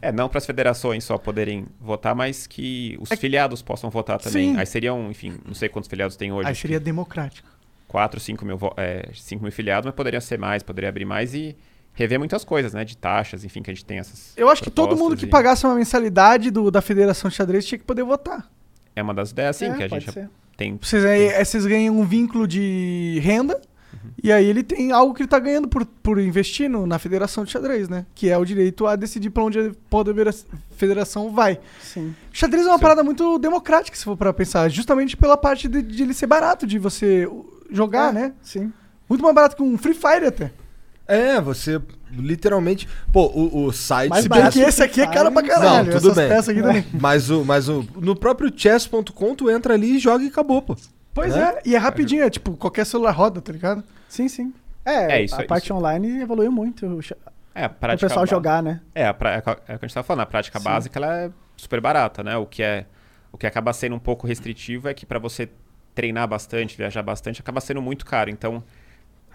S1: É, não para as federações só poderem votar, mas que os filiados possam votar também.
S2: É Sim.
S1: Aí seriam, enfim, não sei quantos filiados tem hoje.
S2: Aí seria democrático.
S1: 4, 5 mil, vo- é, 5 mil filiados, mas poderia ser mais, poderia abrir mais e rever muitas coisas, né? De taxas, enfim, que a gente tem essas.
S2: Eu acho que todo
S1: propostas
S2: mundo que
S1: e-
S2: pagasse uma mensalidade do, da Federação de Xadrez tinha que poder votar.
S1: É uma das ideias, sim,
S6: É,
S1: que a
S6: pode
S1: gente
S6: ser.
S1: tem.
S2: Vocês, aí, aí vocês ganham um vínculo de renda
S1: Uhum.
S2: e aí ele tem algo que ele tá ganhando por, por investir no- na Federação de Xadrez, né? Que é o direito a decidir pra onde a podera- federação vai.
S6: Sim.
S2: Xadrez é uma parada muito democrática, se for pra pensar. Justamente pela parte de, de ele ser barato, de você
S6: É.
S2: jogar, né?
S6: Sim.
S2: Muito mais barato que um Free Fire até.
S3: É, você literalmente. Pô, o, o site.
S6: Mais
S3: se
S2: Bem
S6: barato um
S2: que
S3: bem-
S2: esse aqui é caro pra
S3: Não,
S2: caralho.
S3: tudo
S2: Essas
S3: bem.
S2: peças aqui também.
S3: Mas o, mas o. No próprio chess.com, tu entra ali e joga e acabou, pô.
S2: Pois
S3: Né?
S2: é, e é rapidinho, é tipo, qualquer celular roda, tá ligado?
S6: Sim, sim. É,
S1: É, isso-
S6: a parte
S1: isso-
S6: online evoluiu muito. O, cha-
S1: É, a
S6: o
S1: prática
S6: pessoal
S1: ba-
S6: jogar, né?
S1: É, a pra- é o que a gente estava falando, a prática básica ela é super barata, né? O que, é, o que acaba sendo um pouco restritivo é que para você treinar bastante, viajar bastante, acaba sendo muito caro. Então,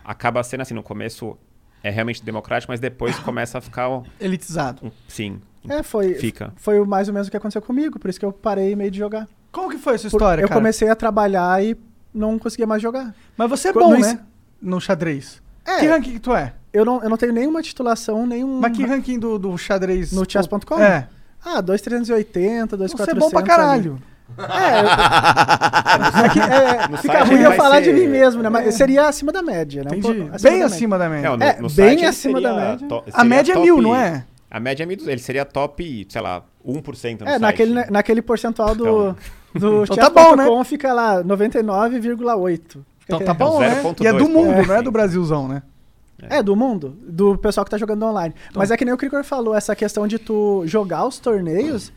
S1: acaba sendo assim, no começo é realmente democrático, mas depois começa a ficar um...
S2: Elitizado.
S1: um- sim,
S6: É, foi.
S1: Fica.
S6: Foi o- mais ou menos o que aconteceu comigo, por isso que eu parei meio de jogar.
S2: Como que foi essa
S6: Por-
S2: história,
S6: eu
S2: cara?
S6: comecei a trabalhar e não conseguia mais jogar.
S2: Mas você é
S6: Quando
S2: bom,
S6: isso-
S2: né? No xadrez.
S6: É.
S2: Que ranking que tu é?
S6: Eu não, eu não tenho nenhuma titulação, nenhum.
S2: Mas que ranking do, do xadrez?
S6: Hum. No chess.com?
S2: É.
S6: Ah, 2,380, 2,400.
S2: Você é bom pra
S6: ali.
S2: caralho.
S6: É, eu- é que, é,
S1: No
S6: fica
S1: site
S6: ruim
S1: ele
S6: eu
S1: vai
S6: falar de
S1: ser-
S6: mim mesmo, né? Mas seria acima da média, né? Um
S2: Entendi.
S6: pouco
S2: Bem
S6: da
S2: acima da média.
S1: É, no,
S6: É,
S1: no
S6: bem
S1: site ele
S6: acima da
S1: seria
S6: média.
S1: to-
S2: A
S1: seria
S2: média é
S1: top-
S2: mil, não é?
S1: A média é mil, ele seria top, sei lá, 1% no
S6: média. É,
S1: site.
S6: naquele, naquele porcentual do,
S1: Então-
S6: do
S2: Então tá bom, né?
S6: chess.com fica lá 99,8.
S2: Então tá bom, né?
S1: 0.2,
S2: E é do
S1: pô.
S2: mundo,
S1: É.
S2: não é do Brasilzão, né?
S6: É, do mundo, do pessoal que tá jogando online. Mas é que nem o Krikor falou, essa questão de tu jogar os torneios,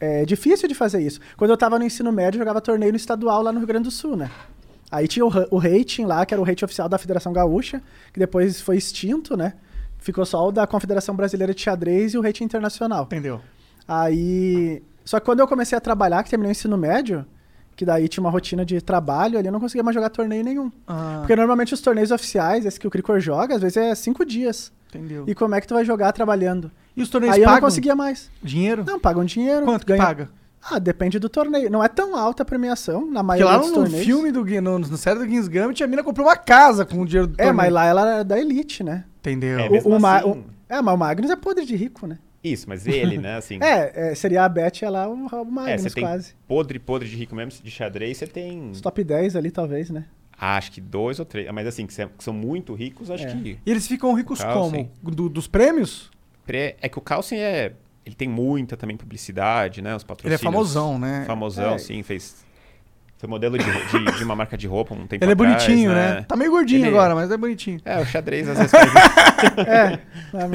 S6: é difícil de fazer isso. Quando eu tava no ensino médio, eu jogava torneio no estadual lá no Rio Grande do Sul, né? Aí tinha o, ra- o rating lá, que era o rating oficial da Federação Gaúcha, que depois foi extinto, né? Ficou só o da Confederação Brasileira de Xadrez e o rating internacional.
S2: Entendeu?
S6: Aí. Só que quando eu comecei a trabalhar, que terminei o ensino médio, que daí tinha uma rotina de trabalho ali, eu não conseguia mais jogar torneio nenhum.
S2: Ah,
S6: Porque normalmente os torneios oficiais, esse que o Cricor joga, às vezes é cinco dias.
S2: entendeu.
S6: E como é que tu vai jogar trabalhando?
S2: E os torneios
S6: Aí eu
S2: pagam
S6: não conseguia mais.
S2: dinheiro?
S6: Não, pagam dinheiro.
S2: Quanto que
S6: ganha-
S2: paga?
S6: Ah, depende do torneio. Não é tão alta a premiação, na
S2: Porque
S6: maioria
S2: lá
S6: dos
S2: no
S6: torneios.
S2: filme do Gui- no, no série do Kings Gambit, a mina comprou uma casa com o dinheiro do
S6: É,
S2: torneio.
S6: mas lá ela era da elite, né?
S2: Entendeu?
S1: É, mesmo
S6: o Ma-
S1: assim-
S6: o- É, mas o Magnus é podre de rico, né?
S1: Isso, mas ele, né, assim...
S6: É, é, seria a Beth é lá o, o
S1: é,
S6: Magnus
S1: você tem
S6: quase.
S1: podre, podre de rico mesmo, de xadrez, você tem...
S6: Os top 10 ali, talvez, né?
S1: Ah, acho que dois ou três. Mas assim, que são- que são muito ricos, acho que.
S2: E eles ficam ricos
S1: Ah,
S2: como?
S1: sim.
S2: Do- dos prêmios?
S1: Pre- É que o Carlsen é. Ele tem muita também publicidade, né? Os
S2: Ele é
S1: patrocínios.
S2: famosão, né?
S1: Famosão,
S6: É.
S1: sim. Fez. Foi modelo de, de- de uma marca de roupa um tempo
S2: Ele é
S1: atrás,
S2: bonitinho, né? Tá meio gordinho
S1: Ele-
S2: agora, mas é bonitinho.
S1: É, o xadrez às vezes faz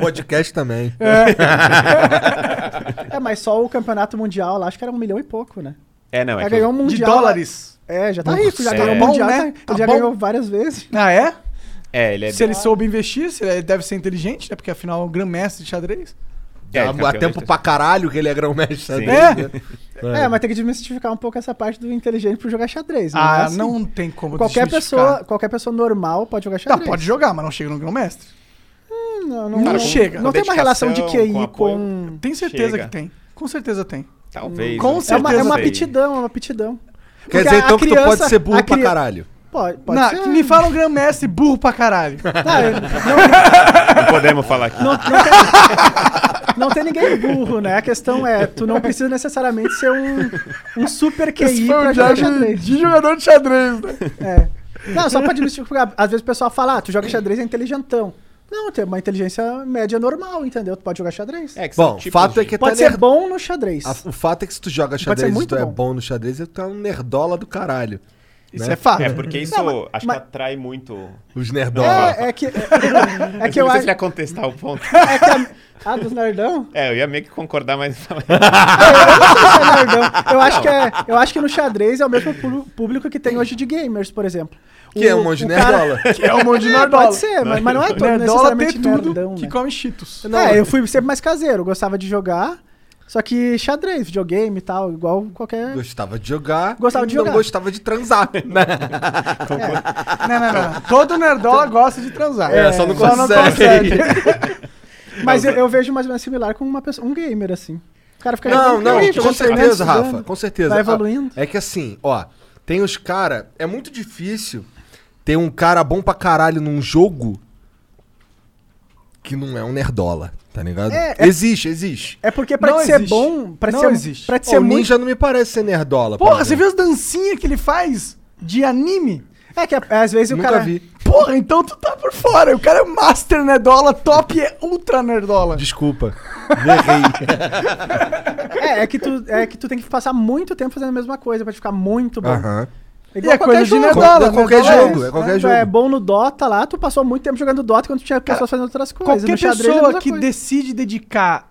S3: Podcast também.
S6: É, mas só o campeonato mundial lá, acho que era um milhão e pouco, né?
S1: É, não, é
S6: Já
S1: que
S6: ganhou um
S2: De
S6: mundial.
S2: dólares.
S6: É, já tá
S2: Nossa,
S6: rico, já
S1: é.
S6: ganhou o
S1: Tá bom,
S6: mundial.
S2: né?
S6: tá-
S2: Tá
S6: ele já
S2: bom.
S6: ganhou várias vezes.
S2: Ah, é?
S1: É, ele é.
S2: Se ele soube investir, se ele deve ser inteligente, né? Porque afinal é um grão-mestre de xadrez.
S1: é, ele é
S3: Há
S1: campeão
S3: um tempo
S1: de-
S3: pra caralho que ele é grão-mestre.
S1: Sim.
S3: né?
S6: É, mas tem que desmistificar um pouco essa parte do inteligente pro jogar xadrez. Não é
S2: Ah,
S6: assim.
S2: não tem como
S6: Qualquer
S2: desmistificar.
S6: pessoa, qualquer pessoa normal pode jogar
S2: Tá,
S6: xadrez.
S2: pode jogar, mas não chega no grão-mestre.
S6: Não,
S2: Não
S1: com-
S2: chega.
S1: com
S6: não tem uma relação de
S1: dedicação,
S6: QI
S1: com. apoio.
S6: com-
S2: Tem certeza
S1: Chega.
S2: que tem. Com certeza tem.
S1: Talvez.
S2: Com
S1: né?
S6: É uma, é
S2: certeza
S6: uma
S1: Não sei.
S6: aptidão, é uma aptidão.
S3: Quer
S6: Porque
S3: dizer,
S6: a
S3: então, que tu
S6: criança-
S3: pode ser burro
S6: a
S3: pra
S6: cria-
S3: caralho.
S6: Pode,
S2: Pode não, Me fala um grão-mestre burro pra caralho.
S6: Não, eu-
S1: Não podemos falar aqui.
S6: não, não tem, não tem ninguém burro, né? A questão é, tu não precisa necessariamente ser um, um super QI
S2: Esse foi um
S6: pra jogar
S2: diário
S6: xadrez.
S2: de jogador de xadrez, né?
S6: É. Não, só pra desmistificar. Às vezes o pessoal fala, ah, tu joga xadrez é inteligentão. Não, tem uma inteligência média normal, entendeu? Tu pode jogar xadrez.
S1: É, que são
S3: Bom, o
S1: tipos
S3: fato é
S1: de-
S2: tá
S3: que
S6: Pode
S3: tu é
S6: ser bom no xadrez.
S3: A- o fato é que se tu joga
S6: ser
S3: xadrez e
S6: muito
S3: tu é
S6: bom.
S3: bom no xadrez, tu é um nerdola do caralho.
S2: Isso
S3: né?
S2: é fato.
S1: É, porque isso
S6: Não, mas-
S1: acho
S6: mas-
S1: que atrai muito.
S3: Os
S1: Não,
S3: nerdola.
S6: É, é que,
S1: É
S6: é
S1: que
S6: que
S1: eu
S6: eu
S1: não sei
S6: acho.
S1: se ele ia contestar o ponto.
S6: É que a, ah, dos nerdão?
S1: É, eu ia meio que concordar, mas.
S6: Ah, Isso é nerdão. Eu acho, que é, eu acho que no xadrez é o mesmo pu- público que tem hoje de gamers, por exemplo. O-
S3: que é um monte de
S6: o cara-
S3: nerdola.
S2: É um monte de nerdola.
S6: Pode ser, mas, mas não é todo
S2: Nerdola tem
S6: necessariamente
S2: tudo
S6: nerdão,
S2: que
S6: né?
S2: come cheetos.
S6: É, eu fui sempre mais caseiro, eu gostava de jogar, só que xadrez, videogame e tal, igual qualquer...
S3: Gostava de jogar.
S6: Gostava de
S3: não
S6: jogar.
S3: gostava de transar.
S2: Não, não, não. Todo nerdola gosta de transar.
S3: É, só não consegue.
S6: Mas eu, eu vejo mais ou menos similar com uma pessoa, um gamer, assim. O cara fica...
S3: Não,
S6: jogando
S3: não,
S6: videogame,
S3: com
S6: jogando
S3: certeza,
S6: xadrez,
S3: Rafa.
S6: estudando.
S3: Com certeza.
S6: Vai
S3: Ah,
S6: Tá evoluindo.
S3: É que assim, ó, tem os cara. É muito difícil ter um cara bom pra caralho num jogo que não é um nerdola, tá ligado?
S6: É, é-
S3: Existe, existe.
S6: É porque pra
S2: Não
S6: te ser
S2: existe.
S6: bom, pra te
S2: Não
S6: ser,
S2: existe.
S6: Pra te
S3: Ó,
S6: ser
S3: o
S6: muito
S3: ninja não me parece ser nerdola. por
S2: Porra, você
S3: exemplo.
S2: viu as dancinhas que ele faz de anime?
S6: É que é, às vezes o
S3: Nunca
S6: cara.
S3: vi.
S2: Porra, então tu tá por fora. O cara é master nerdola, top é ultra nerdola.
S3: Desculpa. Errei.
S6: É, é que, tu, é que tu tem que passar muito tempo fazendo a mesma coisa pra te ficar muito bom.
S3: Aham.
S2: E é coisa de nerdola,
S3: Qual- qualquer
S2: nerdola
S3: jogo,
S2: isso.
S3: é qualquer
S6: né? Tu
S3: jogo.
S6: é bom no Dota lá, tu passou muito tempo jogando Dota quando tinha pessoas fazendo outras coisas.
S2: Qualquer
S6: No xadrez é a
S2: pessoa
S6: mesma
S2: que
S6: coisa.
S2: decide dedicar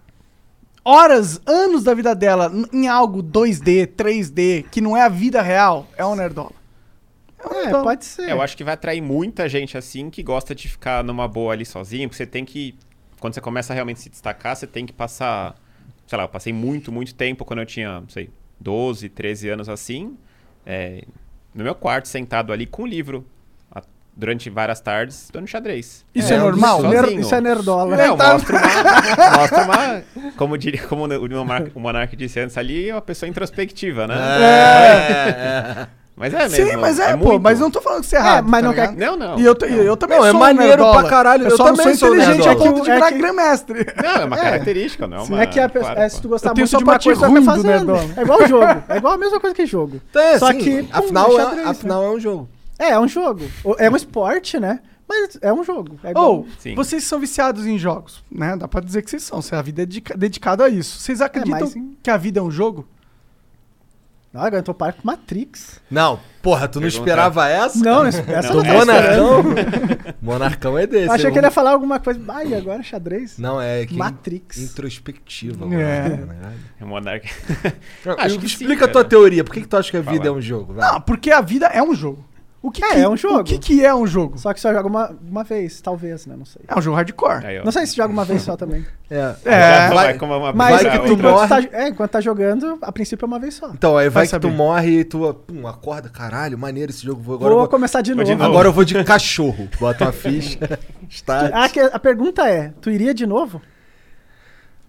S2: horas, anos da vida dela n- em algo 2D, 3D, que não é a vida real, é um nerdola. É, um
S6: É,
S2: nerdola.
S6: pode ser.
S1: Eu acho que vai atrair muita gente assim que gosta de ficar numa boa ali sozinho, porque você tem que. Quando você começa a realmente se destacar, você tem que passar. Sei lá, eu passei muito, muito tempo quando eu tinha, não sei, 12, 13 anos assim, é, no meu quarto, sentado ali com um livro, a- durante várias tardes, dando xadrez.
S2: Isso Tá. é
S3: É, um
S2: normal?
S1: sozinho.
S6: Ner- isso é nerdola.
S1: Não, mostra uma. mostra uma. Como, diria, como o Monarca, o Monarca disse antes ali, é uma pessoa introspectiva, né? Mas é mesmo.
S2: Sim, mas é, pô,
S1: muito.
S2: mas não tô falando que você é
S6: É,
S2: errado.
S6: mas
S2: tá
S6: não quer-
S2: ligado?
S1: Não, não.
S2: E eu, t- e eu também
S3: Não, é
S2: sou um
S3: maneiro
S2: nerdola.
S3: pra caralho.
S2: Eu,
S3: Eu
S2: só não
S3: também
S2: sou
S3: sou
S2: inteligente a
S3: nerdola.
S2: ponto de
S6: É
S2: virar
S6: que-
S2: grão-mestre.
S1: Não, é uma
S6: É.
S1: característica, não é uma...
S6: é que a pessoa,
S1: claro,
S6: é, se
S1: pô.
S6: tu gostar
S2: Eu tenho
S6: muito
S2: só
S6: de uma
S2: parte
S6: coisa, tu
S2: ruim
S6: vai
S2: do
S6: fazendo.
S2: nerdola.
S6: É igual jogo. É igual a mesma coisa que jogo.
S3: Então, é,
S6: Só
S3: assim,
S6: que, pum,
S3: afinal, é,
S6: xadrez,
S3: afinal é um jogo.
S6: É, é um jogo. O- É um esporte, né? Mas é um jogo. É igual-
S2: Ou,
S1: Sim.
S2: vocês são viciados em jogos, né? Dá pra dizer que vocês são. se A vida é dedica- dedicada a isso. Vocês acreditam
S6: mas em-
S2: que a vida é um jogo?
S6: Não, Ah, agora eu tô par com Matrix.
S3: Não, porra, tu não
S1: Pergunta.
S3: esperava essa?
S6: Não, essa essa
S1: Não,
S6: não,
S3: O
S6: tá esperando.
S3: Monarcão. Monarcão é desse.
S6: Eu achei
S3: hein?
S6: que ele ia falar alguma coisa. Ai, agora xadrez?
S3: Não, é que
S6: Matrix.
S3: introspectiva.
S2: É.
S3: Monarcão, né?
S1: É um monarca.
S3: Acho
S1: que sim,
S3: explica a
S1: cara.
S3: tua teoria. Por que, que tu acha que a vida
S1: Fala.
S3: é um jogo? vai?
S2: Não, porque a vida é um jogo. O que
S6: É,
S2: que-
S6: é um jogo.
S2: O que, que é um jogo?
S6: Só que só joga uma, uma vez, talvez, né? Não sei.
S3: Ah,
S2: É um jogo hardcore.
S1: Aí, ó.
S6: Não sei se joga uma vez só também.
S3: É.
S1: Já
S2: É.
S1: vai,
S3: Vai-
S1: como uma né? Então,
S6: Mas
S3: Vai que tu
S6: enquanto,
S3: morre.
S6: tá, é, enquanto tá jogando, a princípio é uma vez só.
S3: Então, aí vai, que
S2: saber.
S3: tu morre e tu pum, acorda. Caralho, maneiro esse jogo. vou- Agora,
S6: Vou
S3: eu, vou,
S6: começar de
S1: Vou
S6: novo.
S1: de novo.
S3: agora eu vou de cachorro. Bota uma ficha. Está...
S6: Ah, que a pergunta é: tu iria de novo?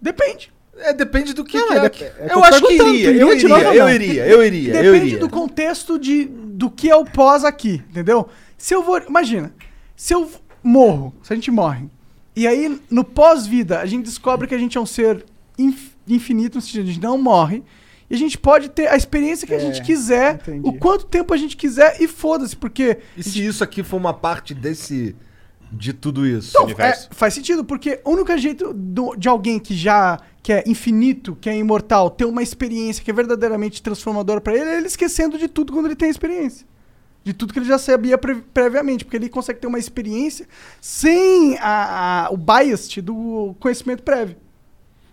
S2: Depende.
S3: É, depende do que,
S6: Não,
S3: que
S6: é
S3: é.
S6: dep- eu tô
S3: Eu acho que
S6: perguntando,
S3: iria.
S6: tu
S3: Eu
S6: iria de novo
S3: iria,
S6: ou
S3: eu
S6: não?
S3: iria, eu iria. eu
S2: Depende
S3: iria.
S2: do contexto de, do que é o pós aqui, entendeu? Se eu vou. Imagina, se eu morro, se a gente morre, e aí no pós-vida a gente descobre que a gente é um ser inf- infinito, no sentido, de a gente não morre. E a gente pode ter a experiência que a
S6: É,
S2: gente quiser,
S6: entendi.
S2: o quanto tempo a gente quiser, e foda-se, porque.
S3: E se isso aqui for uma parte desse. de tudo isso?
S2: Então,
S1: universo.
S2: é, faz sentido, porque o único jeito do- de alguém que já que é infinito, que é imortal, ter uma experiência que é verdadeiramente transformadora pra ele, é ele esquecendo de tudo quando ele tem a experiência. De tudo que ele já sabia pre- previamente, porque ele consegue ter uma experiência sem a- a- o bias do conhecimento prévio.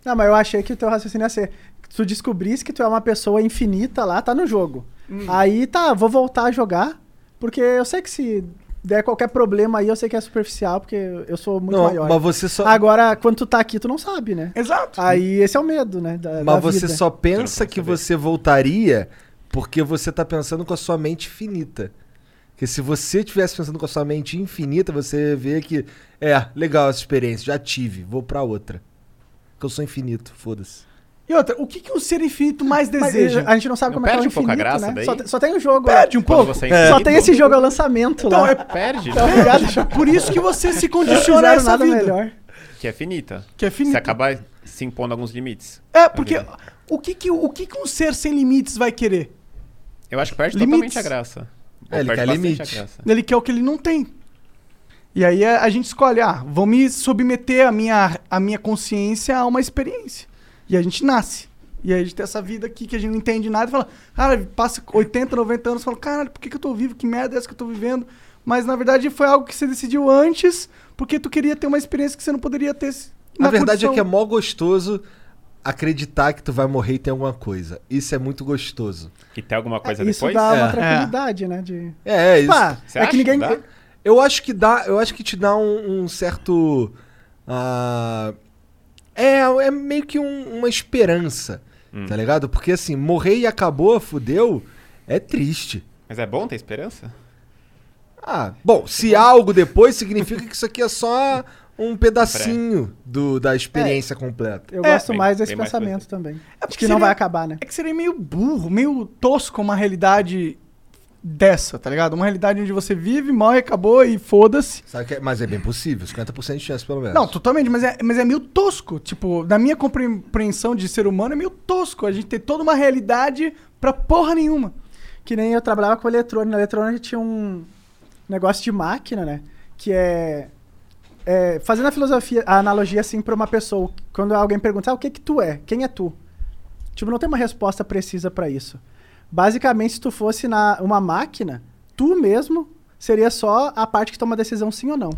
S6: Não, mas eu achei que o teu raciocínio ia ser. que Tu descobrisse que tu é uma pessoa infinita lá, tá no jogo.
S3: Hum.
S6: Aí tá, vou voltar a jogar, porque eu sei que se der qualquer problema aí, eu sei que é superficial, porque eu sou muito
S3: não,
S6: maior.
S3: mas você só.
S6: Agora, quando tu tá aqui, tu não sabe, né?
S2: Exato.
S6: Aí esse é o medo, né? Da, da
S3: Mas você
S6: vida.
S3: só
S1: Você
S3: pensa
S1: não
S3: que
S1: consegue.
S3: você voltaria porque você tá pensando com a sua mente finita. Porque se você estivesse pensando com a sua mente infinita, você vê que é legal essa experiência, já tive, vou pra outra. Porque eu sou infinito, foda-se.
S2: E outra, o que, que um ser infinito mais
S6: Mas
S2: deseja?
S6: A gente não sabe
S1: Não
S6: como é que é o
S1: perde um pouco a
S6: infinito,
S1: graça
S6: né?
S1: daí?
S6: Só, te- só tem o jogo.
S2: Perde
S6: lá.
S2: um pouco.
S1: você
S2: É.
S6: Só tem esse jogo, é o lançamento
S2: Então,
S6: lá.
S2: é-
S1: Perde,
S6: Tá
S1: né?
S6: ligado? Tipo,
S2: Por isso que você se
S6: não
S2: condiciona a
S6: fizeram
S2: essa
S6: nada
S2: vida.
S6: melhor.
S1: Que é finita.
S2: Que é
S1: Você
S2: finita.
S1: acaba se impondo alguns limites.
S2: É, porque o que, que, o que, que um ser sem limites vai querer?
S1: Eu acho que perde
S2: Limites.
S1: totalmente a graça.
S3: É, ele
S1: perde
S3: quer
S1: bastante
S3: limite.
S1: a graça.
S2: Ele quer o que ele não tem. E aí a, a gente escolhe, ah, vou me submeter a minha, a minha consciência a uma experiência. E a gente nasce. E aí a gente tem essa vida aqui que a gente não entende nada e fala, cara, passa 80, 90 anos e fala, caralho, por que, que eu tô vivo? Que merda é essa que eu tô vivendo? Mas na verdade foi algo que você decidiu antes, porque tu queria ter uma experiência que você não poderia ter. se-
S3: A
S2: na
S3: verdade é que é
S2: condição.
S3: mó gostoso acreditar que tu vai morrer e tem alguma coisa. Isso é muito gostoso.
S1: Que tem alguma coisa
S6: Isso
S1: depois?
S6: dá uma
S3: É.
S6: tranquilidade, né? De...
S3: É, é isso.
S6: Pá,
S1: Você
S6: é
S1: acha
S6: que ninguém.
S1: que dá?
S3: Eu acho que dá, eu acho que te dá um, um certo. ah, é, é meio que um- uma esperança, tá ligado? Porque assim, morrer e acabou, fudeu, é triste.
S1: Mas é bom ter esperança?
S3: Ah, bom, se algo depois significa que isso aqui é só um pedacinho do, da experiência completa.
S6: Eu
S2: É,
S6: gosto
S1: tem-
S6: mais desse
S1: tem mais coisa.
S6: pensamento também.
S2: É
S6: De
S2: porque
S6: que não
S2: seria-
S6: vai acabar, né?
S2: É que seria meio burro, meio tosco uma realidade dessa, tá ligado? Uma realidade onde você vive, morre, acabou e foda-se.
S3: Sabe que é- mas é bem possível, 50% de chance pelo menos.
S2: Não, totalmente, mas é, mas é meio tosco. Tipo, na minha compreensão de ser humano, é meio tosco a gente ter toda uma realidade pra porra nenhuma.
S6: Que nem eu trabalhava com eletrônica. Na eletrônica tinha um negócio de máquina, né? Que é. é, fazendo a filosofia, a analogia assim pra uma pessoa. Quando alguém perguntar o que que tu é, quem é tu? Tipo, não tem uma resposta precisa pra isso. Basicamente, se tu fosse na, uma máquina, tu mesmo seria só a parte que toma a decisão sim ou não.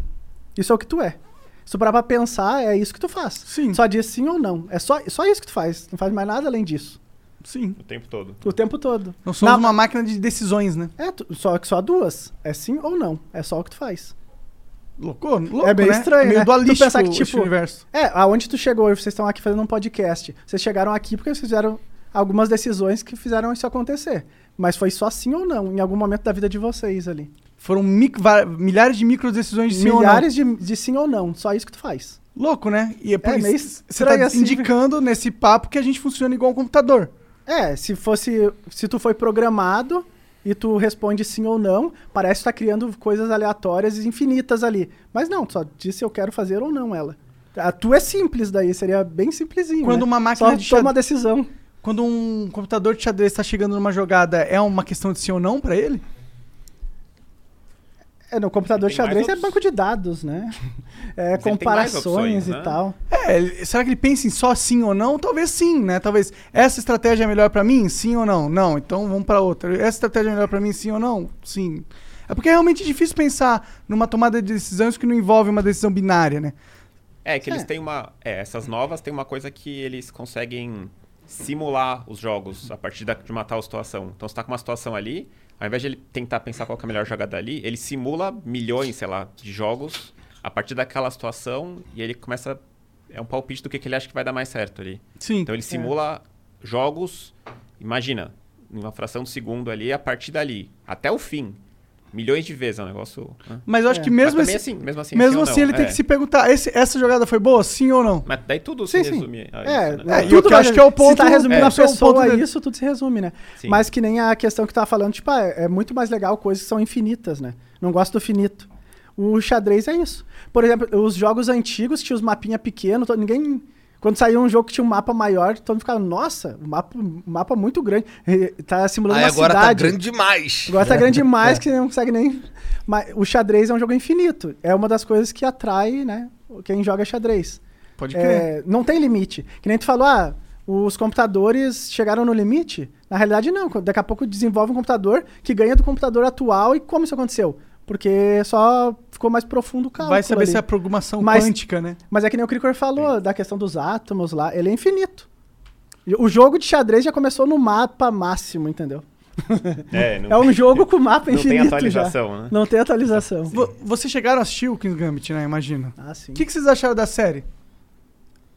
S6: Isso é o que tu é. Se tu parar pra pensar, é isso que tu faz.
S2: Sim.
S6: Só diz sim ou não. É só, só isso que tu faz. Não faz mais nada além disso.
S2: Sim.
S1: O tempo todo.
S6: O tempo todo.
S2: Não somos
S6: Na-
S2: uma máquina de decisões, né?
S6: é, tu- só que só duas. É sim ou não. É só o que tu faz.
S2: Louco, louco
S6: é bem
S2: né?
S6: estranho,
S2: meio
S6: né?
S2: dualístico
S6: tu pensar que,
S2: esse
S6: tipo,
S2: universo.
S6: É, aonde tu chegou, vocês estão aqui fazendo um podcast. Vocês chegaram aqui porque vocês fizeram algumas decisões que fizeram isso acontecer. Mas foi só sim ou não, em algum momento da vida de vocês ali.
S2: Foram micro- va- milhares de micro decisões de sim ou não.
S6: Milhares de, de sim ou não, só isso que tu faz.
S2: Louco, né? E é por
S6: É, meio
S2: isso que você
S6: estranho
S2: tá
S6: assim,
S2: indicando nesse papo que a gente funciona igual um computador.
S6: É, se fosse. Se tu foi programado e tu responde sim ou não, parece que tu tá criando coisas aleatórias e infinitas ali. Mas não, tu só diz se eu quero fazer ou não ela. A tua é simples daí, seria bem simplesinho.
S2: Quando
S6: né?
S2: uma máquina
S6: só
S2: de
S6: toma
S2: xadrez-
S6: uma decisão.
S2: Quando um computador de xadrez está chegando numa jogada, é uma questão de sim ou não pra ele?
S6: É, no computador
S1: Tem mais
S6: xadrez é
S1: opções.
S6: banco de dados, né? É
S1: Mas ele tem mais
S6: comparações
S1: opções,
S6: e
S1: né?
S6: tal.
S2: É, ele- será que ele pensa em só sim ou não? Talvez sim, né? Talvez essa estratégia é melhor pra mim? Sim ou não? Não, então vamos pra outra. Essa estratégia é melhor pra mim? Sim ou não? Sim. É porque é realmente difícil pensar numa tomada de decisões que não envolve uma decisão binária, né?
S1: É, que eles
S6: É.
S1: têm uma. É, essas novas têm uma coisa que eles conseguem simular os jogos a partir da- de uma tal situação. Então você tá com uma situação ali, ao invés de ele tentar pensar qual que é a melhor jogada ali, ele simula milhões, sei lá, de jogos a partir daquela situação e ele começa. É um palpite do que, que ele acha que vai dar mais certo ali.
S2: Sim.
S1: Então ele simula jogos, imagina, em uma fração de segundo ali, a partir dali, até o fim. Milhões de vezes é um negócio. né?
S2: Mas eu acho
S6: É.
S2: que
S1: Mas
S2: mesmo
S1: também
S2: assim,
S1: assim, mesmo assim.
S2: mesmo
S1: sim ou
S2: assim
S1: não,
S2: ele tem
S1: é.
S2: que se perguntar: esse- essa jogada foi boa? Sim ou não?
S1: Mas daí tudo
S6: Sim,
S1: se
S6: sim.
S1: resume a
S6: É,
S1: isso, né?
S2: É,
S6: né?
S2: e
S6: Tudo
S2: o que eu acho
S6: vai-
S2: que é o ponto-
S6: Se tá resumindo
S2: é,
S6: na
S2: esse é o
S6: pessoa
S2: ponto dele.
S6: isso, tudo se resume, né?
S1: Sim.
S6: Mas que nem a questão que tu tava falando, tipo, ah, é muito mais legal coisas que são infinitas, né? Não gosto do finito. O xadrez é isso. Por exemplo, os jogos antigos tinha os mapinha pequenos, todo- ninguém... Quando saiu um jogo que tinha um mapa maior, todo mundo ficava, nossa, um mapa, um mapa muito grande. Eh, Tá simulando
S3: Aí
S6: uma
S3: agora
S6: cidade.
S3: tá grande demais.
S6: Agora
S2: É.
S6: tá grande demais que você não consegue nem. Mas o xadrez é um jogo infinito. É uma das coisas que atrai, né? Quem joga xadrez.
S2: Pode crer.
S6: É, não tem limite. Que nem tu falou, ah, os computadores chegaram no limite. Na realidade, não. Daqui a pouco desenvolve um computador que ganha do computador atual. E como isso aconteceu? Porque só ficou mais profundo o cálculo.
S2: Vai saber
S6: ali.
S2: se é a programação
S6: Mas-
S2: quântica, né?
S6: Mas é que nem o Cricor falou, da questão dos átomos lá. Ele é infinito. E O jogo de xadrez já começou no mapa máximo, entendeu?
S1: É,
S6: É
S1: não-
S6: um jogo com mapa
S1: Não tem
S6: infinito.
S1: atualização,
S6: já.
S1: né?
S6: Não tem atualização.
S2: Vo- Vocês chegaram a assistir o King's Gambit, né? Imagina.
S6: Ah, sim.
S2: O que, que vocês acharam da série?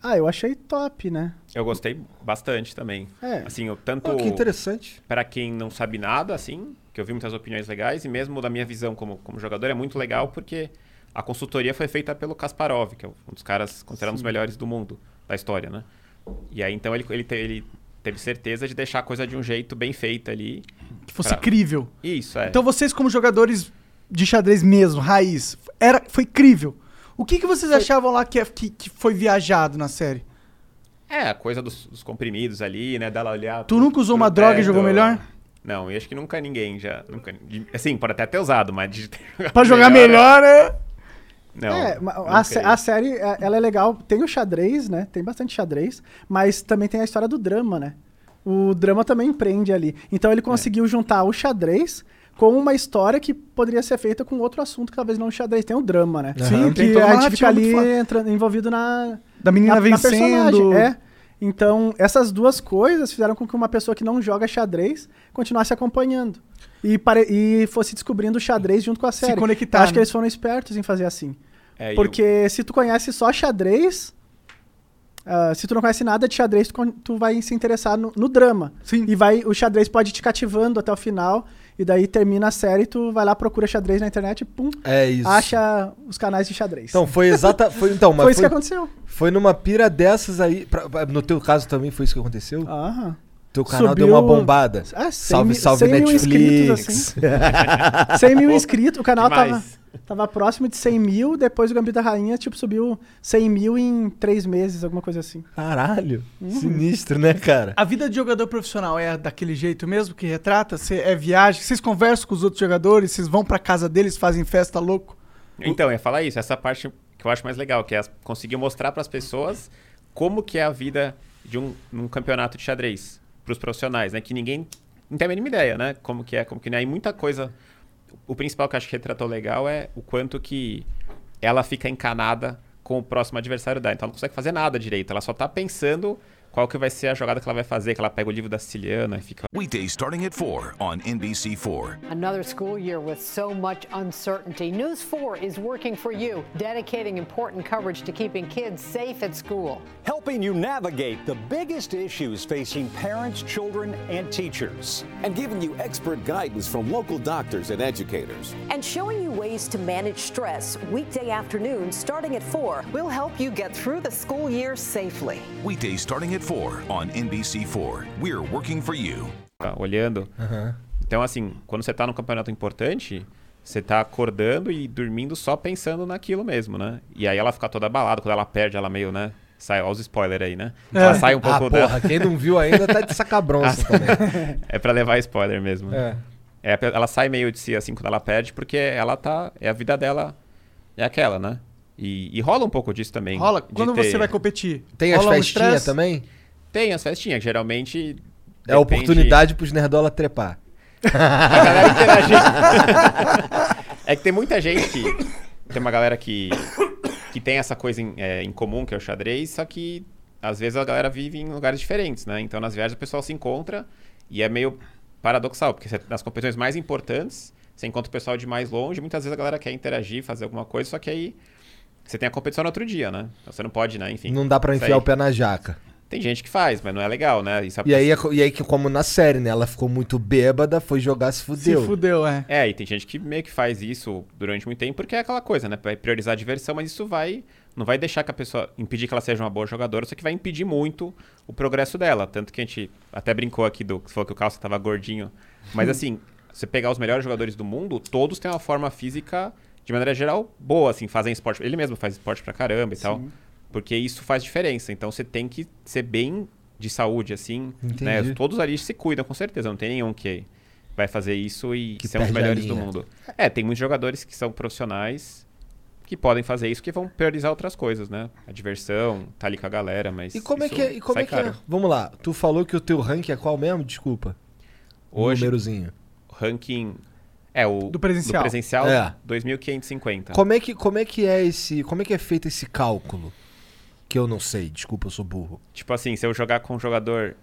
S6: Ah, eu achei top, né?
S1: Eu gostei bastante também.
S6: É.
S1: Assim, eu tanto
S3: Pô, que interessante.
S1: para quem não sabe nada, assim, que eu vi muitas opiniões legais, e mesmo da minha visão como, como jogador, é muito legal porque um a consultoria foi feita pelo Kasparov, que é um dos caras considerados os melhores do mundo, da história, né? E aí então ele, ele, te- ele teve certeza de deixar a coisa de um jeito bem feita ali.
S2: Que fosse crível.
S1: Isso, é.
S2: Então vocês, como jogadores de xadrez mesmo, raiz, era, foi crível. O que, que vocês achavam lá que, é- que, que foi viajado na série?
S1: É, a coisa dos, dos comprimidos ali, né? Dela olhar.
S2: Tu
S1: pro-
S2: nunca usou
S1: pro
S2: uma droga e
S1: teto.
S2: jogou melhor?
S1: Não, eu acho que nunca ninguém já. Nunca, de- assim, pode até ter usado, mas de ter jogado
S2: Pra jogar melhor, é...
S1: Não.
S6: é, ma-
S1: nunca
S6: a, sé-
S1: isso.
S6: a série, é- ela é legal. Tem o xadrez, né? Tem bastante xadrez, mas também tem a história do drama, né? O drama também prende ali. Então ele conseguiu juntar o xadrez com uma história que poderia ser feita com outro assunto que talvez não o xadrez. Tem o drama, né?
S2: Sim, Aham. tem
S6: que
S2: toda uma
S6: a gente
S2: narrativa
S6: fica ali
S2: muito foda.
S6: entrando, envolvido na...
S2: Da menina
S6: na- na
S2: vencendo.
S6: personagem, é. Então, essas duas coisas fizeram com que uma pessoa que não joga xadrez continuasse acompanhando. E, pare- e fosse descobrindo o xadrez junto com a série.
S2: conectar,
S6: Eu Acho que
S2: né?
S6: eles foram espertos em fazer assim.
S1: É, e
S6: Porque se tu conhece só xadrez, ah, se tu não conhece nada de xadrez, tu, con- tu vai se interessar no, no drama.
S2: Sim.
S6: E vai, o xadrez pode ir te cativando até o final. E daí termina a série, tu vai lá, procura xadrez na internet e pum,
S3: É isso.
S6: acha os canais de xadrez.
S3: Então, foi exata. Foi, então, mas
S6: Foi isso que aconteceu.
S3: Foi numa pira dessas aí. pra- pra- no teu caso também foi isso que aconteceu?
S6: Aham.
S3: Teu canal
S6: Ah, Subiu-
S3: deu uma bombada.
S6: Ah, 100
S3: salve,
S6: mil-
S3: salve
S6: 100 mil
S3: Netflix.
S6: inscritos, 100 mil inscritos, o canal tava,
S1: demais.
S6: tava próximo de 100 mil, depois o Gambito da Rainha, tipo, subiu 100 mil em 3 meses, alguma coisa assim.
S3: Caralho. Sinistro, né, cara?
S2: A vida de jogador profissional é daquele jeito mesmo que retrata? Cê, é viagem? Vocês conversam com os outros jogadores? Vocês vão pra casa deles, fazem festa louco?
S1: Então, eu ia falar isso. Essa parte que eu acho mais legal, que é as- conseguir mostrar para as pessoas como que é a vida de um num campeonato de xadrez para os profissionais, né? Que ninguém não tem a mínima ideia, né? Como que é, como que não é. E muita coisa... O principal que eu acho que retratou legal é o quanto que ela fica encanada com o próximo adversário dela. Então, ela não consegue fazer nada direito. Ela só tá pensando qual que vai ser a jogada que ela vai fazer, que ela pega o livro da Siciliana e fica...
S11: Weekdays starting at 4 on NBC4.
S12: Another school year with so much uncertainty. News 4 is working for you, dedicating important coverage to keeping kids safe at school.
S13: helping you navigate the biggest issues facing parents, children, and teachers.
S14: and giving you expert guidance from local doctors and educators.
S15: and showing you ways to manage stress weekday afternoons starting at 4. We'll help you get through the school year safely.
S11: Weekdays starting at 4 on NBC4. We're working for you.
S1: tá olhando. Então, assim, quando você tá num campeonato importante, você tá acordando e dormindo só pensando naquilo mesmo, né? E aí ela fica toda abalada, quando ela perde, ela meio, né? Sai, olha os spoilers aí, né?
S3: É.
S1: Ela sai um pouco
S3: Ah,
S1: da-
S3: porra, quem não viu ainda tá de sacabronça
S1: Ah,
S3: também.
S1: É pra levar spoiler mesmo. né? É, ela sai meio de si assim quando ela perde, porque ela tá. É a vida dela, é aquela, né? E, e rola um pouco disso também.
S2: Rola?
S1: de
S2: Quando
S1: ter-
S2: você vai competir?
S3: Tem as
S2: rola um
S3: festinhas
S2: estresse?
S3: também?
S1: Tem as festinhas, que geralmente.
S3: É a oportunidade pros nerdola trepar.
S1: A galera interage. é que tem muita gente que. Tem uma galera que. Que tem essa coisa em, é, em comum, que é o xadrez, só que às vezes a galera vive em lugares diferentes, né? Então nas viagens o pessoal se encontra e é meio paradoxal, porque você- nas competições mais importantes você encontra o pessoal de mais longe, muitas vezes a galera quer interagir, fazer alguma coisa, só que aí você tem a competição no outro dia, né? Então você não pode, né? Enfim.
S3: Não dá pra
S1: isso
S3: enfiar
S1: aí.
S3: o pé na jaca.
S1: Tem gente que faz, mas não é legal, né? Isso é-
S3: E aí, é co- e aí que como na série, né? Ela ficou muito bêbada, foi jogar, se fudeu.
S2: fudeu, é.
S1: É, e tem gente que meio que faz isso durante muito tempo porque é aquela coisa, né? Vai priorizar a diversão, mas isso vai. Não vai deixar que a pessoa. impedir que ela seja uma boa jogadora, só que vai impedir muito o progresso dela. Tanto que a gente até brincou aqui do. Você falou que o calça tava gordinho. Mas assim, você pegar os melhores jogadores do mundo, todos têm uma forma física, de maneira geral, boa, assim, fazem esporte. Ele mesmo faz esporte pra caramba e tal. Porque isso faz diferença. Então você tem que ser bem de saúde, assim. Né?
S3: Entendi.
S1: Todos ali se cuidam, com certeza. Não tem nenhum que vai fazer isso e que são os
S3: perde a
S1: melhores do
S3: linha.
S1: mundo. É, tem muitos jogadores que são profissionais que podem fazer isso, que vão priorizar outras coisas, né? A diversão, tá ali com a galera, mas.
S3: E como é
S1: isso
S3: que é? E como
S1: sai
S3: é que é?
S1: caro.
S3: Vamos lá, tu falou que o teu rank é qual mesmo? Desculpa.
S1: Hoje-
S3: Númerozinho.
S1: Ranking. É, o.
S3: Do presencial.
S1: Do presencial,
S3: É.
S1: 2.550.
S3: Como é que como é que é esse, como é que é feito esse cálculo? Que eu não sei, desculpa, eu sou burro.
S1: Tipo assim, se eu jogar com um jogador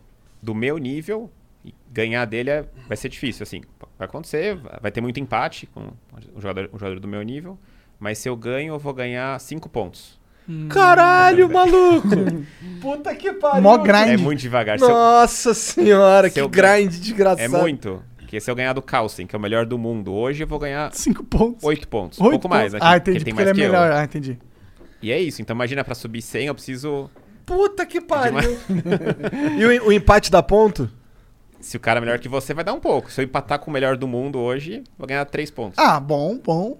S1: do meu nível e ganhar dele é- vai ser difícil, assim. Vai acontecer, vai ter muito empate com um jogador, um jogador do meu nível. Mas se eu ganho, eu vou ganhar 5 pontos.
S3: Caralho, maluco! Puta que pariu!
S1: É muito devagar. Se eu-
S3: Nossa senhora,
S1: se
S3: que
S1: eu ganhar-
S3: grind desgraçado.
S1: É muito. Porque se eu ganhar do Carlsen, que é o melhor do mundo hoje, eu vou ganhar...
S2: 5 pontos.
S1: 8 pontos. um
S2: Oito
S1: pouco mais, né?
S2: pontos. Ah,
S1: que- que
S2: entendi, porque ele é
S1: que eu.
S2: melhor. Ah, entendi.
S1: E é isso. Então imagina, pra subir 100, eu preciso
S3: Puta que pariu. e o, o empate dá ponto?
S1: Se o cara é melhor que você, vai dar um pouco. Se eu empatar com o melhor do mundo hoje, vou ganhar três pontos.
S2: Ah, bom, bom.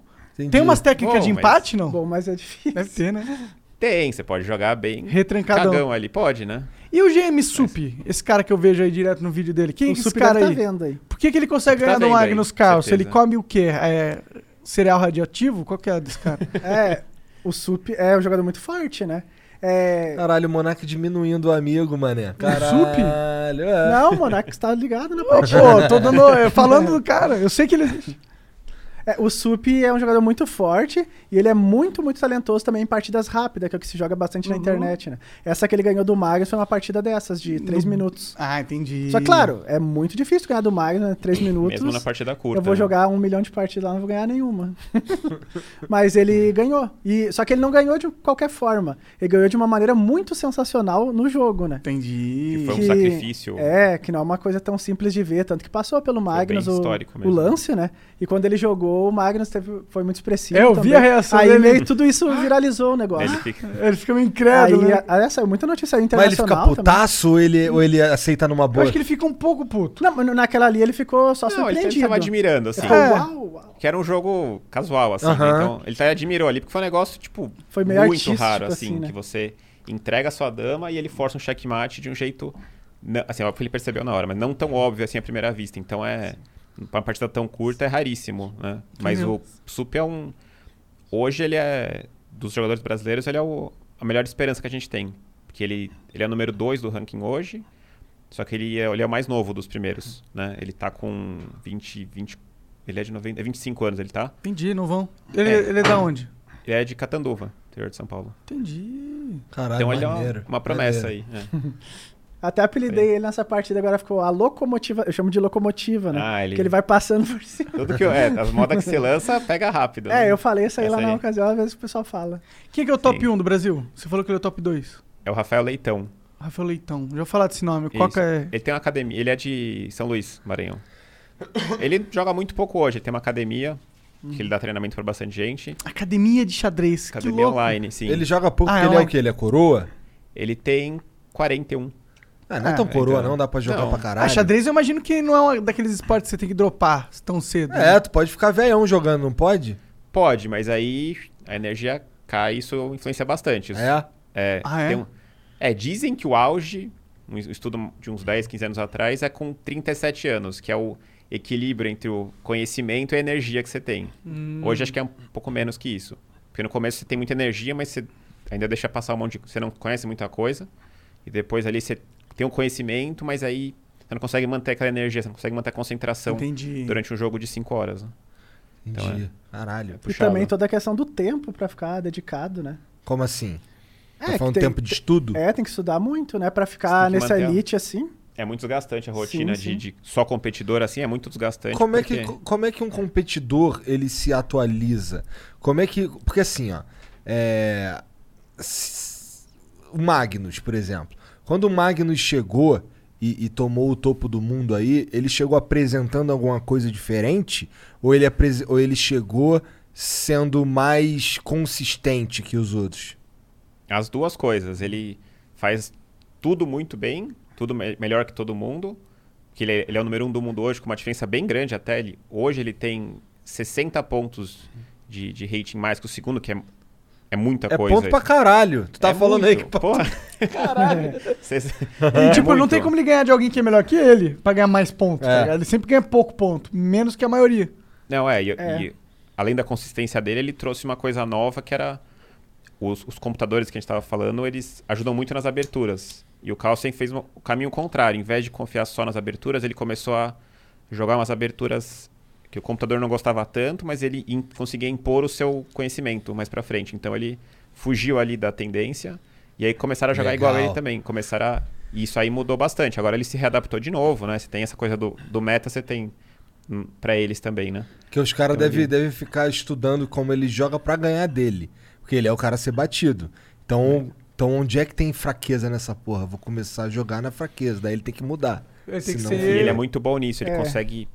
S2: Tem umas técnicas
S1: Bom,
S2: de
S1: mas-
S2: empate, não?
S6: Bom, mas é difícil.
S2: Deve ter, né?
S1: Tem, você pode jogar bem.
S2: Retrancadão.
S1: Cagão ali, pode, né?
S2: E o GM Sup, esse cara que eu vejo aí direto no vídeo dele, quem
S6: O
S2: é esse
S6: Sup
S2: cara
S6: deve
S2: aí?
S6: tá vendo aí.
S2: Por que, que ele consegue
S6: Tá
S2: ganhar do
S6: vendo aí,
S2: Magnus
S6: com
S2: Carlson? Ele
S6: certeza.
S2: come o quê? É, cereal radioativo? Qual que é a desse cara?
S6: É, o Sup é um jogador muito forte, né? É...
S3: Caralho, o Monark diminuindo o amigo, mané. Caralho, é.
S6: Não, o Monark está tá ligado né, na
S3: Ô,
S6: partida.
S3: pô, tô dando- eu falando
S2: do cara, eu sei que ele existe.
S6: É, o Sup é um jogador muito forte e ele é muito, muito talentoso também em partidas rápidas, que é o que se joga bastante na
S2: Uhum.
S6: internet, né? Essa que ele ganhou do Magnus foi uma partida dessas,
S1: Uhum.
S6: de 3
S2: No-
S6: minutos.
S2: Ah, entendi.
S6: Só que, claro, é muito difícil ganhar do Magnus, né? 3 minutos.
S1: Mesmo na partida curta.
S6: Eu vou
S1: né?
S6: jogar um milhão de partidas lá, não vou ganhar nenhuma. Mas ele ganhou. E, só que ele não ganhou de qualquer forma. Ele ganhou de uma maneira muito sensacional no jogo, né?
S2: Entendi.
S1: Que foi um sacrifício.
S6: É, que não é uma coisa tão simples de ver. Tanto que passou pelo Magnus o,
S1: histórico
S6: o
S1: mesmo.
S6: lance, né? E quando ele jogou, o Magnus teve- foi muito expressivo.
S2: É, eu
S6: também.
S2: vi a reação
S6: Aí
S2: dele.
S6: meio que tudo isso viralizou o negócio.
S1: Ah. Ele fica-
S2: Ele fica meio incrédulo,
S6: Aí,
S2: né?
S6: a- Aí saiu muita notícia
S3: Mas ele
S6: internacional
S3: fica
S6: também.
S3: putaço ou ele, ou ele aceita numa boa?
S2: fica um pouco puto.
S6: Não, mas naquela ali ele ficou só
S1: Não, ele
S6: surpreendido. É.
S1: tava admirando, assim.
S6: Ele
S2: É.
S6: ficou, "Uau,
S1: Que era um jogo casual, assim. né?
S3: Aham.
S1: Então, ele tá- admirou ali, porque foi um negócio, tipo,
S6: Foi meio
S1: muito
S6: artístico,
S1: raro,
S6: assim,
S1: assim,
S6: né?
S1: que você entrega a sua dama e ele força um checkmate de um jeito. na- Assim, óbvio que ele percebeu na hora, mas não tão óbvio assim à primeira vista. Então é. Pra uma partida tão curta é raríssimo, né? Mas
S6: Uhum.
S2: Entendeu.
S1: o Sup é um. Hoje ele é. Dos jogadores brasileiros, ele é o, a melhor esperança que a gente tem. Porque ele, ele é o número 2 do ranking hoje. Só que ele é, ele é o mais novo dos primeiros, né? Ele tá com 20, 20 ele é de 90, é 25 anos, ele tá?
S2: Entendi, não vão. Ele
S1: É.
S2: ele é da onde?
S1: Ele é de Catanduva, interior de São Paulo.
S2: Entendi.
S3: Caralho,
S1: Então ele é
S3: Ah, maneiro,
S1: uma, uma promessa
S3: maneiro.
S1: aí. né?
S6: Até apelidei ele nessa partida, agora ficou a locomotiva. Eu chamo de locomotiva, né?
S1: Ah, ele-
S6: Que ele vai passando por
S1: É.
S6: cima.
S1: Tudo que eu- é, as modas que você lança, pega rápido.
S6: É,
S1: né?
S6: eu falei isso aí lá
S1: Essa
S6: na ocasião, às vezes o pessoal fala.
S2: Quem que é o top 1 do Brasil? Você falou que ele é o top 2.
S1: É o Rafael Leitão.
S2: Rafael Leitão. então, Já vou falar desse nome. Qual
S1: Isso.
S2: que é?
S1: Ele tem uma academia, ele é de São Luís, Maranhão. Ele joga muito pouco hoje, ele tem uma academia que ele dá treinamento pra bastante gente.
S2: é? Academia de xadrez. que
S1: Academia
S2: louco.
S1: online, sim.
S3: Ele joga pouco,
S2: Ah,
S3: porque
S2: é
S3: ele é o
S2: online.
S3: quê? Ele é coroa?
S1: Ele tem 41.
S3: Ah, não é tão coroa, não, dá pra jogar pra
S2: Ah,
S3: caralho.
S2: xadrez eu imagino que não é uma daqueles esportes que você tem que dropar tão cedo. né?
S3: É, tu pode ficar velhão jogando, não pode?
S1: Pode, mas aí a energia cai, isso influencia bastante. Isso-
S3: É?
S1: É,
S2: Ah, é?
S1: tem um- é, dizem que o auge, um es- estudo de uns 10, 15 anos atrás, é com 37 anos, que é o equilíbrio entre o conhecimento e a energia que você tem.
S2: Hum.
S1: Hoje acho que é um pouco menos que isso. Porque no começo você tem muita energia, mas você ainda deixa passar um monte de... Você não conhece muita coisa. E depois ali você tem um conhecimento, mas aí você não consegue manter aquela energia, você não consegue manter a concentração
S2: Entendi.
S1: durante um jogo de 5 horas. né?
S3: Entendi. Caralho.
S6: E também toda a questão do tempo pra ficar dedicado, né?
S3: Como assim?
S6: É,
S3: Tá
S6: que
S3: falando
S6: tem-
S3: tempo de estudo?
S6: É, tem que estudar muito, né? Pra ficar
S1: Tem que
S6: nessa
S1: manter a-
S6: elite assim.
S1: É muito desgastante a rotina
S6: Sim, sim.
S1: De, de só competidor assim, é muito desgastante.
S3: Como é,
S1: porque-
S3: que, como é que um competidor ele se atualiza? Como é que. Porque assim, ó. É, s- o Magnus, por exemplo. Quando o Magnus chegou e, e tomou o topo do mundo aí, ele chegou apresentando alguma coisa diferente? Ou ele, apres- ou ele chegou sendo mais consistente que os outros?
S1: As duas coisas. Ele faz tudo muito bem, tudo me- melhor que todo mundo. Que ele, é, ele é o número um do mundo hoje, com uma diferença bem grande até. Ele, hoje ele tem 60 pontos de, de rating mais que o segundo, que é, é muita
S3: É
S1: coisa.
S3: ponto pra caralho. Tu tá
S1: É
S3: falando aí que.
S1: muito, porra. Caralho. Cês-
S2: E,
S1: é
S2: tipo, não
S1: muito.
S2: tem como ele ganhar de alguém que é melhor que ele pra ganhar mais pontos. tá
S1: É.
S2: ligado? ele sempre ganha pouco ponto, menos que a maioria.
S1: Não, é. E,
S2: É.
S1: e além da consistência dele, ele trouxe uma coisa nova que era. Os, os computadores que a gente estava falando, eles ajudam muito nas aberturas. E o Carlsen fez uma- o caminho contrário. Em vez de confiar só nas aberturas, ele começou a jogar umas aberturas que o computador não gostava tanto, mas ele in- conseguia impor o seu conhecimento mais pra frente. Então ele fugiu ali da tendência. E aí começaram a jogar
S3: Legal.
S1: igual a ele também. Começaram a. E isso aí mudou bastante. Agora ele se readaptou de novo, né? Você tem essa coisa do, do meta, você tem hum, pra eles também, né?
S3: Que os caras
S1: Então,
S3: devem
S1: ele-
S3: deve ficar estudando como ele joga pra ganhar dele. Porque ele é o cara a ser batido. Então, então onde é que tem fraqueza nessa porra? Vou começar a jogar na fraqueza. Daí ele tem que mudar.
S2: Ele tem que
S3: Senão-
S2: ser-
S1: E ele é muito bom nisso, ele
S2: É.
S1: consegue.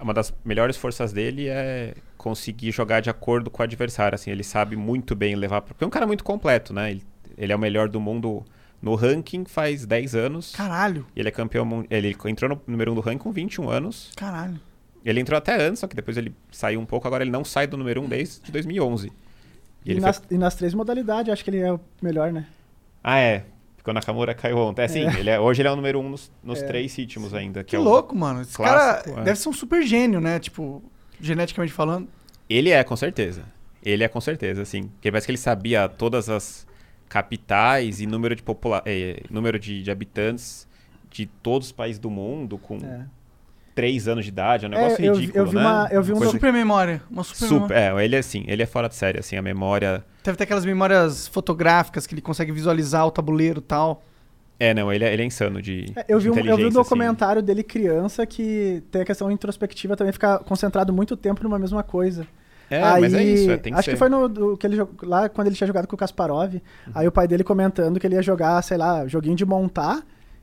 S1: Uma das melhores forças dele é conseguir jogar de acordo com o adversário. Assim, ele sabe muito bem levar. pra- Porque é um cara muito completo, né? Ele, ele é o melhor do mundo no ranking faz 10 anos.
S2: Caralho.
S1: E ele é campeão. mun- Ele entrou no número 1 do ranking com 21 anos.
S2: Caralho.
S1: Ele entrou até antes, só que depois ele saiu um pouco. Agora ele não sai do número 1 desde 2011. E
S6: E,
S1: ele foi-
S6: nas, e nas três modalidades, acho que ele é o melhor, né?
S1: Ah, é. Porque o Nakamura caiu ontem. É sim,
S6: É.
S1: Ele é- hoje ele é o número 1 um nos, nos
S6: É.
S1: três ritmos ainda. Que,
S2: Que
S1: é o
S2: louco, mano. Esse
S1: clássico,
S2: cara
S1: é.
S2: deve ser um super gênio, né? Tipo, geneticamente falando.
S1: Ele é, com certeza. Ele é, com certeza, assim. Porque parece que ele sabia todas as capitais e número de, popula eh, número de, de habitantes de todos os países do mundo com
S6: É.
S1: três anos de idade. É um negócio
S6: eu vi-
S1: ridículo,
S6: eu vi
S1: né?
S6: uma- eu vi um
S1: coisa-
S2: Super memória. Uma super,
S1: Super,
S2: memória.
S1: é, ele é assim, ele é fora de série, assim, a memória...
S2: Deve ter aquelas memórias fotográficas que ele consegue visualizar o tabuleiro e tal.
S1: É, não, ele é, ele é insano de
S6: É, Eu vi, um, eu vi um
S1: inteligência, assim.
S6: documentário dele criança que tem a questão introspectiva também, ficar concentrado muito tempo numa mesma coisa.
S1: É, mas é isso, é, tem que
S6: Acho
S1: ser. Uhum.
S6: que foi no, do- que ele, jog- lá quando ele tinha jogado com o Kasparov. Aí o pai dele comentando que ele ia jogar, sei lá, joguinho de montar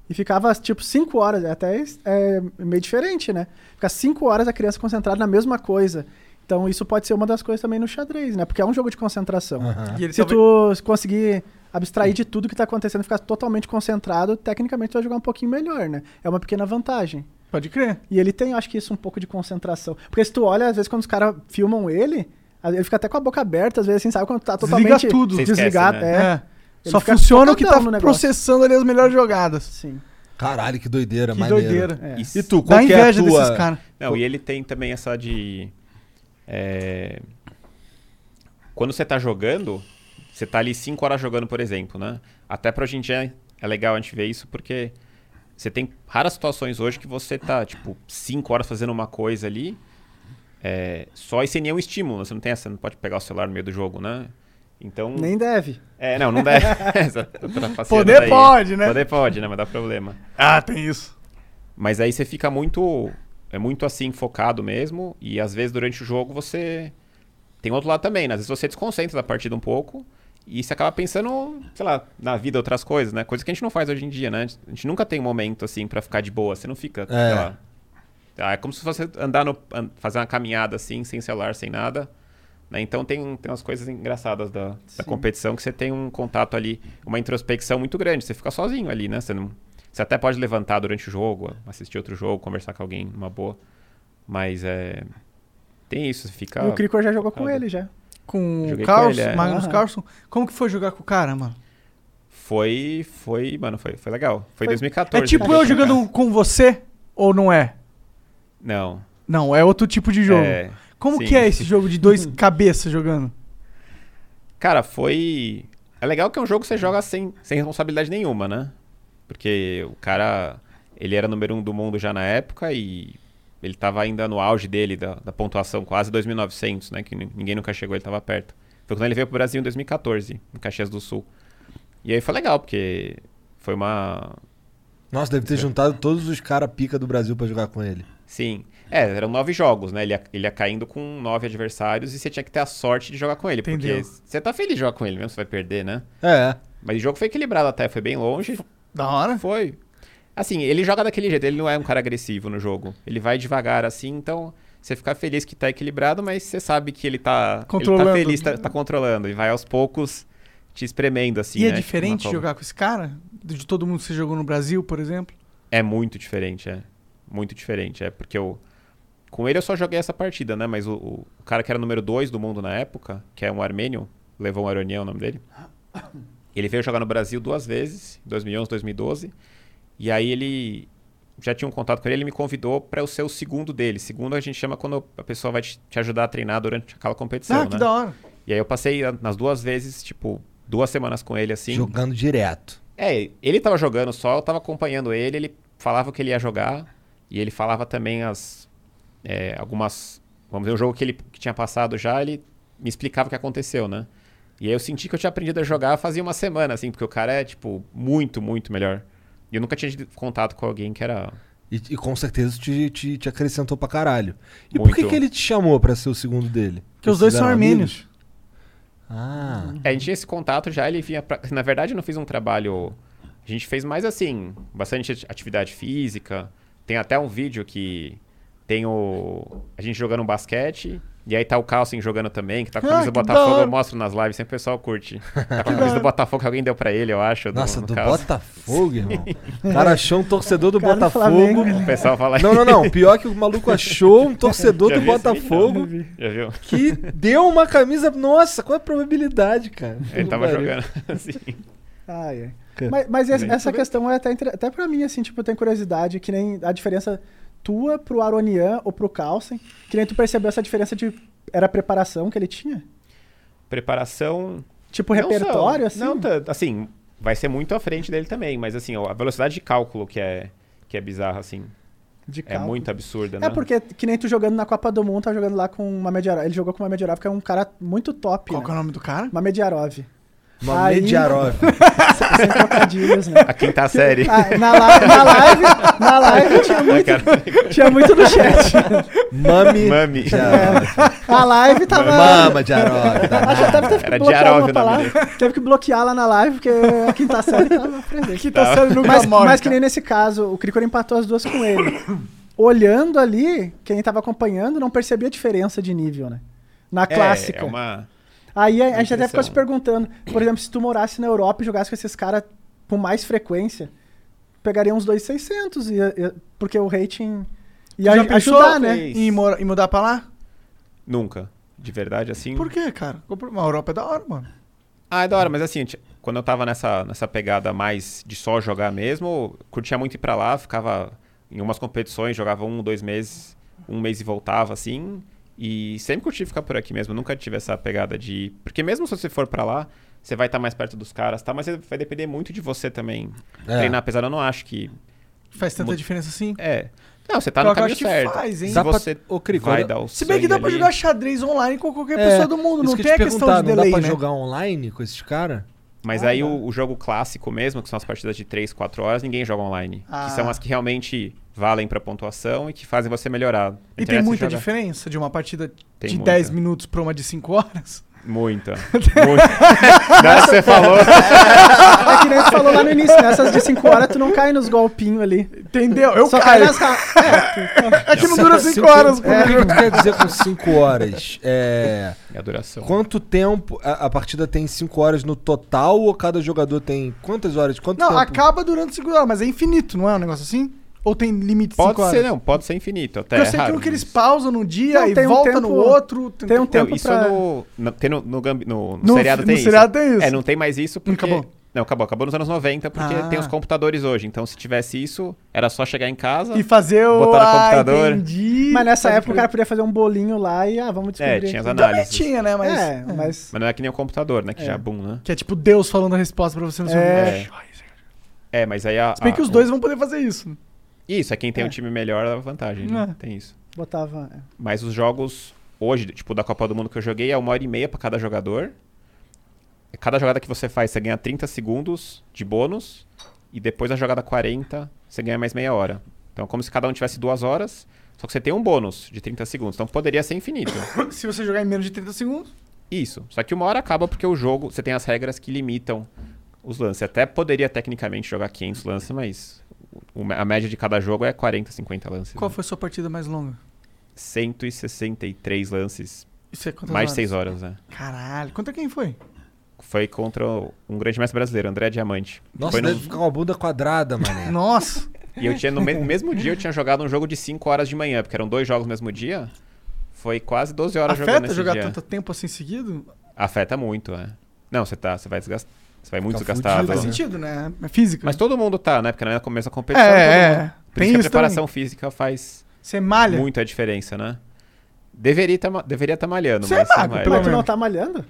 S6: e ficava tipo 5 horas. Até es- é meio diferente, né? Ficar 5 horas a criança concentrada na mesma coisa. Então isso pode ser uma das coisas também no xadrez, né? Porque é um jogo de concentração.
S2: E ele
S6: Se tu conseguir abstrair de tudo que tá acontecendo e ficar totalmente concentrado, tecnicamente tu vai jogar um pouquinho melhor, né? É uma pequena vantagem.
S2: Pode crer.
S6: E ele tem, eu acho que isso, um pouco de concentração. Porque se tu olha, às vezes, quando os caras filmam ele, a- ele fica até com a boca aberta, às vezes, assim, sabe? Quando tá totalmente
S2: Desliga tudo. Você esquece,
S6: desligado.
S2: né?
S6: é.
S2: É.
S6: Ele
S2: Só
S6: fica
S2: funciona o que tá
S6: focadão no negócio.
S2: processando ali as melhores jogadas.
S6: Sim.
S3: Caralho, que doideira,
S2: Que
S3: maneiro.
S2: doideira, é.
S3: E tu,
S2: Dá
S3: qual que é a
S2: inveja
S3: tua...
S2: desses caras.
S1: Não, e ele tem também essa de. é, Quando você tá jogando, você tá ali 5 horas jogando, por exemplo, né? Até pra hoje em dia é legal a gente ver isso, porque você tem raras situações hoje que você tá, tipo, 5 horas fazendo uma coisa ali, é, só e sem nenhum estímulo. né? Você não tem essa, não pode pegar o celular no meio do jogo, né? Então.
S6: Nem deve.
S1: É, não, não deve. Essa- trapaceando
S2: Poder
S1: aí.
S2: pode, né?
S1: Poder pode, né? Mas dá problema.
S2: Ah, tem isso.
S1: Mas aí você fica muito. É muito assim, focado mesmo. E às vezes durante o jogo você. Tem outro lado também, né? Às vezes você desconcentra da partida um pouco. E você acaba pensando, sei lá, na vida, outras coisas, né? Coisa que a gente não faz hoje em dia, né? A gente nunca tem um momento assim pra ficar de boa. Você não fica,
S3: É.
S1: sei lá. Ah, É como se você andar no. an- fazer uma caminhada assim, sem celular, sem nada. né? Então tem, tem umas coisas engraçadas da, da competição que você tem um contato ali, uma introspecção muito grande. Você fica sozinho ali, né? Você, não, você até pode levantar durante o jogo, assistir outro jogo, conversar com alguém numa boa. Mas é. Tem isso, você fica.
S6: E o Cricor já jogou com ele, já.
S2: Com Ah. o
S1: Joguei com
S2: Carlson,
S1: ele, é.
S2: Magnus
S1: Aham.
S2: Carlson. Como que foi jogar com o cara, mano?
S1: Foi. Foi. Mano, foi, foi legal. Foi, em 2014.
S2: É tipo
S1: né?
S2: eu jogando com você ou não é?
S1: Não.
S2: Não, é outro tipo de jogo.
S1: É,
S2: Como
S1: sim.
S2: que é esse jogo de dois cabeças jogando?
S1: Cara, foi. É legal que é um jogo que você joga sem, sem responsabilidade nenhuma, né? Porque o cara. Ele era número um do mundo já na época e ele tava ainda no auge dele, da, da pontuação, quase 2.900, né? Que nin- ninguém nunca chegou, ele tava perto. Foi quando ele veio pro Brasil em 2014, em Caxias do Sul. E aí foi legal, porque foi uma.
S3: Nossa, deve ter juntado todos os caras pica do Brasil pra jogar com ele.
S1: Sim. É, eram nove jogos, né? Ele ia, ele ia caindo com nove adversários e você tinha que ter a sorte de jogar com ele.
S2: Entendeu.
S1: Porque você tá feliz de jogar com ele mesmo, você vai perder, né?
S3: É.
S1: Mas o jogo foi equilibrado até, foi bem longe.
S2: Da hora?
S1: Foi. Assim, ele joga daquele jeito, ele não é um cara agressivo no jogo. Ele vai devagar assim, então você fica feliz que tá equilibrado, mas você sabe que ele tá, ele
S2: Controlando.
S1: tá feliz, tá, tá controlando. E vai aos poucos te espremendo assim.
S2: e é
S1: né?
S2: diferente
S1: Uma cobra.
S2: jogar com esse cara? De todo mundo que você jogou no Brasil, por exemplo?
S1: É muito diferente, é. Muito diferente, é. Porque eu. Com ele eu só joguei essa partida, né? Mas o, o cara que era número 2 do mundo na época, que é um armênio, levou um Aronian o nome dele. Ele veio jogar no Brasil duas vezes, em 2011, 2012. E aí ele já tinha um contato com ele, ele me convidou para eu ser o segundo dele. Segundo a gente chama quando a pessoa vai te te ajudar a treinar durante aquela competição,
S2: Ah, que
S1: né?
S2: da hora.
S1: E aí eu passei a- nas duas vezes, tipo, duas semanas com ele assim.
S3: Jogando direto.
S1: É, ele tava jogando só, eu tava acompanhando ele, ele falava o que ele ia jogar, e ele falava também as. é, algumas. Vamos ver, o jogo que ele que tinha passado já, ele me explicava o que aconteceu, né? E aí eu senti que eu tinha aprendido a jogar fazia uma semana, assim, porque o cara é, tipo, muito, muito melhor. E eu nunca tinha tido contato com alguém que era.
S3: E, e com certeza te, te, te acrescentou pra caralho. E por
S1: Muito.
S3: que, que ele te chamou pra ser o segundo dele?
S2: Porque os dois
S3: Eles eram
S2: são armênios.
S3: Ah.
S1: É, a gente tinha esse contato já, ele vinha pra... Na verdade, eu não fiz um trabalho... A gente fez mais assim, bastante ati- atividade física. Tem até um vídeo que tem o... A gente jogando basquete E aí tá o Carlsen jogando também, que tá com a
S2: Ah,
S1: camisa do
S2: que da
S1: Botafogo,
S2: hora.
S1: eu mostro nas lives, sempre o pessoal curte. Tá
S2: Que
S1: com a camisa
S2: da
S1: do Botafogo que alguém deu pra ele, eu acho.
S3: Nossa, do
S1: Carlsen.
S3: Botafogo, irmão. O cara achou um torcedor do
S2: é
S1: Cara do
S3: Botafogo.
S1: Flamengo. O pessoal fala
S3: Não, não, não. Pior que o maluco achou um torcedor
S1: Já
S3: do
S1: viu esse vídeo?
S3: Botafogo
S1: Não, Já viu?
S3: que deu uma camisa. Nossa, qual é a probabilidade, cara?
S1: Ele tava
S3: Pariu.
S1: jogando assim.
S6: Ai, ai.
S3: Cara,
S6: Mas, mas essa,
S3: bem.
S6: essa questão é até, inter- até pra mim, assim, tipo, eu tenho curiosidade, que nem a diferença tua pro Aronian ou pro Carlsen, que nem tu percebeu essa diferença de. Era a preparação que ele tinha?
S1: Preparação.
S6: Tipo,
S1: Não
S6: repertório,
S1: só-
S6: assim?
S1: Não, tá- assim, vai ser muito à frente dele também, mas assim, ó, a velocidade de cálculo que é, que é bizarra, assim.
S6: De
S1: é
S6: cálculo.
S1: muito absurda, né?
S6: tá- É porque, que nem tu jogando na Copa do Mundo, tá jogando lá com uma Mediarov. Ele jogou com uma Mediarov, que é um cara muito top. Qual
S2: que é o nome do cara?
S6: Uma Mediarov.
S3: Mamediarov.
S6: Sem trocadilhos, né?
S1: A quinta série.
S6: Ah, na, live, na live, na live tinha muito, tinha muito no chat.
S3: Mami.
S1: Mami.
S6: A live
S2: É.
S6: tava.
S3: Mama de É. Arov.
S6: Acho que até teve que
S1: Era
S6: bloquear
S1: Diarov
S6: uma
S1: o nome dele.
S6: palavra. Teve que bloquear lá na live, porque é a quinta série tava presente.
S2: Quinta Tava. série nunca
S6: mas,
S2: morre,
S6: Mas que
S2: cara.
S6: nem nesse caso, o Cricor empatou as duas com ele. Olhando ali, quem tava acompanhando não percebia a diferença de nível, né? Na
S1: É,
S6: clássica.
S1: É uma.
S6: Aí a, a gente até
S1: impressão.
S6: ficou se perguntando, por exemplo, se tu morasse na Europa e jogasse com esses caras com mais frequência, pegaria uns 2,600, ia- ia- porque o rating ia
S2: Já
S6: aj-
S2: pensou
S6: ajudar, né?
S2: Em, mora- em mudar pra lá?
S1: Nunca. De verdade, assim.
S2: Por quê, cara? A Europa é da hora, mano.
S1: Ah, é da hora, mas assim, ti- quando eu tava nessa, nessa pegada mais de só jogar mesmo, eu curtia muito ir pra lá, ficava em umas competições, jogava um, dois meses, um mês e voltava, assim. E sempre curti ficar por aqui mesmo, nunca tive essa pegada de. Porque mesmo se você for pra lá, você vai estar mais perto dos caras, tá? Mas vai depender muito de você também
S2: É.
S1: treinar, apesar de eu não acho que.
S2: Faz tanta
S1: Mu-
S2: diferença assim?
S1: É. Não, você tá
S2: Pior
S1: no
S2: que eu
S1: caminho
S2: acho que
S1: certo.
S2: faz, hein?
S1: Se
S2: Dá pra-
S1: você
S3: Ô, Crico,
S1: vai
S3: olha-
S1: dar o
S2: Se bem que dá pra
S1: sangue ali-
S2: jogar xadrez online com qualquer
S3: É,
S2: pessoa do mundo.
S3: isso
S2: Não
S3: que eu
S2: tem a
S3: te
S2: questão
S3: perguntar,
S2: de delay,
S3: Não dá pra
S2: né?
S3: jogar online com esses caras?
S1: Mas aí o, o jogo clássico mesmo, que são as partidas de 3, 4 horas, ninguém joga online.
S2: Ah.
S1: Que são as que realmente valem pra pontuação e que fazem você melhorar. Na
S2: E tem
S1: internet você
S2: muita
S1: joga-
S2: diferença de uma partida
S1: Tem
S2: de
S1: muita.
S2: 10 minutos pra uma de 5 horas?
S1: Muita. muita. Na hora que você falou.
S6: É que nem tu falou lá no início, né? Essas de 5 horas tu não cai nos golpinhos ali. Entendeu?
S2: Eu
S6: Só
S2: caio.
S6: Cai nas... ra- É,
S2: É que não dura 5 horas. né?
S3: É, o
S2: comigo.
S3: que tu quer dizer com 5 horas? É...
S1: É a duração.
S3: Quanto tempo a, a partida tem 5 horas no total ou cada jogador tem quantas horas? Quanto
S2: Não,
S3: tempo?
S2: acaba durante 5 horas, mas é infinito, não é um negócio assim? Ou tem limite de 5
S1: Pode
S2: horas?
S1: ser, não, pode ser infinito. Até
S2: Porque eu
S1: é
S2: sei que
S1: raro,
S2: um que eles
S1: mas-
S2: pausam num dia
S6: Não,
S2: e
S6: tem um
S2: volta
S6: tempo-
S2: no outro.
S6: tem um tempo
S1: não, então, isso
S6: pra...
S1: no, no, tem no, no, Gambi- no, no
S2: No
S1: seriado
S2: fi-
S1: tem
S2: no
S1: isso.
S2: seriado tem isso.
S1: É, não tem mais isso porque...
S2: Acabou.
S1: Não, acabou. Acabou nos anos 90 porque
S2: Ah.
S1: tem os computadores hoje. Então se tivesse isso, era só chegar em casa...
S2: E fazer o...
S1: Botar no
S2: Ah,
S1: computador.
S2: entendi.
S6: Mas nessa
S2: Pode
S6: época o
S2: crer.
S6: cara podia fazer um bolinho lá e, ah, vamos descobrir.
S1: É, tinha as
S6: aqui.
S1: análises.
S2: Tinha, né? Mas...
S6: É, mas...
S1: Mas não é que nem o computador, né? Que já, bum, né?
S2: Que é tipo Deus falando a resposta pra você no seu
S1: É.
S2: vídeo.
S1: É, mas aí a...
S2: Se bem
S1: a-
S2: que os
S1: o-
S2: dois vão poder fazer isso.
S1: Isso, é quem tem o time melhor a vantagem, né?
S2: É.
S1: Tem isso.
S6: Botava... é.
S1: Mas os jogos hoje, tipo, da Copa do Mundo que eu joguei, é uma hora e meia pra cada jogador. É Cada jogada que você faz, você ganha 30 segundos de bônus. E depois da jogada 40, você ganha mais meia hora. Então é como se cada um tivesse duas horas, só que você tem um bônus de 30 segundos. Então poderia ser infinito.
S2: Se você jogar em menos de 30 segundos...
S1: Isso. Só que uma hora acaba porque o jogo, você tem as regras que limitam os lances. Até poderia tecnicamente jogar 500 lances, mas o- a média de cada jogo é 40, 50 lances.
S2: Qual
S1: né?
S2: foi a sua partida mais longa?
S1: 163 lances.
S2: Isso é quantas
S1: mais
S2: horas?
S1: de 6 horas, né?
S2: Caralho, contra quem foi?
S1: Foi contra o- um grande mestre brasileiro, André Diamante.
S3: Nossa,
S1: Foi no-
S3: deve ficar uma bunda quadrada, mano.
S2: Nossa.
S1: E eu tinha, no me- mesmo dia, eu tinha jogado um jogo de 5 horas de manhã, porque eram dois jogos no mesmo dia. Foi quase 12 horas jogando
S2: Afeta
S1: esse
S2: jogar
S1: dia.
S2: tanto tempo assim seguido?
S1: Afeta muito, né? Não, você tá, você vai desgastar. Você vai
S2: Tá
S1: muito
S3: Fica
S1: desgastado.
S2: Faz
S1: né?
S2: sentido, né? É física.
S1: Mas todo mundo tá, né? Porque na começo da competição.
S2: É,
S1: todo
S2: é.
S1: mundo. Por
S2: Tem
S1: isso que a
S2: isso
S1: preparação física faz
S2: Você malha.
S1: muito a diferença, né? Deveria tá, ma- deveria tá malhando,
S2: Você é
S1: mas não
S2: magro,
S1: malha.
S2: pelo
S6: Mas tu não tá malhando?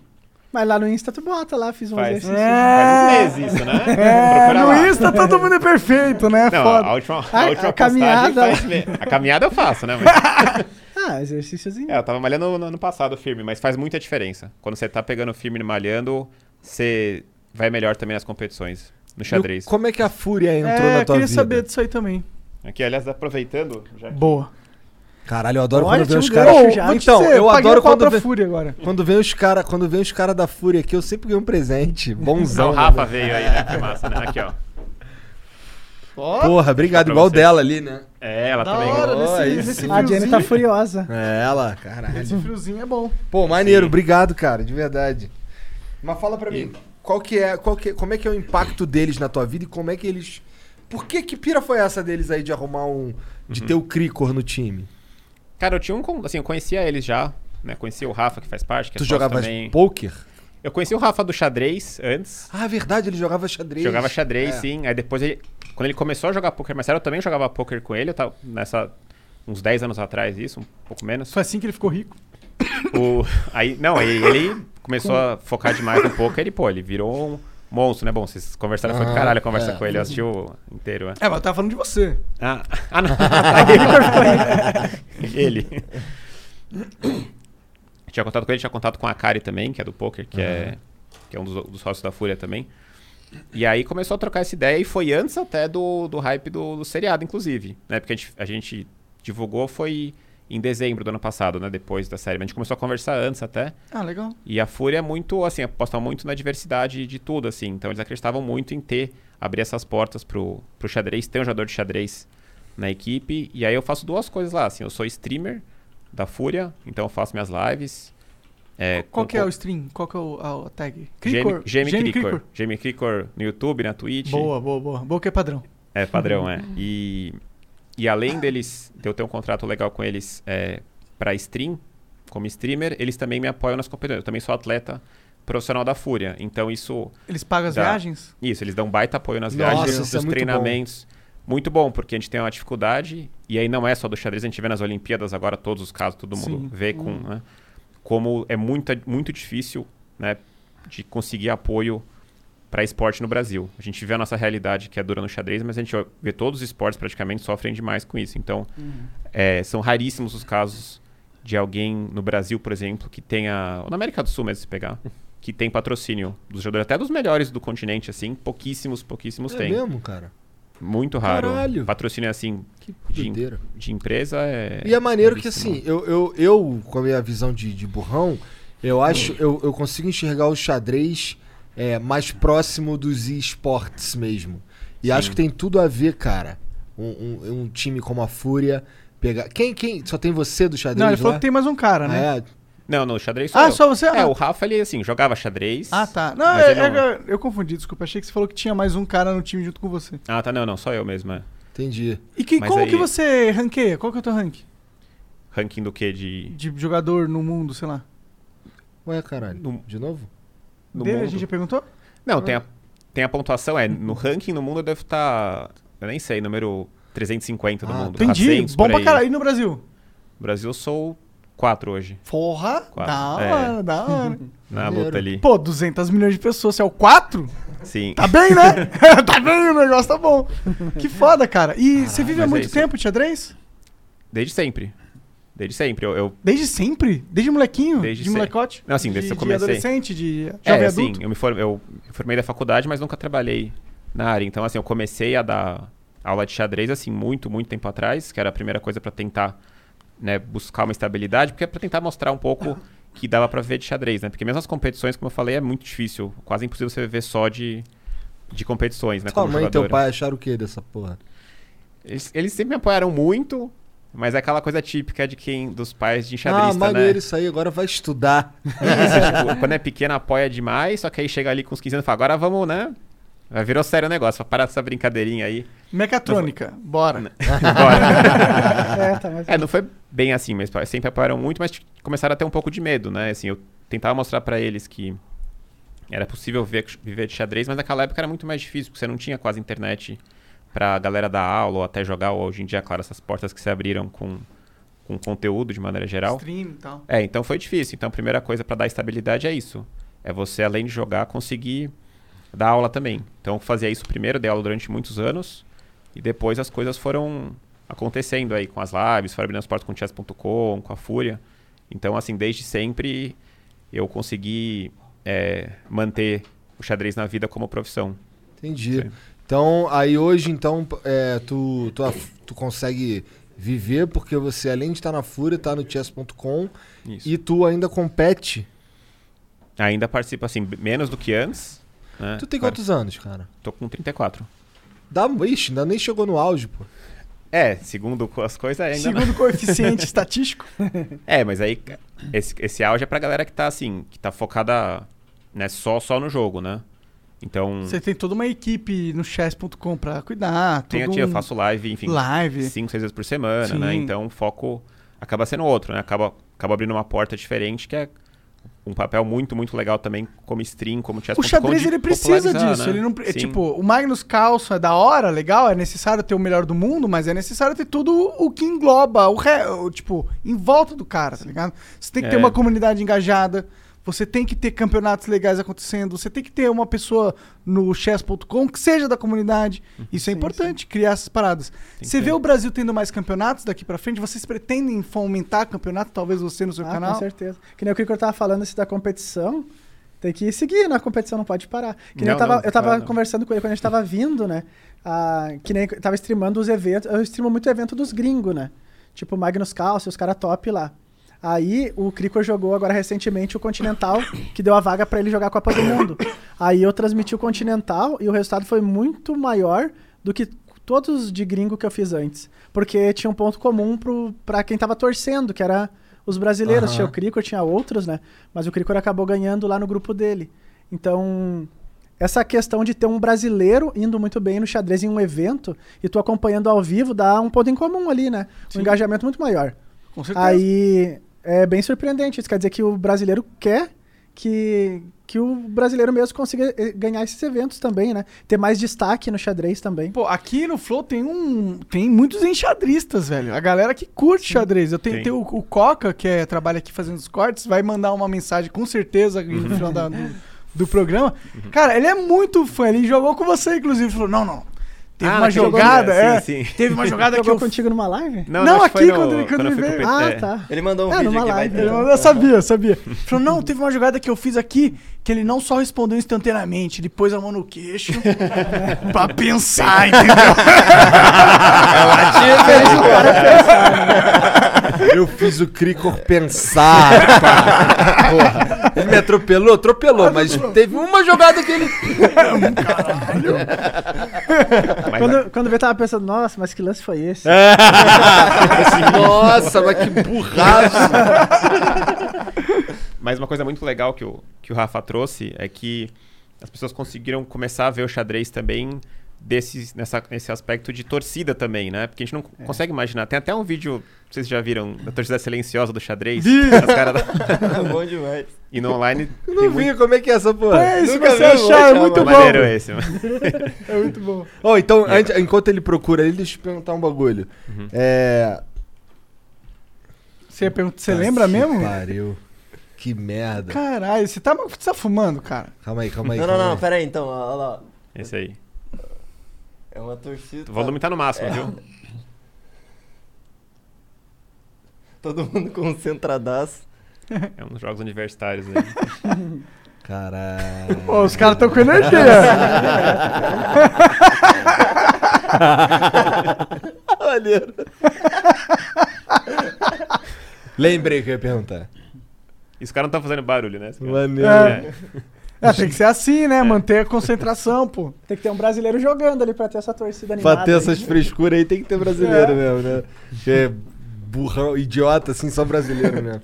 S6: Mas lá no Insta tu bota lá, fiz um
S1: Faz.
S6: exercício.
S1: Faz uns meses isso, né?
S2: É,
S1: Procura
S2: no
S1: lá.
S2: Insta todo mundo é perfeito, né?
S1: Não,
S2: Foda.
S1: a última, a
S6: A-
S1: última
S6: a
S1: postagem
S6: caminhada-
S1: faz me- A caminhada eu faço, né? Mas...
S6: Ah, exercíciozinho.
S1: É, eu tava malhando no ano passado firme, mas faz muita diferença. Quando você tá pegando firme e malhando, você vai melhor também nas competições, no xadrez.
S3: E o- Como é que a fúria entrou
S2: é,
S3: na tua
S2: queria
S3: vida?
S2: saber disso aí também.
S1: Aqui, aliás, aproveitando... Já... que-
S2: Boa.
S3: Caralho, eu adoro
S2: Olha,
S3: quando vem
S2: tinha
S3: os
S2: um
S3: caras.
S2: gancho já.
S3: Ô,
S2: Vou te
S3: Então,
S2: dizer,
S3: eu
S2: paguei
S3: adoro
S2: pau
S3: quando
S2: pra
S3: vem.
S2: Fúria agora.
S3: Quando vem os caras, quando vem os cara da Fúria aqui, eu sempre ganho um presente. Bonzão.
S1: Não, o Rafa
S3: mano.
S1: veio aí, né? Que massa, né? Aqui, ó.
S3: Porra, obrigado. Igual dela ali, né?
S1: É, ela
S2: Da
S1: também.
S2: hora,
S1: ganhou.
S2: nesse-
S3: aí
S2: nesse
S3: sim.
S2: A Jenny tá furiosa.
S3: É, ela, caralho.
S2: Esse friozinho é bom.
S3: Pô, maneiro,
S2: Sim.
S3: obrigado, cara, de verdade. Mas fala pra mim, qual que é, qual que, como é que é o impacto deles na tua vida e como é que eles... Por que que pira foi essa deles aí de arrumar um... de
S1: Uhum.
S3: ter o Cricor no time?
S1: Cara, eu tinha um. con- Assim, eu conhecia eles já, né? Conhecia o Rafa, que faz parte. Que é
S3: tu
S1: sócio
S3: jogava
S1: também.
S3: poker?
S1: Eu conheci o Rafa do xadrez antes.
S3: Ah, verdade, ele jogava xadrez.
S1: Jogava xadrez,
S3: É.
S1: sim. Aí depois ele. Quando ele começou a jogar poker mais sério, eu também jogava poker com ele. Eu tava nessa. Uns 10 anos atrás, isso, um pouco menos.
S2: Foi assim que ele ficou rico.
S1: O, aí, não, aí ele começou a focar demais no poker e, pô, ele virou um monstro, né? Bom, vocês conversaram, foi do
S2: Ah,
S1: caralho a conversa
S2: é.
S1: com ele, eu assisti o inteiro, né?
S2: É, mas eu tava falando de você.
S1: Ah, ah não. Tá ele. ele. Tinha contato com ele, tinha contato com a Kari também, que é do poker, que, é, que é um dos, dos sócios da Fúria também. E aí começou a trocar essa ideia e foi antes até do, do hype do, do seriado, inclusive. Né? Porque a gente, a gente divulgou foi em dezembro do ano passado, né? Depois da série. Mas a gente começou a conversar antes até.
S2: Ah, legal.
S1: E a Fúria é muito, assim, apostava muito na diversidade de tudo, assim. Então eles acreditavam muito em ter, abrir essas portas pro, pro xadrez, ter um jogador de xadrez na equipe. E aí eu faço duas coisas lá, assim. Eu sou streamer da Fúria, então eu faço minhas lives. é,
S2: Qual
S1: com-
S2: que é o stream? Qual que é o, a, a tag?
S1: Jamie
S2: Cricor.
S1: Jamie Cricor. Jamie Cricor no YouTube, na Twitch.
S2: Boa, boa, boa. Boa que é padrão.
S1: É padrão, é. E, e além deles, de eu ter um contrato legal com eles é, para stream, como streamer, eles também me apoiam nas competições. Eu também sou atleta profissional da Fúria. Então isso.
S2: Eles pagam
S1: Tá.
S2: as viagens?
S1: Isso, eles dão baita apoio nas
S2: Nossa,
S1: viagens,
S2: isso
S1: nos
S2: é muito bom.
S1: treinamentos. Muito bom, porque a gente tem uma dificuldade, e aí não é só do xadrez, a gente vê nas Olimpíadas agora todos os casos, todo mundo
S2: Sim.
S1: vê com.
S2: Hum.
S1: né, como é muito, muito difícil né, de conseguir apoio para esporte no Brasil. A gente vê a nossa realidade que é dura no xadrez, mas a gente vê todos os esportes praticamente sofrem demais com isso. Então,
S2: Uhum.
S1: é, são raríssimos os casos de alguém no Brasil, por exemplo, que tenha. ou Na América do Sul mesmo, se pegar. Que tem patrocínio dos jogadores, até dos melhores do continente, assim. Pouquíssimos, pouquíssimos
S3: É
S1: tem.
S3: mesmo, cara?
S1: Muito raro.
S3: Caralho.
S1: Patrocínio, assim, de, em- de empresa é.
S3: E é maneiro que
S1: raríssimo.
S3: assim, eu, eu, eu, com a minha visão de, de burrão, eu acho, eu, eu consigo enxergar o xadrez é, mais próximo dos esportes mesmo. E acho que tem tudo a ver, cara. Um, um- um time como a Fúria pegar. Quem, quem? Só tem você do xadrez?
S2: Não, ele falou
S3: lá?
S2: que tem mais um cara, né?
S3: É.
S1: Não, não, xadrez
S2: Ah,
S1: eu.
S2: só você?
S1: É,
S2: Ah.
S1: o Rafa, ele, assim, jogava xadrez.
S2: Ah, tá. Não,
S1: mas
S2: é-
S1: ele não-
S2: é- eu confundi, desculpa. Achei que você falou que tinha mais um cara no time junto com você.
S1: Ah, tá, não, não, só eu mesmo, é.
S3: Entendi.
S2: E que,
S1: Mas
S2: como
S1: aí-
S2: que você ranqueia? Qual que é o teu rank?
S1: Ranking do quê? De.
S2: De jogador no mundo, sei lá.
S3: Ué, caralho. De novo?
S1: No
S2: Dele a
S1: mundo?
S2: gente já perguntou?
S1: Não, tem a, tem a pontuação, é. No ranking no mundo eu devo estar. eu nem sei, número 350 do
S2: Ah,
S1: mundo.
S2: entendi.
S1: 400
S2: Bom
S1: por
S2: pra
S1: aí.
S2: caralho. E no Brasil?
S1: No Brasil eu sou 4 hoje.
S2: Porra!
S1: Quatro,
S2: Da
S1: é.
S2: hora, da hora.
S1: Na luta ali.
S2: Pô, 200 milhões de pessoas, você é o 4?
S1: Sim.
S2: Tá bem, né? tá bem, o negócio tá bom. Que foda, cara. E você vive há
S1: mas é
S2: muito
S1: isso.
S2: tempo, de xadrez?
S1: Desde sempre. Desde sempre. Eu, eu-
S2: Desde sempre? Desde molequinho?
S1: Desde
S2: de
S1: sempre.
S2: molecote?
S1: Não, assim,
S2: de,
S1: desde que eu
S2: de
S1: comecei.
S2: adolescente, de jovem
S1: é,
S2: adulto?
S1: assim, eu me formei, eu me formei da faculdade, mas nunca trabalhei na área. Então, assim, eu comecei a dar aula de xadrez, assim, muito, muito tempo atrás, que era a primeira coisa pra tentar, né, buscar uma estabilidade, porque é pra tentar mostrar um pouco que dava pra viver de xadrez, né? Porque mesmo as competições, como eu falei, é muito difícil, quase impossível você viver só de, de competições, né?
S3: Tua
S1: como
S3: mãe e teu
S1: jogadora.
S3: pai acharam o que dessa porra?
S1: Eles, eles sempre me apoiaram muito, mas é aquela coisa típica de quem dos pais de enxadrista,
S3: ah,
S1: né?
S3: maneiro isso aí, agora vai estudar.
S1: Isso, tipo, quando é pequeno apoia demais, só que aí chega ali com os 15 anos e fala, agora vamos, né? Aí Virou sério o negócio, fala, para essa brincadeirinha aí.
S2: Mecatrônica, bora.
S1: Bora.
S2: É, tá, mas-
S1: É, não foi bem assim, mas sempre apoiaram muito, mas começaram a ter um pouco de medo, né? Assim, eu tentava mostrar pra eles que era possível ver- viver de xadrez, mas naquela época era muito mais difícil, porque você não tinha quase internet pra galera dar aula ou até jogar. ou Hoje em dia, claro, essas portas que se abriram com, com conteúdo de maneira geral.
S2: Stream e tal.
S1: É, então foi difícil. Então a primeira coisa pra dar estabilidade é isso. É você, além de jogar, conseguir dar aula também. Então eu fazia isso primeiro, dei aula durante muitos anos. E depois as coisas foram acontecendo aí com as lives, foram abrindo as portas com o chess.com, com a Fúria. Então, assim, desde sempre eu consegui é, manter o xadrez na vida como profissão.
S3: Entendi. Então, aí hoje, então, é, tu, tu, tu consegue viver porque você, além de estar na Fúria, tá no chess.com
S1: Isso.
S3: e tu ainda compete.
S1: Ainda participo, assim, b- menos do que antes. né?
S3: Tu tem
S1: Claro.
S3: quantos anos, cara?
S1: Tô com 34.
S3: Dá, ixi, ainda nem chegou no auge, pô.
S1: É, segundo co- as coisas É, ainda
S2: Segundo
S1: não.
S2: coeficiente estatístico.
S1: É, mas aí esse, esse auge é pra galera que tá assim, que tá focada né, só, só no jogo, né? Então,
S2: Você tem toda uma equipe no chess.com pra cuidar.
S1: tem a
S2: todo
S1: tia, eu
S2: um-
S1: faço live, enfim.
S2: Live.
S1: Cinco, seis vezes por semana,
S2: Sim.
S1: né? Então o foco acaba sendo outro, né? Acaba, acaba abrindo uma porta diferente, que é um papel muito, muito legal também como stream, como chess.com.
S2: O xadrez
S1: de
S2: ele precisa
S1: É popularizar,
S2: disso.
S1: né?
S2: Ele não, pre- é
S1: Sim.
S2: tipo, o Magnus Carlsen é da hora, legal, é necessário ter o melhor do mundo, mas é necessário ter tudo o que engloba, o, re- o, tipo, em volta do cara, tá ligado? Você tem que ter
S1: É.
S2: uma comunidade engajada, você tem que ter campeonatos legais acontecendo, você tem que ter uma pessoa no chess.com que seja da comunidade.
S1: Uhum.
S2: Isso é importante, criar essas paradas. você vê o Brasil tendo mais campeonatos daqui pra frente, vocês pretendem fomentar campeonato, talvez você no seu
S6: Ah,
S2: canal?
S6: Com certeza. Que nem o que eu tava falando esse da competição. Tem que seguir, na competição não pode parar. Que nem
S2: Não,
S6: eu tava,
S2: não,
S6: eu tava
S2: claro, não.
S6: conversando com ele quando a gente tava vindo, né? Ah, que nem eu tava streamando os eventos. Eu streamo muito evento dos gringos, né? Tipo Magnus Calcio, os caras top lá. Aí o Crico jogou agora recentemente o Continental, que deu a vaga pra ele jogar a Copa do Mundo. Aí eu transmiti o Continental e o resultado foi muito maior do que todos de gringo que eu fiz antes. Porque tinha um ponto comum pro, pra quem tava torcendo, que era os brasileiros.
S16: Aham.
S6: Tinha o Cricor, tinha outros, né? Mas o Cricor acabou ganhando lá no grupo dele. Então, essa questão de ter um brasileiro indo muito bem no xadrez em um evento e tu acompanhando ao vivo dá um ponto em comum ali, né? Um engajamento muito maior.
S2: Com certeza.
S6: Aí é bem surpreendente. Isso quer dizer que o brasileiro quer que, que o brasileiro mesmo consiga eh, ganhar esses eventos também, né? Ter mais destaque no xadrez também.
S2: Pô, aqui no Flow tem um. Tem muitos enxadristas, velho. A galera que curte xadrez. Eu tenho,
S6: Tem.
S2: tem o, o Coca, que é, trabalha aqui fazendo os cortes, vai mandar uma mensagem com certeza no final da- do, do programa. Cara, ele é muito fã, ele jogou com você, inclusive. Falou: não, não. Teve
S1: Ah,
S2: uma
S1: naquele
S2: jogada,
S1: lugar,
S2: é.
S1: sim, sim.
S2: Teve uma jogada que
S6: Jogou
S2: eu.
S6: contigo numa live?
S2: Não, Não, acho que foi aqui no- quando ele- quando quando eu ele fui veio. pro
S6: Ah,
S2: PT.
S6: tá.
S2: Ele mandou um
S6: Ah,
S2: vídeo
S6: numa
S2: aqui, vai
S6: live.
S2: ter. Eu- eu sabia, sabia. Falou, não, teve uma jogada que eu fiz aqui que ele não só respondeu instantaneamente, ele pôs a mão no queixo pra pensar, entendeu? É
S1: Ah,
S3: fez o cara Eu fiz o Cricor pensar, pá. Porra. Ele me atropelou, atropelou, mas teve uma jogada que ele.
S1: Mas- é.
S6: quando, quando eu tava pensando, nossa, mas que lance foi esse?
S2: É.
S3: Nossa, mas que burraço!
S1: Mas uma coisa muito legal que o, que o Rafa trouxe é que as pessoas conseguiram começar a ver o xadrez também desses, nessa, nesse aspecto de torcida também, né? Porque a gente não
S3: É.
S1: consegue imaginar. Tem até um vídeo, vocês já viram, da torcida silenciosa do xadrez.
S3: Vi!
S1: As cara da-
S3: Bom demais.
S1: E no online...
S3: Eu
S1: tem
S3: não vi,
S1: muito-
S3: como é que é essa porra?
S1: Põe aí, se Nunca você vi, eu vou achar, achar, é muito mano. bom. Maneiro esse, mano.
S2: É muito bom.
S3: Ó, então, antes- enquanto ele procura ele, deixa eu te perguntar um bagulho. É.
S2: Você, ia perguntar, você lembra
S3: que
S2: mesmo?
S3: Pariu. Que merda.
S2: Caralho, você tá, você tá fumando, cara?
S3: Calma aí, calma aí.
S4: Não, não,
S3: calma
S4: não,
S3: aí.
S4: pera aí então, ó, olha lá.
S1: Esse aí.
S4: É uma torcida.
S1: O volume tá no
S3: É.
S1: máximo, viu?
S4: Todo mundo concentradaço.
S1: É uns jogos universitários aí.
S3: Caralho.
S2: Pô, os caras tão com
S3: energia. Maneiro. Lembrei que eu ia perguntar.
S1: E os caras não estão fazendo barulho, né?
S3: Maneiro.
S2: É. É, tem que ser assim, né? Manter a concentração, pô.
S6: Tem que ter um brasileiro jogando ali pra ter essa torcida animada.
S3: Pra ter essas
S6: aí.
S3: frescuras aí tem que ter brasileiro
S6: É.
S3: mesmo, né? Que é burrão, idiota, assim, só brasileiro mesmo.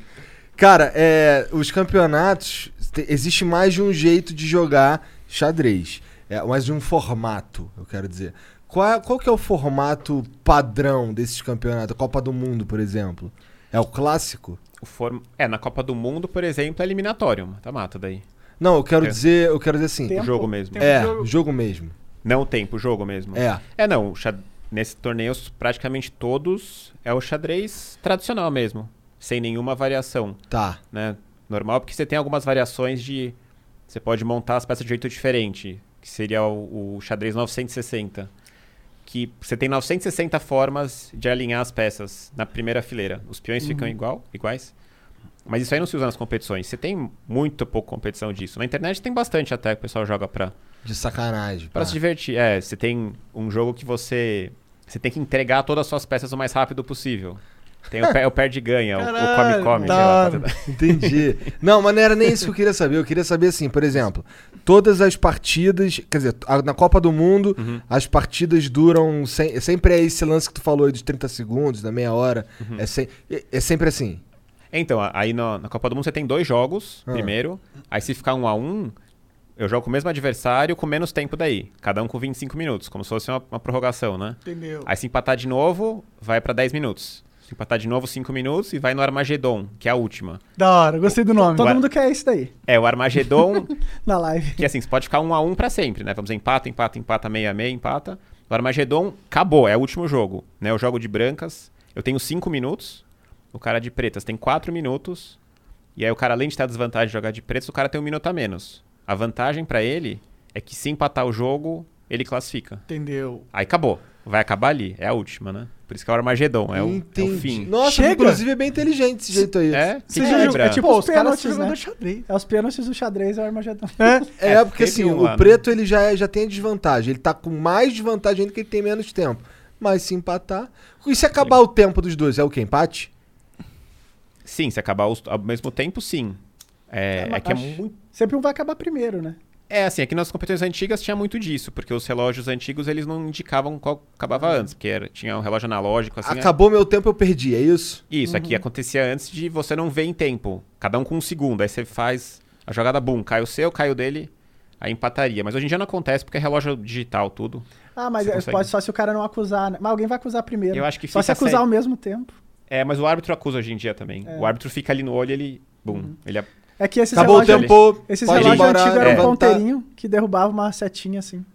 S3: Cara, é, os campeonatos, te- existe mais de um jeito de jogar xadrez. É, mais de um formato, eu quero dizer. Qual, é- qual que é o formato padrão desses campeonatos? Copa do Mundo, por exemplo. É o clássico?
S1: O form... É, na Copa do Mundo, por exemplo, é eliminatório. Mata-mata daí.
S3: Não, eu quero
S1: É.
S3: dizer, eu quero dizer assim.
S1: Tempo. O jogo mesmo. um Tempo
S3: É,
S1: de
S3: jogo.
S1: jogo.
S3: jogo mesmo.
S1: Não o tempo, o jogo mesmo.
S3: É.
S1: É, não. o xa- Nesse torneio, praticamente todos é o xadrez tradicional mesmo. Sem nenhuma variação.
S3: Tá.
S1: Né? Normal, porque você tem algumas variações de... Você pode montar as peças de jeito diferente. Que seria o, o xadrez 960. Que você tem 960 formas de alinhar as peças na primeira fileira. Os peões ficam
S17: Uhum.
S1: igual, iguais. Mas isso aí não se usa nas competições. Você tem muito pouco competição disso. Na internet tem bastante até que o pessoal joga pra
S3: De sacanagem. tá.
S1: Pra se divertir. É, você tem um jogo que você. Você tem que entregar todas as suas peças o mais rápido possível. Tem o pé, o pé de ganha, o- o
S3: Caralho,
S1: come-come.
S3: da
S1: sei lá,
S3: hora.
S1: tá-
S3: Entendi. Não, mas não era nem isso que eu queria saber. Eu queria saber, assim, por exemplo, todas as partidas. Quer dizer, a- na Copa do Mundo,
S1: Uhum.
S3: as partidas duram. sem- sempre é esse lance que tu falou aí dos 30 segundos, da meia hora.
S1: Uhum.
S3: É, sem- é- é sempre assim.
S1: Então, a- aí na, na Copa do Mundo você tem dois jogos,
S3: Ah.
S1: primeiro. Aí se ficar um a um, eu jogo com o mesmo adversário com menos tempo daí. Cada um com 25 minutos, como se fosse uma, uma prorrogação, né?
S2: Entendeu.
S1: Aí se empatar de novo, vai pra 10 minutos. Se empatar de novo, 5 minutos e vai no Armagedon, que é a última.
S2: Da hora, gostei do nome.
S1: Todo Agora- mundo
S6: quer esse daí.
S1: É, o Armagedon,
S6: Na live.
S1: que assim, você pode ficar um a um pra sempre, né? Vamos dizer, empata, empata, empata, meia, meia, empata. O Armagedon acabou, é o último jogo, né? Eu jogo de brancas, eu tenho 5 minutos, o cara de pretas tem 4 minutos, e aí o cara, além de ter a desvantagem de jogar de pretas, o cara tem um minuto a menos. A vantagem pra ele é que se empatar o jogo, ele classifica.
S2: Entendeu.
S1: Aí acabou, vai acabar ali, é a última, né? Por isso que é o Armagedon, é o, é o
S3: Entendi.
S1: fim.
S3: Nossa,
S2: Chega.
S3: inclusive é bem inteligente esse jeito aí.
S1: É?
S2: Você já jogou- é tipo
S6: Pô,
S2: os pênaltis,
S6: né?
S2: né? xadrez.
S6: É os pênaltis do xadrez, é o Armagedon.
S3: É,
S6: É,
S3: porque assim,
S6: teve um
S3: o
S6: lá, né?
S3: preto ele já, é- já tem a desvantagem. Ele tá com mais desvantagem ainda que ele tem menos tempo. Mas se empatar. E se acabar o tempo dos dois? É o quê? Empate?
S1: Sim, se acabar os- ao mesmo tempo, sim. É, é que é muito
S6: Sempre um vai acabar primeiro, né?
S1: É, assim, aqui nas competições antigas tinha muito disso, porque os relógios antigos eles não indicavam qual acabava antes, porque era- tinha um relógio analógico, assim.
S3: Acabou meu tempo, eu perdi, é isso?
S1: é- Isso,
S6: Uhum.
S1: aqui acontecia antes de você não ver em tempo. Cada um com um segundo. Aí você faz a jogada, bum, cai o seu, cai o dele, aí empataria. Mas hoje em dia não acontece porque é relógio digital, tudo.
S6: Ah, mas
S1: Você
S6: é-
S1: consegue.
S6: pode só se o cara não acusar, né? Mas alguém vai acusar primeiro.
S1: Eu acho que
S6: Só
S1: fica
S6: se acusar
S1: sério.
S6: ao mesmo tempo.
S1: É, mas o árbitro acusa hoje em dia também.
S6: É.
S1: O árbitro fica ali no olho, ele. Bum. Ele a-
S6: É que esses
S1: Acabou o
S6: relógios,
S1: tempo,
S6: esses
S1: pode ir
S6: relógios
S1: embora,
S6: antigos eram
S1: é.
S6: um ponteirinho que derrubava uma setinha assim.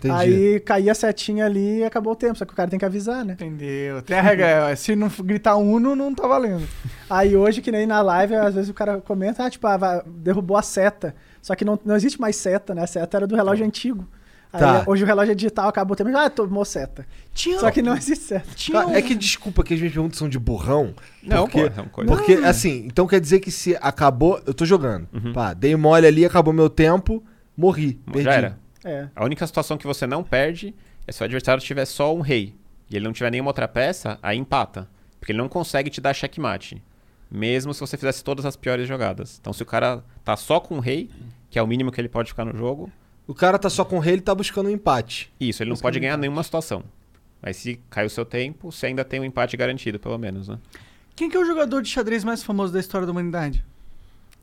S3: Entendi.
S6: Aí caía a setinha ali e acabou o tempo. Só que o cara tem que avisar, né?
S2: Entendeu. Tem a regra, é, se não gritar uno, não tá valendo.
S6: Aí hoje, que nem na live, às vezes o cara comenta, ah, tipo, ah, va- derrubou a seta. Só que não, não existe mais seta, né? A seta era do relógio antigo. Aí,
S3: Tá.
S6: Hoje o relógio é digital acabou também. Ah, tomou seta. Só que não existe seta.
S3: Tá, É que desculpa que as minhas perguntas são de burrão.
S6: um Não,
S3: porque,
S6: pô, é uma coisa-
S3: Porque,
S6: Não. Uhum.
S3: assim, então quer dizer que se acabou. Eu tô jogando. Pá, dei mole ali, acabou meu tempo, morri. Perdi.
S1: Já era.
S6: É.
S1: A única situação que você não perde é se o adversário tiver só um rei e ele não tiver nenhuma outra peça, aí empata. Porque ele não consegue te dar checkmate. Mesmo se você fizesse todas as piores jogadas. Então, se o cara tá só com um rei, que é o mínimo que ele pode ficar no jogo.
S3: O cara tá só com o rei, ele tá buscando um empate.
S1: Isso, ele não pode ganhar nenhuma situação. Mas se cai o seu tempo, você ainda tem um empate garantido, pelo menos, né?
S2: Quem que é o jogador de xadrez mais famoso da história da humanidade?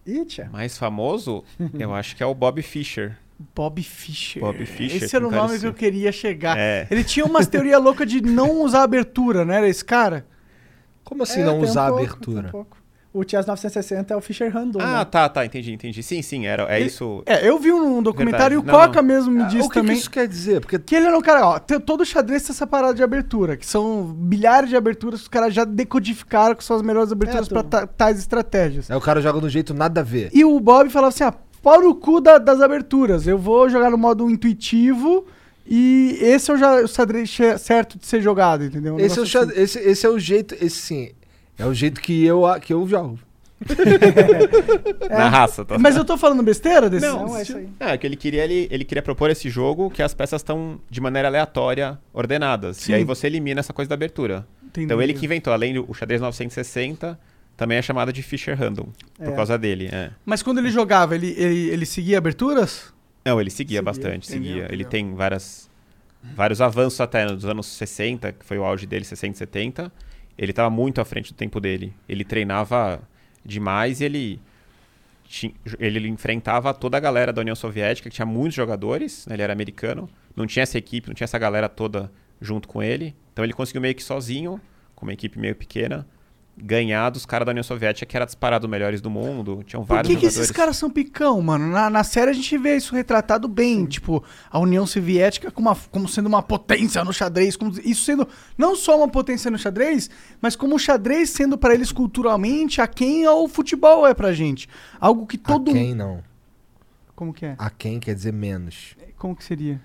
S6: Itia.
S1: Mais famoso, eu acho que é o Bob Fischer.
S2: Bob Fischer.
S1: Bob Fischer.
S2: Esse era o
S1: com cara
S2: nome que eu
S1: assim.
S2: queria chegar.
S1: É.
S2: Ele tinha umas teorias loucas de não usar abertura, né? Era esse cara?
S3: Como assim
S6: É, tem um pouco, tem um pouco. O Chess 960 é o Fischer Random.
S1: Ah, tá, tá, entendi, entendi. Sim, sim, era, é isso.
S2: É, eu vi um documentário e o
S1: Verdade. Não,
S2: Coca
S1: não.
S2: mesmo me
S1: Ah,
S2: disse
S1: o que que
S2: também.
S1: isso
S3: quer dizer? Porque...
S2: Que ele era um cara, ó, tem- todo xadrez tem essa parada de abertura, que são milhares de aberturas que os caras já decodificaram que são as melhores aberturas pra ta- tais estratégias.
S3: Aí é, o cara joga do jeito nada a ver.
S2: E o Bob falava assim: ah, pau no cu da- das aberturas. Eu vou jogar no modo intuitivo e esse é o ja- o xadrez che- certo de ser jogado, entendeu? Um
S3: Esse é, o
S2: negócio
S3: xa- esse, esse é o jeito. Esse sim. É o jeito que eu, a- que eu jogo.
S2: assim.
S1: Na
S2: É.
S1: raça, tá?
S2: Mas eu tô falando besteira desse?
S6: Então,
S1: Não, é Ah, é que ele queria, ele, ele queria propor esse jogo que as peças estão de maneira aleatória ordenadas.
S2: Sim.
S1: E aí você elimina essa coisa da abertura.
S2: Entendi.
S1: Então ele que inventou, além do o xadrez 960, também é chamado de Fischer Random, por
S2: É.
S1: causa dele. é.
S2: Mas quando ele jogava, ele, ele, ele seguia aberturas?
S1: Não, ele seguia, bastante,
S2: Entendeu,
S1: seguia. Ele
S2: entendeu.
S1: tem várias, vários avanços até nos anos 60, que foi o auge dele, 60, 70. Ele estava muito à frente do tempo dele. Ele treinava demais e ele, ti- ele enfrentava toda a galera da União Soviética, que tinha muitos jogadores, né? ele era americano, não tinha essa equipe, não tinha essa galera toda junto com ele. Então ele conseguiu meio que sozinho, com uma equipe meio pequena, ganhar dos caras da União Soviética, que era disparado os melhores do mundo. Tinham
S2: Por
S1: vários
S2: que, que
S1: jogadores.
S2: esses caras são picão, mano? Na, na série a gente vê isso retratado bem. Tipo, a União Soviética como, uma- como sendo uma potência no xadrez. como isso sendo não só uma potência no xadrez, mas como o xadrez sendo pra eles culturalmente a quem o futebol é pra gente. Algo que todo
S3: Quem
S2: mundo.
S3: não?
S2: Como que é?
S3: A quem quer dizer menos.
S2: Como que seria?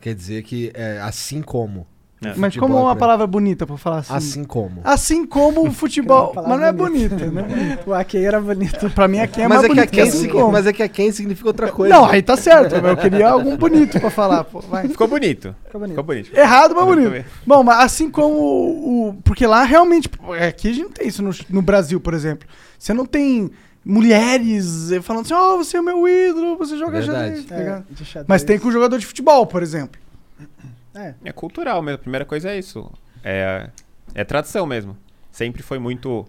S3: Quer dizer que é assim como.
S1: É.
S2: Mas
S3: Futebol
S2: como
S3: é
S2: uma
S3: pra-
S2: palavra bonita pra falar assim?
S3: Assim como.
S2: Assim como o futebol.
S6: Que não é uma
S2: mas não é
S6: palavra
S2: bonita, né? O Akei era bonito. Pra mim, Akei é
S3: mas,
S2: mais
S3: é que a
S2: bonito.
S3: Ken
S2: assim
S3: signi-
S2: como.
S3: mas é que a Ken significa outra coisa.
S2: Não, aí tá certo. mas eu queria algum bonito pra falar. Pô, vai.
S1: Ficou bonito.
S2: Ficou bonito.
S1: Ficou bonito.
S2: Errado, mas
S1: Ficou
S2: bonito. Bom, mas assim como o. o- Porque lá realmente. pô, Aqui a gente não tem isso no, no Brasil, por exemplo. Você não tem mulheres eh, falando assim, ó, você é o meu ídolo, você joga
S3: Verdade.
S2: xadrez, tá
S6: É,
S2: ligado?
S6: de xadrez.
S2: Mas tem com o jogador de futebol, por exemplo.
S1: É cultural mesmo. A primeira coisa é isso. É, é tradição mesmo. Sempre foi muito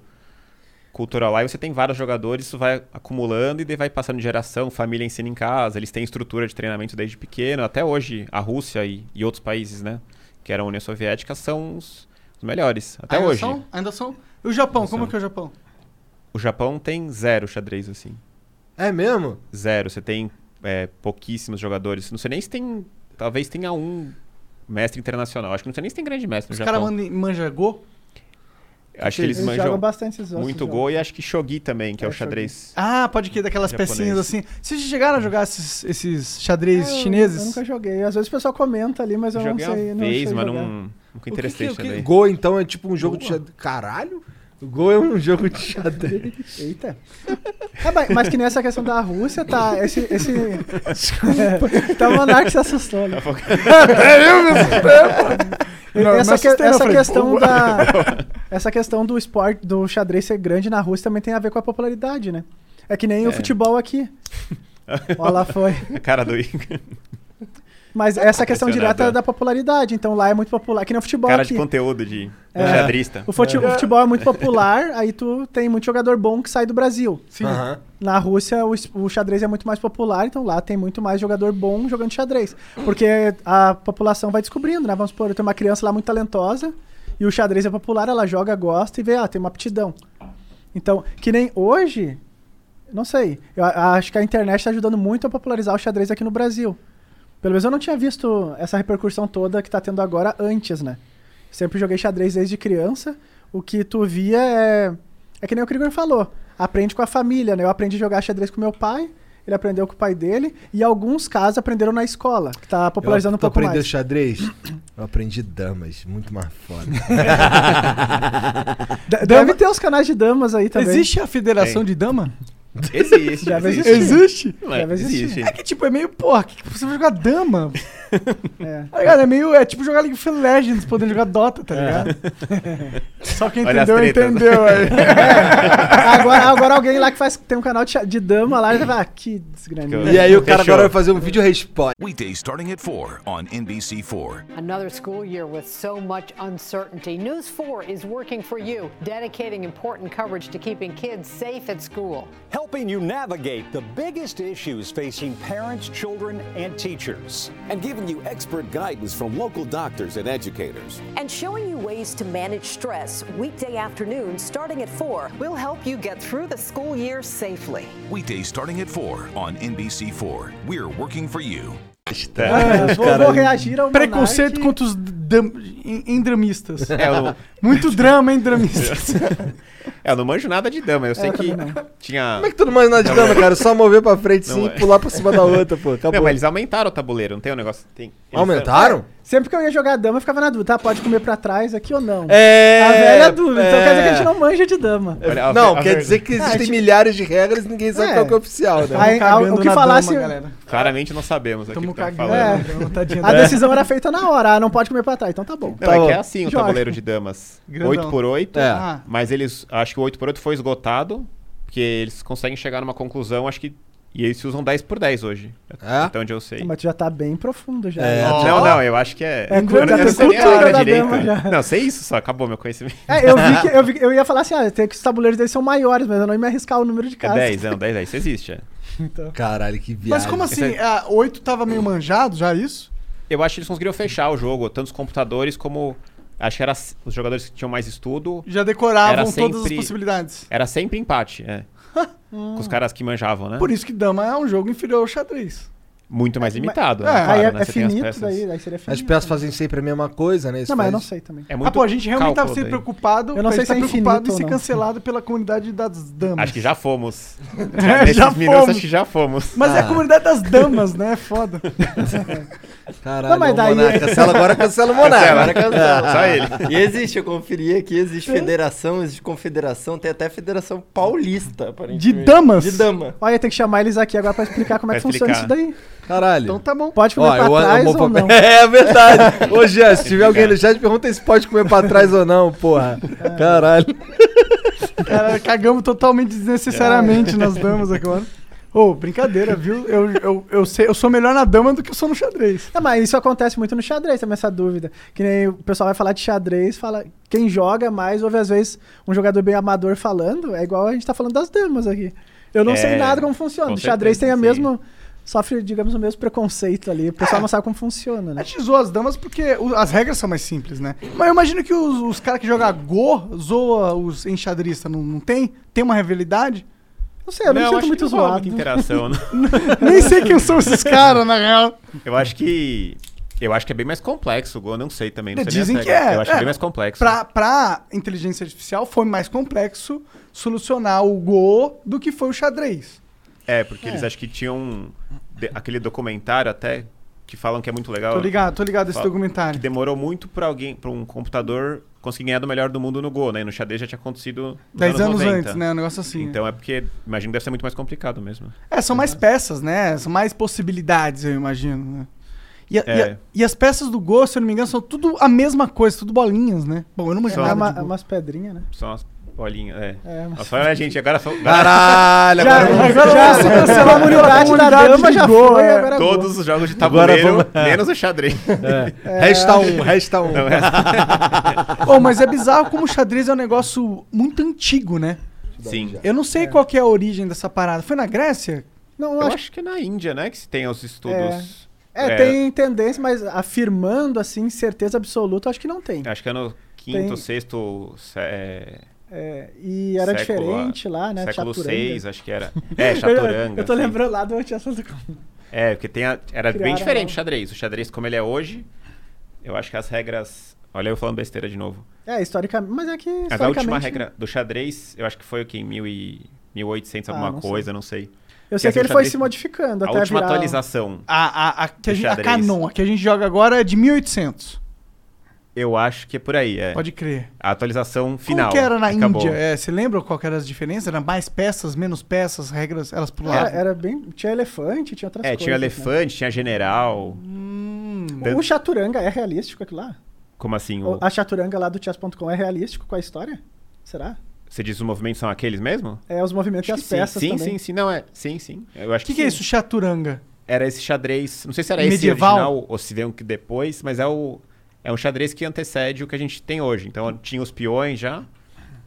S1: cultural lá. E você tem vários jogadores, isso vai acumulando e daí vai passando de geração. Família ensina em casa, eles têm estrutura de treinamento desde pequeno. Até hoje, a Rússia e, e outros países, né? Que eram a União Soviética, são os, os melhores. Até
S2: Ainda
S1: hoje.
S2: Ah, São? Ainda são? E o Japão? como é que é o Japão?
S1: O Japão tem zero xadrez, assim.
S3: É mesmo?
S1: Zero. Você tem é, pouquíssimos jogadores. Não sei nem se tem. Talvez tenha um mestre internacional. Acho que não sei nem se tem grande mestre
S2: Os
S1: no
S2: caras
S1: Japão.
S2: mandam- manja gol?
S1: Acho que eles,
S6: Eles
S1: manjam
S6: jogam bastante esses outros
S1: muito
S6: jogos.
S1: gol e acho que shogi também, que é, o xadrez.
S2: Ah, pode que daquelas
S1: Japonês.
S2: pecinhas assim. Vocês chegaram a jogar esses, esses xadrez
S6: É, Eu-
S2: chineses?
S6: Eu nunca joguei. Às vezes o pessoal comenta ali, mas eu não
S1: Joguei uma
S6: sei. não
S1: vez,
S6: sei
S1: mas
S6: jogar.
S1: não, nunca
S3: O que
S1: interessei
S3: que- o que-
S1: também.
S3: Go, então, é tipo um jogo de xadrez. Caralho? Go é um jogo de xadrez.
S6: Eita. Ah, mas, mas que nem essa questão da Rússia, tá? Esse. esse é, tá o Monark se assustou. Né?
S1: É,
S2: Até eu me
S6: E-
S2: Não, me
S6: essa, que-
S2: assustei, não,
S6: essa
S2: falei,
S6: questão
S2: "Pô".
S6: da essa questão do esporte do xadrez ser grande na Rússia também tem a ver com a popularidade, né? É que nem o
S1: É.
S6: futebol aqui. Ó, lá foi.
S1: A cara do Igor.
S6: Mas essa questão
S1: Impressionado,
S6: direta
S1: é.
S6: da popularidade, então lá é muito popular, que nem o futebol
S1: Cara
S6: aqui.
S1: de conteúdo de
S6: É.
S1: xadrista.
S6: O, fute- o futebol é muito popular, aí tu tem muito jogador bom que sai do Brasil.
S3: Sim. Aham.
S6: Na Rússia, o, es- o xadrez é muito mais popular, então lá tem muito mais jogador bom jogando xadrez. Porque a população vai descobrindo, né? Vamos supor, tem uma criança lá muito talentosa e o xadrez é popular, ela joga, gosta e vê, ah, tem uma aptidão. Então, que nem hoje, não sei, eu a- acho que a internet está ajudando muito a popularizar o xadrez aqui no Brasil. Pelo menos eu não tinha visto essa repercussão toda que tá tendo agora antes, né? Sempre joguei xadrez desde criança. O que tu via é. É que nem o Krieger falou. Aprende com a família, né? Eu aprendi a jogar xadrez com meu pai, ele aprendeu com o pai dele, e alguns casos aprenderam na escola, que tá popularizando
S3: eu,
S6: um pouco
S3: Tu aprendeu
S6: mais.
S3: xadrez? Eu aprendi damas, muito mais foda.
S6: De- Deve ter os canais de damas aí também.
S2: Existe a Federação
S3: Tem.
S2: de Dama?
S1: Existe.
S6: Deve
S1: existe.
S2: Existe?
S1: Ué,
S6: Deve existir.
S1: existe.
S2: É que tipo, é meio, porra, que que você vai jogar dama?
S6: É.
S2: Tá ligado? É meio, é tipo jogar League of Legends, poder jogar Dota, tá ligado? Só quem
S1: É. Olha as
S2: entendeu,
S1: tretas.
S2: entendeu. é. aí.
S6: Agora, agora alguém lá que faz, tem um canal de, xa- de dama lá, ele vai, ah, que desgraninha.
S3: e aí o cara
S11: Fechou.
S3: agora vai fazer um vídeo resposta.
S11: Weekdays starting at 4 on NBC4.
S12: Another school year with so much uncertainty. News 4 is working for you, dedicating important coverage to keeping kids safe at school.
S13: helping you navigate the biggest issues facing parents, children, and teachers.
S14: And giving you expert guidance from local doctors and educators.
S15: and showing you ways to manage stress weekday afternoons starting at 4. We'll help you get through the school year safely.
S11: Weekdays starting at 4 on NBC4. We're working for you.
S2: Ah,
S6: Os caras- vou reagir ao
S2: Preconceito
S6: Monark.
S2: contra os dam- en- endramistas.
S1: É, eu-
S2: Muito drama, hein, dramistas.
S1: É, eu não manjo nada de dama,
S6: É,
S1: eu sei que tinha.
S6: tá
S3: Como é que tu não manja nada de dama, cara? É Só mover pra frente sim
S1: Não
S3: e
S1: é.
S3: pular pra cima da outra, pô.
S1: Não,
S3: Acabou.
S1: mas eles aumentaram o tabuleiro, não tem um negócio. Tem, eles-
S3: Aumentaram?
S6: Sempre que eu ia jogar dama, eu ficava na dúvida, tá? Pode comer pra trás aqui ou não?
S3: É,
S6: A velha dúvida. Então
S3: é.
S6: quer dizer que a gente não manja de dama.
S1: Olha, É, a
S3: Não,
S1: ver- a
S3: quer
S1: ver-
S3: dizer que
S6: Ah,
S3: existem
S6: tipo-
S3: milhares de regras e ninguém sabe
S6: É.
S3: qual que é o oficial, né?
S6: Aí, a- o que falasse.
S1: Claramente não sabemos aqui o
S2: Tamo
S1: que tá
S2: cagando.
S1: falando.
S2: É, tadinha
S6: a
S2: dela.
S6: decisão era feita na hora. Ah, não pode comer pra trás. Então tá bom.
S1: Não, é que é assim o
S6: Joga.
S1: tabuleiro de damas.
S2: Grandão.
S1: 8x8,
S3: É.
S2: Ah.
S1: mas eles. Acho que o 8x8 foi esgotado, porque eles conseguem chegar numa conclusão, acho que. E eles usam 10 por 10 hoje.
S3: É?
S1: Até onde eu sei.
S6: Mas tu já tá bem profundo já.
S3: É.
S6: Ó.
S1: Não, não, eu acho que é.
S6: É
S1: eu
S6: cultura-
S1: não- eu não sei nem a
S6: cultura
S1: hora
S6: da
S1: direito.
S6: dama já.
S1: Não, sei isso só, acabou meu conhecimento.
S6: É, eu vi que eu, vi- eu ia falar assim, ah, tem que os tabuleiros deles são maiores, mas eu não ia me arriscar o número de
S1: É
S6: casas.
S1: 10, não, 10, 10, isso existe. é.
S3: Caralho, que viagem.
S2: Mas como
S6: é
S2: assim? A 8 tava meio manjado já é isso?
S1: Eu acho que eles conseguiram fechar o jogo, tanto os computadores como. Acho que era s- os jogadores que tinham mais estudo.
S2: Já decoravam
S1: Era sempre-
S2: todas as possibilidades.
S1: Era sempre empate, é. Com os caras que manjavam, né?
S2: Por isso que dama é um jogo inferior ao xadrez.
S1: Muito mais limitado.
S3: É,
S1: né?
S3: aí é-
S1: né?
S3: é
S1: Você tem as
S3: finito
S1: peças-
S6: daí, daí seria
S3: As
S6: finito.
S3: peças fazem sempre a mesma coisa, né? Isso
S6: Não, mas eu
S3: faz-
S6: não sei também.
S1: É muito
S2: ah, pô, a gente realmente tá
S1: cálculo
S2: sendo
S1: daí.
S2: preocupado.
S6: Eu não
S2: a
S6: sei
S2: gente tá
S6: se é
S2: preocupado
S6: infinito
S2: em
S6: ou
S2: ser
S6: não.
S2: cancelado pela comunidade das damas.
S1: Acho que já fomos.
S2: É,
S1: Nesses
S2: já
S1: minutos,
S2: fomos.
S1: acho que já fomos.
S2: Mas é a
S1: Ah.
S2: comunidade das damas, né? É Foda.
S3: Caralho, o Monark, cancela agora, cancela o Monark.
S4: Cancela, cancela.
S3: Só ele.
S4: E existe, eu conferi aqui, existe federação, existe confederação, tem até federação paulista,
S6: De
S4: aparentemente.
S6: damas?
S4: De dama.
S6: Olha, tem que chamar eles aqui agora pra explicar como é que
S4: Pra
S6: funciona isso
S4: explicar.
S6: daí.
S3: Caralho.
S6: Então tá bom. Pode comer
S3: Ó,
S6: pra
S3: eu- eu
S6: trás
S3: vou
S6: ou
S3: pra-
S6: não.
S3: É verdade. Ô, Jean, se tiver alguém no chat, pergunta se pode comer pra trás ou não, porra. Caralho.
S2: Cara, cagamos totalmente
S1: É.
S2: desnecessariamente nas damas agora. Ô, brincadeira, viu? Eu, eu, eu, sei, eu sou melhor na dama do que eu sou no xadrez.
S6: Não, mas isso acontece muito no xadrez, também essa dúvida. Que nem o pessoal vai falar de xadrez, fala quem joga mais, ouve às vezes um jogador bem amador falando, é igual a gente tá falando das damas aqui. Eu não
S2: É,
S6: sei nada como funciona.
S2: com
S6: O xadrez tem
S2: certeza,
S6: a mesma. Sofre, digamos, o mesmo preconceito ali. O pessoal não sabe como funciona, né?
S2: A gente zoa as damas porque o- as regras são mais simples, né? Mas eu imagino que os, os caras que jogam Go zoa os enxadristas, não, não tem? Tem uma rivalidade?
S6: Não sei, eu não,
S1: Não,
S6: me
S1: acho
S6: sinto muito
S1: que não rola
S6: zoado.
S1: muita interação, né?
S2: Nem sei quem são esses caras, na real.
S1: Eu acho que. Eu acho que é bem mais complexo o Go, eu não sei também. Não sei nem
S2: Dizem
S1: as
S2: que
S1: regras.
S2: é.
S1: Eu acho que
S2: é.
S1: é bem mais complexo.
S2: Pra, pra inteligência artificial, foi mais complexo solucionar o Go do que foi o xadrez.
S1: É, porque
S2: É.
S1: eles acham que tinham de- aquele documentário até que falam que é muito legal.
S2: Tô ligado, tô ligado esse
S1: Fala-
S2: documentário.
S1: Que demorou muito pra alguém, para um computador conseguir ganhar do melhor do mundo no Go, né? E no xadrez já tinha acontecido nos
S2: Dez anos
S1: 90.
S2: antes, né? Um negócio assim, né?
S1: Então é porque imagino que deve ser muito mais complicado mesmo.
S2: É, são
S6: Uhum.
S2: mais peças, né? São mais possibilidades, eu imagino. né? E, a- e a-
S1: É.
S2: e as peças do Go, se eu não me engano, são tudo a mesma coisa, tudo bolinhas, né? Bom, eu não manjo
S1: São-
S2: nada
S1: É
S2: de
S1: uma-
S2: Go.
S6: É umas pedrinhas, né?
S1: São as bolinhas, é.
S6: É, mas-
S1: Nossa, olha, gente, agora são...
S3: Caralho,
S2: É,
S6: Já- agora vamos- agora já se cancelou a unidade da dama, já foi, agora
S1: É, Todos
S6: Go.
S1: os jogos de
S3: Agora
S1: tabuleiro,
S3: vamos- é.
S1: menos o xadrez.
S3: É. Resta um, resta um.
S1: Não, é. resta-
S2: Pô, mas é bizarro como o xadrez é um negócio muito antigo, né?
S1: Sim.
S2: Eu não sei qual que é a origem dessa parada. Foi na Grécia?
S6: Não,
S1: Eu acho que é na Índia, né, que se tem os estudos.
S6: É, tem tendência, mas afirmando assim, certeza absoluta, acho que não tem.
S1: Acho que é no quinto,
S6: Tem-
S1: sexto. se- é,
S6: É, e era
S1: século,
S6: diferente lá, né?
S1: Século
S6: Chaturanga.
S1: VI, acho que era. É, Chaturanga.
S6: Eu tô
S1: sim.
S6: lembrando lá do anti-assunto.
S1: É, porque tem a- era
S6: Criaram
S1: bem diferente
S6: lá.
S1: o xadrez. O xadrez, como ele é hoje, eu acho que as regras. Olha, eu falando besteira de novo.
S6: É, historicamente. Mas é que.
S1: Mas a última
S6: historicamente-
S2: né?
S1: regra do xadrez, eu acho que foi o quê? Em mil e- 1800,
S6: Ah,
S1: alguma
S6: não sei.
S1: coisa, não sei.
S6: Eu sei
S1: assim,
S6: que
S1: o
S6: ele foi
S1: xadrez-
S6: se modificando
S1: A
S6: até
S1: última
S6: virar-
S1: atualização.
S2: A, a, a, que a,
S1: Do
S2: gente, a
S1: xadrez.
S2: Canon, a que a gente joga agora é de 1800.
S1: Eu acho que é por aí, é.
S2: Pode crer.
S1: A atualização final.
S2: Como que era na
S1: acabou.
S2: Índia? É, você lembra qual que era as diferenças? Era mais peças, menos peças, regras, elas
S6: Era,
S2: pulavam.
S6: era bem. Tinha elefante, tinha outras
S1: É,
S6: coisas.
S1: tinha
S6: né?
S1: elefante, tinha general.
S6: O Chaturanga é realístico aquilo lá?
S1: Como assim?
S6: O-
S1: O...
S6: A Chaturanga lá do chess.com é realístico com a história? Será?
S1: Você diz os movimentos são aqueles mesmo?
S6: É, os movimentos e as
S1: sim,
S6: peças
S1: sim,
S6: também.
S1: sim, sim, não é. Sim, sim. Eu acho
S2: O que, que é
S1: sim.
S2: isso, chaturanga?
S1: Era esse xadrez, não sei se era
S2: Medieval?
S1: esse original ou se veio um que depois, mas é o é um xadrez que antecede o que a gente tem hoje. Então tinha os peões já,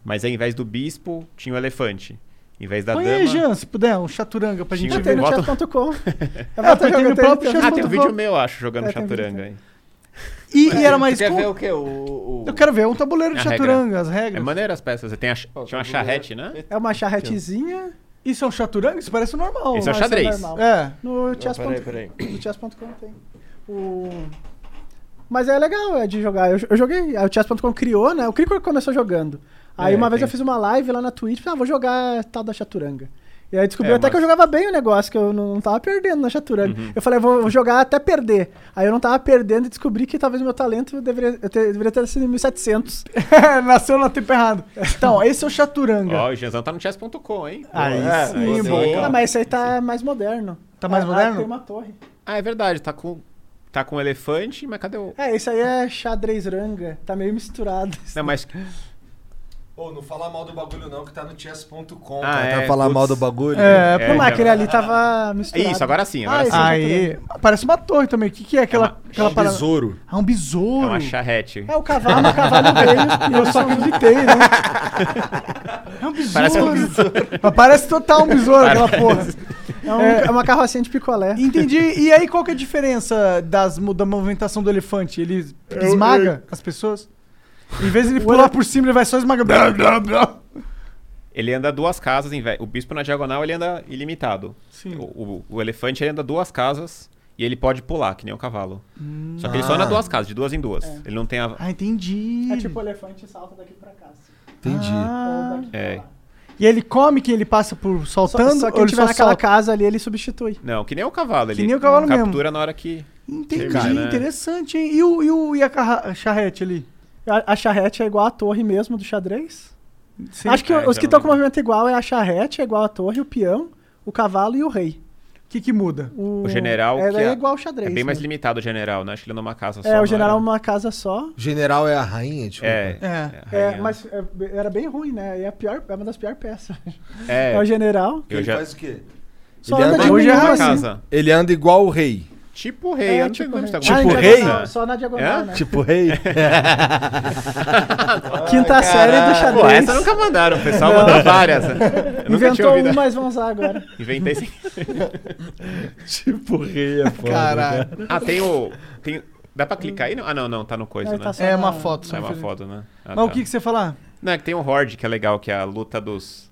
S1: mas aí, ao invés do bispo, tinha o elefante. Em vez da
S2: Põe
S1: dama.
S2: aí, Jean, se puder, um chaturanga pra gente
S1: Tinha
S2: ver.
S1: um voto-
S2: Ah, porque tem no próprio
S1: Ah, tem um
S2: chess.com.
S1: vídeo meu, eu acho, jogando
S2: É, tem
S1: chaturanga aí.
S2: E, e era mais...
S4: Quer
S2: com-
S4: ver o quê? O, o-
S2: Eu quero ver um tabuleiro de
S1: A regra.
S2: chaturanga, as regras.
S1: É maneiro as peças. Você tem a, ch-
S4: Ó,
S1: tinha uma
S4: tabuleiro.
S1: charrete, né?
S6: É uma charretezinha.
S2: Isso é um chaturanga? Isso parece normal.
S1: Isso é um
S2: né?
S1: xadrez.
S6: normal.
S2: É.
S6: No
S1: Não,
S6: chess.com.
S1: peraí, peraí.
S6: No chess.com tem. O... Mas é legal é de jogar. Eu, eu joguei. Aí o chess.com criou, né? O Cricor começou jogando. Aí
S2: É,
S6: uma vez
S2: tem-
S6: eu fiz uma live lá na Twitch, falei, ah, vou jogar tal da chaturanga. E aí descobri
S2: É,
S6: até que eu
S2: mas-
S6: jogava bem o negócio, que eu não, não tava perdendo na chaturanga. Eu falei, vou, vou jogar até perder. Aí eu não tava perdendo e descobri que talvez o meu talento deveria, eu ter- deveria ter sido em 1700.
S2: Nasceu na tempo errado. Então, esse é o chaturanga.
S1: Ó, o Jeanzão tá no chess.com, hein?
S2: Aí
S1: Boa.
S2: Ah, sim, boa.
S1: legal.
S6: Ah, mas esse aí tá mais moderno.
S2: Tá mais
S6: Ah,
S2: moderno?
S6: Tem uma torre.
S1: Ah, é verdade, tá com tá com um elefante, mas cadê o
S6: É, esse aí é xadrez ranga. Tá meio misturado.
S1: Não, mas
S3: Ô, não fala mal do bagulho não, que tá no chess.com.
S1: Ah,
S3: cara.
S1: é,
S3: Tá falar
S1: putz.
S3: mal do bagulho?
S2: É,
S6: É, mas aquele ali tava misturado.
S1: É Isso, agora sim, agora
S6: esse é o
S2: Aí,
S6: chaturanga.
S2: parece uma torre também. O que, que é aquela, aquela parada?
S3: besouro.
S2: Ah, um besouro.
S1: É uma charrete.
S6: É o cavalo, o cavalo veio e eu só acreditei, né?
S2: É um besouro.
S1: Parece um besouro.
S2: Mas parece total um besouro aquela
S1: Parece.
S2: porra.
S6: É, um- é uma carrocinha de picolé.
S2: Entendi. E aí, qual que é a diferença das, mo- da movimentação do elefante? Ele
S6: Eu-
S2: esmaga as pessoas? Em vez de ele pular por cima, ele vai só esmagar.
S1: ele anda duas casas, em vez- o bispo na diagonal ele anda ilimitado.
S2: Sim.
S1: O, o- o elefante ele anda duas casas e ele pode pular, que nem um cavalo.
S2: Hum.
S1: Só que ele só anda
S2: Ah.
S1: duas casas, de duas em duas.
S2: É.
S1: Ele não tem a.
S2: Ah, entendi.
S6: É tipo o elefante salta daqui pra cá. assim.
S3: Entendi.
S2: Ah.
S1: É.
S2: E ele come quem ele passa por saltando?
S6: Só, só
S2: ou
S6: quem
S2: ele
S6: tiver
S2: só
S6: naquela
S2: solta?
S6: casa ali, ele substitui.
S1: Não, que nem o cavalo.
S2: Que
S1: ele
S2: nem o cavalo mesmo.
S1: captura na hora que.
S2: Entendi,
S1: termina, né?
S2: interessante, hein? E, o, e, o, e a, carra- a charrete ali?
S6: A, a charrete é igual à torre mesmo do xadrez?
S2: Sim.
S6: Acho que
S2: É,
S6: os
S2: já
S6: que
S2: não
S6: estão com movimento igual é a charrete, é igual à torre, o peão, o cavalo e o rei.
S2: O que, que muda?
S6: O,
S1: O general.
S6: Ela
S1: que
S6: é igual ao xadrez.
S1: É bem mais
S6: né?
S1: limitado o general, né? Acho que ele anda numa casa só.
S6: É,
S1: não
S6: o general é
S1: era?
S6: uma casa só.
S3: General é a rainha, tipo.
S1: É.
S6: É, mas é, era bem ruim, né? E a pior, é uma das piores peças.
S1: É.
S6: o general.
S1: Eu já- faz
S3: o quê?
S6: Só anda de
S1: Hoje é
S6: mim,
S1: uma
S6: assim.
S1: casa.
S3: Ele anda igual o rei.
S1: Tipo rei,
S6: É,
S1: eu não
S6: tipo
S1: sei como
S6: rei.
S1: você tá
S6: Tipo
S1: acostumado.
S6: rei? Não, só na diagonal,
S1: Hã?
S6: né?
S3: Tipo rei.
S1: É.
S6: Quinta
S1: Ai,
S6: série do
S1: caralho.
S6: xadrez.
S1: Ah, Pô, essa nunca mandaram, o pessoal
S6: Não.
S1: mandou várias. Eu nunca tinha
S6: Inventou
S1: ouvido.
S6: um, mas vamos usar agora.
S1: Inventei sim.
S3: tipo rei é
S1: foda,
S2: Caralho.
S1: Ah, tem o. Tem... Dá pra clicar aí? não? Ah, não, não, tá no coisa,
S2: Não,
S1: né?
S2: tá só É na- uma foto, só
S1: É uma
S2: infelizmente.
S1: foto, né? Ah,
S2: Mas o
S1: tá.
S2: que, que você ia falar?
S1: Não, é que tem o Horde, que é legal, que é a luta dos,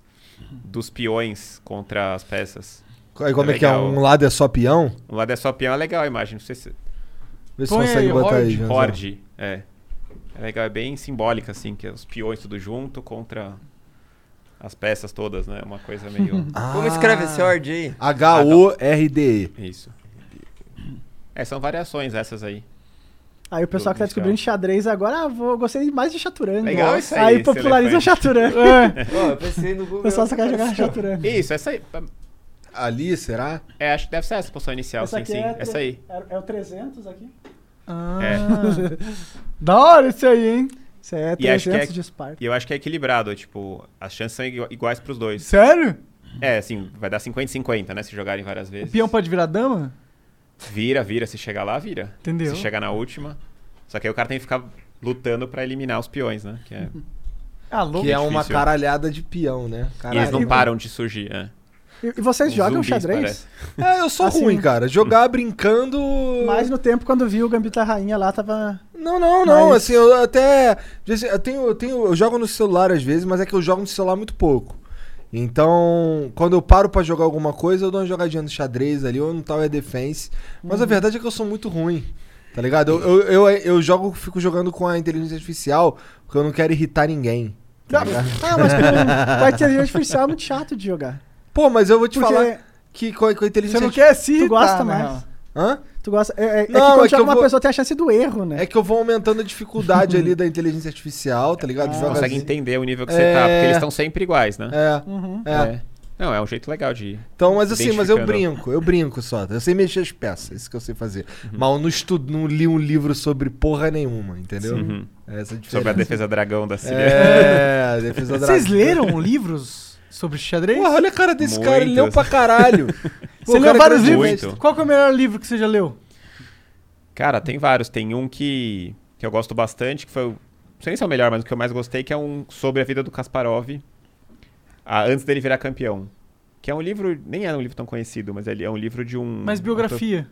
S1: dos peões contra as peças.
S3: Aí como é, que é?
S1: legal.
S3: Um lado é só peão?
S1: Um lado é só peão, é legal a imagem. Não sei se.
S3: Vê se Põe consegue aí, botar aí, Horde. Janzão.
S1: Horde, é. É legal, é bem simbólica, assim, que é os peões tudo junto contra as peças todas, né? Uma coisa meio.
S3: Ah.
S4: Como escreve esse Horde aí?
S3: H-O-R-D-E.
S1: Isso. É, são variações essas aí.
S6: Aí o pessoal que tá descobrindo xadrez agora, ah, vou, gostei mais de chaturanga.
S1: Legal
S6: Nossa.
S1: isso aí,
S6: Aí populariza o
S1: esse elefante.
S6: chaturanga. É.
S1: Ó, eu pensei no Google,
S6: O pessoal só quer jogar
S1: apareceu.
S6: chaturanga.
S1: Isso, essa aí.
S3: Ali, será?
S1: É, acho que deve ser essa a posição inicial, sim, sim.
S6: é,
S1: essa aí.
S6: É, o 300 aqui.
S2: Ah.
S1: É.
S6: Ah.
S2: da hora isso aí, hein? Isso aí é
S1: E acho, que é,
S6: 300 de Esparta.
S1: e eu acho que é equilibrado, tipo, as chances são igua- iguais pros dois.
S2: Sério?
S1: É, assim, vai dar 50-50, né? Se jogarem várias vezes.
S2: Peão pode virar dama?
S1: Vira, vira. Se chegar lá, vira.
S2: Entendeu.
S1: Se chegar na última. Só que aí o cara tem que ficar lutando pra eliminar os peões, né? Que é.
S2: Ah,
S3: Que é uma
S1: Difícil.
S3: caralhada de peão, né?
S1: E eles
S3: Caralho.
S1: não param de surgir, é.
S6: E, e vocês
S1: Os
S6: jogam
S1: zumbis,
S6: xadrez?
S3: É, eu
S1: Assim,
S3: sou ruim, cara. Jogar brincando.
S6: Mas no tempo, quando vi o Gambito da Rainha lá, tava.
S3: Não, não, não,
S6: Mas-
S3: assim, eu até. Eu, tenho, eu, tenho, eu jogo no celular às vezes, mas é que eu jogo no celular muito pouco. Então, quando eu paro pra jogar alguma coisa, eu dou uma jogadinha no xadrez ali, ou no Tower defense. Mas a
S6: Uhum.
S3: verdade é que eu sou muito ruim, tá ligado? Eu, eu, eu, eu jogo, fico jogando com a inteligência artificial, porque eu não quero irritar ninguém. tá ligado?
S6: Ah, mas com, com a inteligência artificial é muito chato de jogar.
S3: Pô, mas eu vou te
S6: Porque-
S3: falar que com a, com a inteligência
S6: Você não
S3: arti-
S6: quer se Tu irritar,
S2: né?
S6: gosta na mais. real.
S3: Hã?
S6: Tu gosta. É, é- é
S3: Não,
S6: que quando
S3: é que
S6: joga
S3: eu
S6: uma
S3: vou-
S6: pessoa tem a chance do erro, né?
S3: É que eu vou aumentando a dificuldade ali da inteligência artificial, tá ligado?
S1: Você
S3: Joga
S1: Ah, consegue
S3: assim.
S1: entender o nível que você tá, porque
S3: É.
S1: eles estão sempre iguais, né?
S3: É. Uhum. É.
S1: Não, é um jeito legal de ir.
S3: Então, mas assim, mas eu
S1: identificando.
S3: brinco, eu brinco só. Eu sei mexer as peças, isso que eu sei fazer.
S1: Uhum.
S3: Mas eu não estudo, não li um livro sobre porra nenhuma, entendeu?
S1: Uhum.
S3: É Essa a diferença.
S1: Sobre a defesa dragão da Síria.
S3: É, a defesa dragão.
S2: Vocês leram livros sobre xadrez?
S3: Porra, olha a cara desse cara, ele leu pra
S1: Muitos.
S3: caralho. Pô,
S2: Você
S3: o
S2: leu
S3: cara é
S2: vários
S3: grande
S2: livros?
S1: mestre.
S2: Qual que é o melhor livro que você já leu?
S1: Cara, tem vários. Tem um que, que eu gosto bastante, que foi. o- Não sei se é o melhor, mas o que eu mais gostei, que é um sobre a vida do Kasparov ah, antes dele virar campeão. Que é um livro. Nem é um livro tão conhecido, mas ele é um livro de um.
S2: Mas biografia.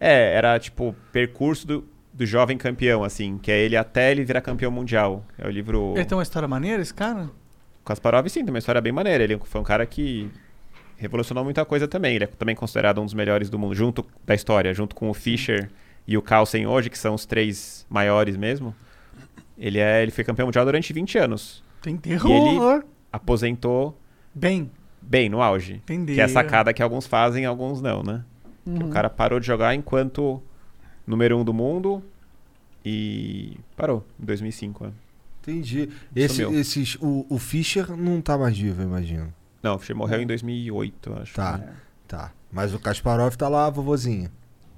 S1: É, era tipo percurso do, do jovem campeão, assim, que é ele até ele virar campeão mundial. É o livro.
S2: Ele tem uma história maneira, esse cara?
S1: O Kasparov, sim, tem uma história bem maneira. Ele foi um cara que revolucionou muita coisa também. Ele é também considerado um dos melhores do mundo, junto da história, junto com o Fischer e o Carlsen hoje, que são os três maiores mesmo. Ele, é, ele foi campeão mundial durante 20 anos.
S2: Tem
S1: E
S2: terror.
S1: ele aposentou
S2: Bem.
S1: bem no auge.
S2: Entendeu.
S1: Que é a sacada que alguns fazem, alguns não, né? Que
S2: Uhum.
S1: o cara parou de jogar enquanto número um do mundo e parou em 2005. né?
S3: Entendi. Esse,
S1: Sumiu.
S3: esses, o, o Fischer não tá mais vivo, eu imagino.
S1: Não, o Fischer morreu em 2008, eu acho.
S3: Tá,
S1: né?
S2: É.
S3: tá. Mas o Kasparov tá lá, vovozinho.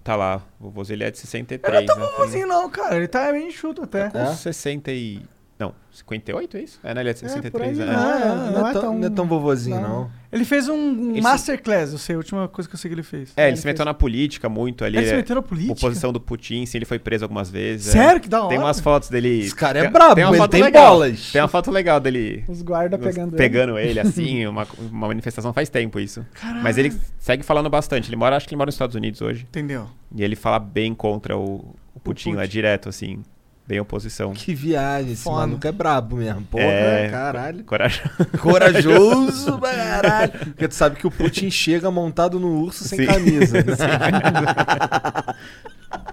S1: Tá lá, o vovozinho ele é de 63. né? Tem-
S2: Vovozinho assim não, cara. Ele tá bem enxuto até.
S1: Com 60 e... Não, 58 é isso? É, né? Ele é de 63,
S2: aí,
S1: né?
S6: Ah,
S2: né? É,
S3: não,
S2: não
S3: é
S2: é
S3: tão,
S2: tão-
S3: não é tão vovozinho, não.
S2: Ele fez um, um
S1: Ele se-
S2: masterclass, eu sei, a última coisa que eu sei que ele fez.
S1: É, ele se meteu na política muito ali.
S2: Ele se
S1: é
S2: meteu na política?
S1: Oposição do Putin, sim, ele foi preso algumas vezes. é.
S2: Sério? Que da
S1: Tem
S2: hora.
S1: umas fotos dele. Esse
S3: cara é brabo, ele tem bolas.
S1: Tem uma foto legal dele.
S6: Os guarda tá pegando ele.
S1: ele. assim, uma, uma manifestação faz tempo isso.
S2: Caralho.
S1: Mas ele segue falando bastante. Ele mora, acho que ele mora nos Estados Unidos hoje.
S2: Entendeu?
S1: E ele fala bem contra o, o Putin lá direto, assim. Dei oposição.
S3: Que viagem, esse
S1: Foda.
S3: maluco é brabo mesmo. Porra, né,
S1: É,
S3: caralho.
S1: corajoso.
S3: Corajoso pra caralho. Porque tu sabe que o Putin chega montado no urso sem
S1: Sim.
S3: camisa. né?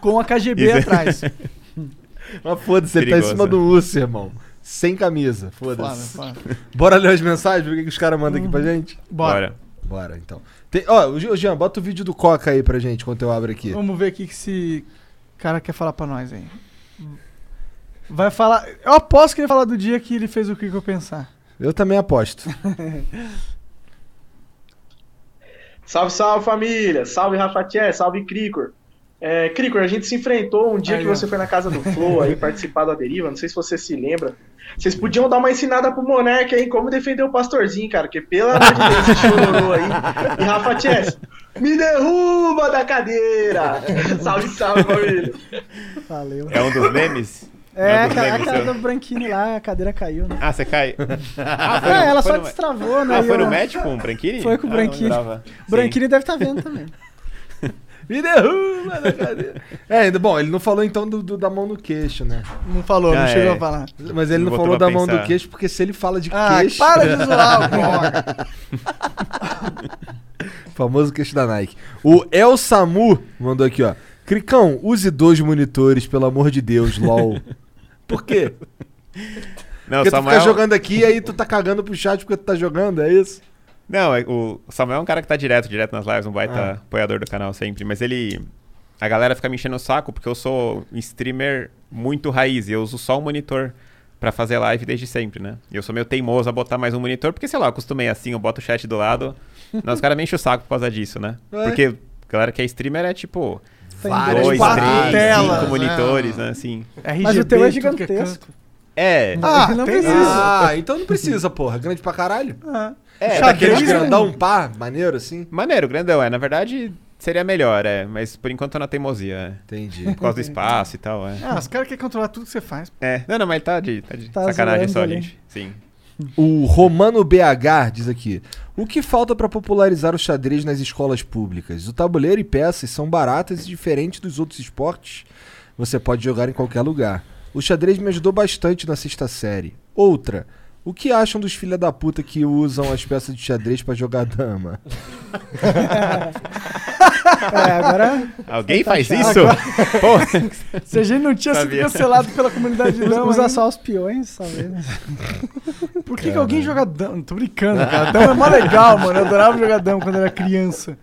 S2: Com a KGB
S3: Isso.
S2: atrás.
S3: Mas foda-se, ele tá em
S2: Perigoso,
S3: cima
S2: né?
S3: do urso, irmão. Sem camisa, foda-se.
S2: Foda,
S3: Bora ler as mensagens, ver o que, que os caras mandam aqui pra gente?
S2: Bora.
S3: Bora, então. Tem, ó, o Gi- Jean, bota o vídeo do Coca aí pra gente, quando eu abro aqui.
S2: Vamos ver o que que esse cara quer falar pra nós aí. Vai falar. Eu aposto que ele vai falar do dia que ele fez o que eu pensar.
S3: Eu também aposto.
S16: Salve, salve família! Salve Rafa Tchê, salve Cricor! É, Cricor, a gente se enfrentou um dia que você foi na casa do Flow aí participar da deriva, não sei se você se lembra. Vocês podiam dar uma ensinada pro Monark aí em como defender o pastorzinho, cara, que pelo amor de Deus, esse chororô aí. E Rafa Tchê, me derruba da cadeira! salve, salve família!
S6: Valeu.
S1: É um dos memes?
S6: É,
S1: Não um
S6: a
S1: dos
S6: ca- a
S1: memes,
S6: cara
S1: seu?
S6: do Branquini lá, a cadeira caiu, né?
S1: Ah, você cai? Ah,
S6: É,
S1: no-
S6: ela só
S1: no-
S6: destravou, né,
S1: Ah, foi
S6: eu-
S1: no match com o Branquini?
S6: Foi com o
S1: Ah,
S6: Branquini.
S1: não lembrava.
S6: O Branquini deve estar vendo também.
S3: Me derruba da cadeira. É, ainda- bom, ele não falou então do, do- da mão no queixo, né?
S2: Não falou, não Ah, chegou é. a falar.
S3: Mas ele
S2: Não
S3: não,
S2: botou
S3: falou
S2: pra
S3: da mão do
S2: pensar.
S3: queixo porque se ele fala de
S2: Ah,
S3: queixo.
S2: para de zoar, porra.
S3: Famoso queixo da Nike. O El Samu mandou aqui, ó. Cricão, use dois monitores, pelo amor de Deus, LOL. Por quê?
S1: Não,
S3: porque
S1: Samuel-
S3: tu fica jogando aqui e aí tu tá cagando pro chat porque tu tá jogando, é isso?
S1: Não, é- o Samuel é um cara que tá direto, direto nas lives, um baita
S3: Ah.
S1: apoiador do canal sempre, mas ele. A galera fica me enchendo o saco porque eu sou um streamer muito raiz e eu uso só um monitor pra fazer live desde sempre, né? E Eu sou meio teimoso a botar mais um monitor porque, sei lá, eu acostumei assim, eu boto o chat do lado. Mas os caras me enchem o saco por causa disso, né?
S3: É.
S1: Porque a galera que é streamer é tipo.
S6: Tem
S2: várias,
S1: dois,
S2: quatro
S3: Ah,
S1: três,
S2: telas,
S1: cinco
S2: né?
S1: monitores, né? Assim.
S6: Mas o teu é
S2: RGB, tudo que é
S6: gigantesco.
S1: É.
S3: Ah,
S6: Não
S3: tem
S6: precisa.
S3: isso. Ah, então não precisa, porra. Grande pra caralho. É,
S1: tá
S3: daqueles
S1: grande,
S3: grandão, pá, maneiro assim.
S1: Maneiro, grandão, é. Na verdade, seria melhor, é. Mas por enquanto eu na teimosia, é.
S3: Entendi.
S1: Por causa do espaço e tal, é.
S2: Ah, os caras querem controlar tudo que você faz.
S1: É. Não, não, mas tá de, tá de
S2: Tá
S1: sacanagem
S2: zoando
S1: só,
S2: ali.
S1: gente. Sim.
S3: O Romano BH diz aqui: O que falta pra popularizar o xadrez nas escolas públicas? O tabuleiro e peças são baratas e diferentes dos outros esportes. Você pode jogar em qualquer lugar. O xadrez me ajudou bastante na sexta série. Outra: O que acham dos filha da puta que usam as peças de xadrez pra jogar dama?
S6: É, agora.
S1: Alguém faz
S6: Agora-
S1: isso?
S6: Pô.
S2: Se a gente não tinha sido
S1: Sabia.
S2: cancelado pela comunidade de dama,
S6: Usa
S2: hein?
S6: só os peões, talvez. né?
S2: Por que, que alguém joga dama? Tô brincando, cara. Dama é mó legal, mano. Eu adorava jogar dama quando era criança.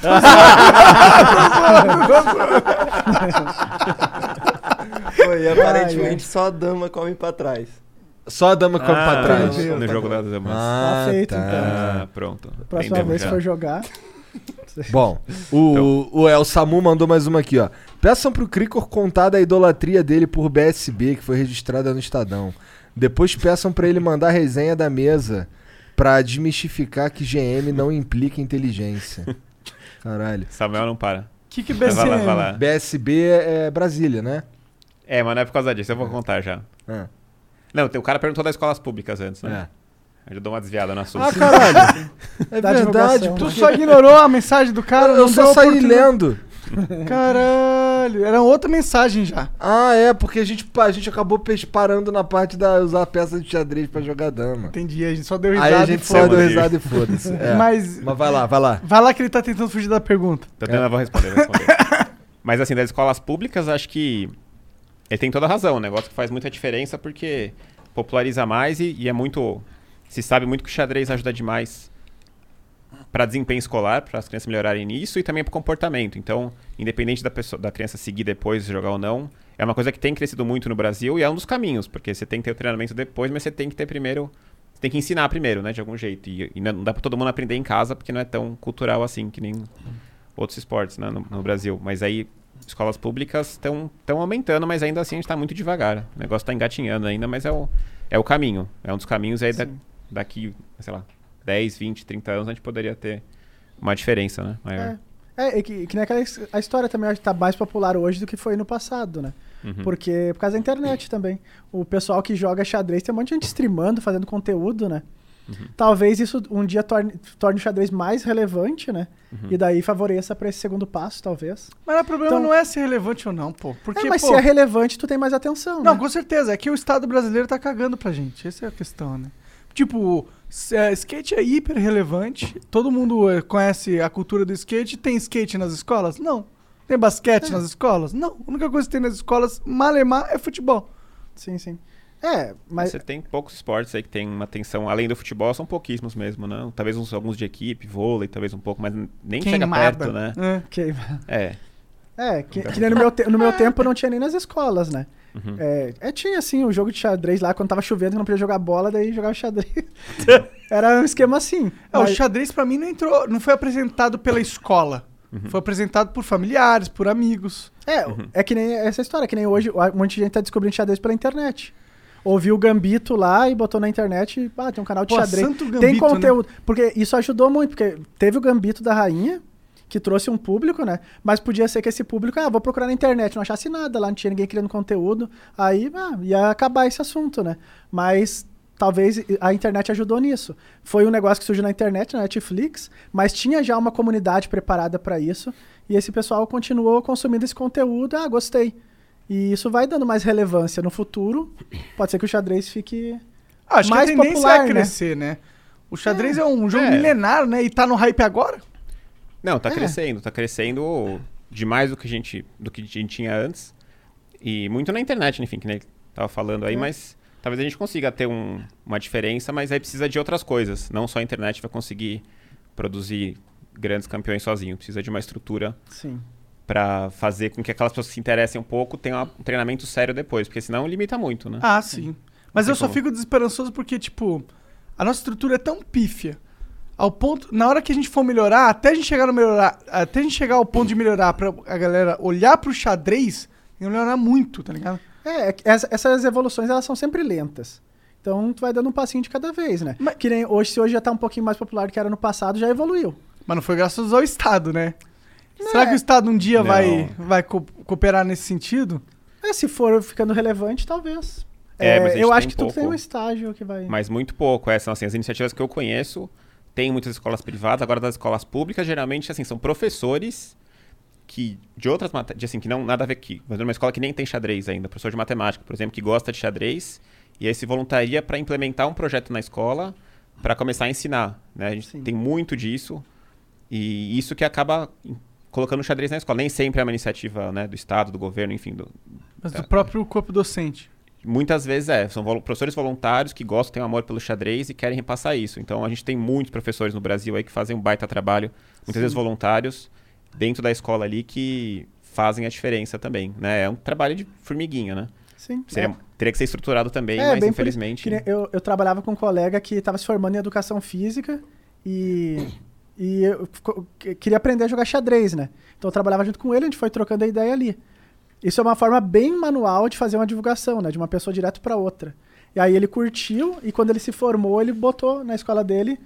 S2: Tô zoando, tô zoando, tô zoando.
S4: Foi, e aparentemente só a dama come pra trás.
S3: Só a dama come
S1: Ah,
S3: pra trás.
S1: no jogo das damas.
S3: Ah,
S1: Tá feito,
S3: tá.
S1: então. Ah, pronto.
S6: Próxima vez
S2: é.
S6: que for jogar.
S3: Bom, o, o El Samu mandou mais uma aqui, ó. Peçam pro Cricor contar da idolatria dele por BSB, que foi registrada no Estadão. Depois peçam pra ele mandar a resenha da mesa pra desmistificar que GM não implica inteligência. Caralho.
S1: Samuel não para.
S2: Que que
S1: Vai lá, vai
S3: BSB?
S1: lá.
S3: BSB é Brasília, né?
S1: É, mas não é por causa disso, eu vou contar já.
S3: Ah.
S1: Não, tem- o cara perguntou das escolas públicas antes, né? É. Eu dou uma desviada no assunto.
S3: Ah, caralho. É
S2: Dá
S3: verdade.
S2: divulgação. Tu
S3: porque-
S2: só ignorou a mensagem do cara?
S3: Eu
S2: não
S3: só
S2: deu
S3: saí
S2: oportunidade.
S3: lendo.
S2: Caralho, era outra mensagem já.
S3: Ah, é, porque a gente, a gente acabou pes- parando na parte da usar a peça de xadrez pra jogar dama.
S2: Entendi, a gente só deu
S3: Aí
S2: risada
S3: a
S2: e
S3: gente só deu
S2: foda-se.
S3: risada e foda-se. é.
S2: Mas,
S3: Mas vai lá, vai lá.
S2: vai lá que ele tá tentando fugir da pergunta.
S1: Tá tendo, eu vou responder, vou responder. Mas assim, das escolas públicas, acho que ele tem toda a razão. É um negócio que faz muita diferença porque populariza mais e, e é muito. Se sabe muito que o xadrez ajuda demais para desempenho escolar, para as crianças melhorarem nisso e também para comportamento. Então, independente da, pessoa, da criança seguir depois, jogar ou não, é uma coisa que tem crescido muito no Brasil e é um dos caminhos, porque você tem que ter o treinamento depois, mas você tem que ter primeiro. Você tem que ensinar primeiro, né, de algum jeito. E, e não dá para todo mundo aprender em casa porque não é tão cultural assim que nem outros esportes né, no, no Brasil. Mas aí, escolas públicas estão aumentando, mas ainda assim a gente está muito devagar. O negócio está engatinhando ainda, mas é o, é o caminho. É um dos caminhos aí da, daqui, sei lá, 10, 20, 30 anos a gente poderia ter uma diferença, né? Maior.
S6: É. É, e que, que nem aquela his- a história também acho que tá mais popular hoje do que foi no passado, né?
S2: Hum.
S1: Uhum.
S6: Porque por causa da internet também. O pessoal que joga xadrez tem um monte de gente streamando, fazendo conteúdo, né?
S2: Uhum.
S6: Talvez isso um dia torne, torne o xadrez mais relevante, né?
S2: Uhum.
S6: E daí favoreça pra esse segundo passo, talvez.
S2: Mas o problema
S6: Então-
S2: não é ser relevante ou não, pô. Porque,
S6: é, mas
S2: pô,
S6: se é relevante, tu tem mais atenção.
S2: Não,
S6: né?
S2: com certeza. É que o Estado brasileiro tá cagando pra gente. Essa é a questão, né? Tipo, s- é, skate é hiper relevante. Todo mundo é, conhece a cultura do skate. Tem skate nas escolas? Não. Tem basquete nas escolas? Não. A única coisa que tem nas escolas, malemar, é futebol.
S6: Sim, sim. É, mas.
S1: Você tem poucos esportes aí que tem uma atenção, além do futebol, são pouquíssimos mesmo, né? Talvez uns, alguns de equipe, vôlei, talvez um pouco, mas nem
S6: Queimada.
S1: chega perto, né?
S6: É, queima-
S1: É.
S6: É, que, que nem no meu, te- no meu tempo não tinha nem nas escolas, né?
S1: Uhum.
S6: É, é, tinha assim o jogo de xadrez lá, quando tava chovendo, que não podia jogar bola, daí jogava xadrez. Era um esquema assim.
S2: É, O
S6: mas-
S2: xadrez pra mim não entrou, não foi apresentado pela escola. Foi apresentado por familiares, por amigos.
S6: É,
S2: Uhum.
S6: é que nem essa história, que nem hoje um monte de gente tá descobrindo xadrez pela internet. Ouviu o Gambito lá e botou na internet e, ah, tem um canal de
S2: Pô,
S6: xadrez.
S2: santo
S6: tem
S2: Gambito, né?
S6: conteúdo. Porque isso ajudou muito, porque teve o Gambito da Rainha, que trouxe um público, né? Mas podia ser que esse público, ah, vou procurar na internet, não achasse nada lá, não tinha ninguém criando conteúdo. Aí, ah, ia acabar esse assunto, né? Mas talvez a internet ajudou nisso. Foi um negócio que surgiu na internet, na Netflix, mas tinha já uma comunidade preparada para isso. E esse pessoal continuou consumindo esse conteúdo. Ah, gostei. E isso vai dando mais relevância no futuro. Pode ser que o xadrez fique
S2: Acho
S6: mais
S2: que a tendência
S6: popular,
S2: é
S6: né?
S2: crescer, né? O xadrez é, um jogo
S1: É.
S2: milenário, né? E tá no hype agora?
S1: Não, tá
S2: É.
S1: crescendo, tá crescendo demais do que a gente do que a gente tinha antes. E muito na internet, enfim, que nem ele tava falando aí,
S2: É.
S1: mas talvez a gente consiga ter um- uma diferença, mas aí precisa de outras coisas. Não só a internet vai conseguir produzir grandes campeões sozinho, precisa de uma estrutura
S6: Sim.
S1: para fazer com que aquelas pessoas que se interessem um pouco tenham um treinamento sério depois, porque senão limita muito, né?
S2: Ah, sim. Mas
S1: tem
S2: eu só
S1: como.
S2: fico desesperançoso porque, tipo, a nossa estrutura é tão pífia. Ao ponto, na hora que a gente for melhorar, até a gente chegar no melhorar, até a gente chegar ao ponto de melhorar pra a galera olhar pro xadrez, tem que melhorar muito, tá ligado?
S6: É, é que essa- essas evoluções elas são sempre lentas. Então tu vai dando um passinho de cada vez, né? Que nem hoje, se hoje já tá um pouquinho mais popular do que era no passado, já evoluiu.
S2: Mas não foi graças ao Estado, né? Será que o Estado um dia
S6: Não.
S2: vai, vai co- cooperar nesse sentido?
S6: É, se for ficando relevante, talvez.
S1: É, mas a gente
S6: eu
S1: tem
S6: acho
S1: um
S6: que tudo tem
S1: pouco.
S6: um estágio que vai.
S1: Mas muito pouco. É, são assim, as iniciativas que eu conheço. Tem muitas escolas privadas, agora das escolas públicas, geralmente assim, são professores que de outras matérias, assim, que não nada a ver aqui, mas numa escola que nem tem xadrez ainda, professor de matemática, por exemplo, que gosta de xadrez e aí se voluntaria para implementar um projeto na escola para começar a ensinar, né? A gente tem muito disso e isso que acaba em- colocando o xadrez na escola. Nem sempre é uma iniciativa, né, do estado, do governo, enfim, do,
S2: Mas
S1: É.
S2: do próprio corpo docente.
S1: Muitas vezes é, são volu- professores voluntários que gostam, têm um amor pelo xadrez e querem repassar isso. Então a gente tem muitos professores no Brasil aí que fazem um baita trabalho, muitas
S2: Sim.
S1: vezes voluntários, dentro da escola ali que fazem a diferença também, né? É um trabalho de formiguinha, né?
S6: Sim.
S1: Seria-
S6: É.
S1: Teria que ser estruturado também, mas
S6: bem por-
S1: infelizmente...
S6: que nem eu, eu trabalhava com um colega que estava se formando em educação física e, e eu co- que- queria aprender a jogar xadrez, né? Então eu trabalhava junto com ele, a gente foi trocando a ideia ali. Isso é uma forma bem manual de fazer uma divulgação, né? De uma pessoa direto para outra. E aí ele curtiu e quando ele se formou, ele botou na escola dele.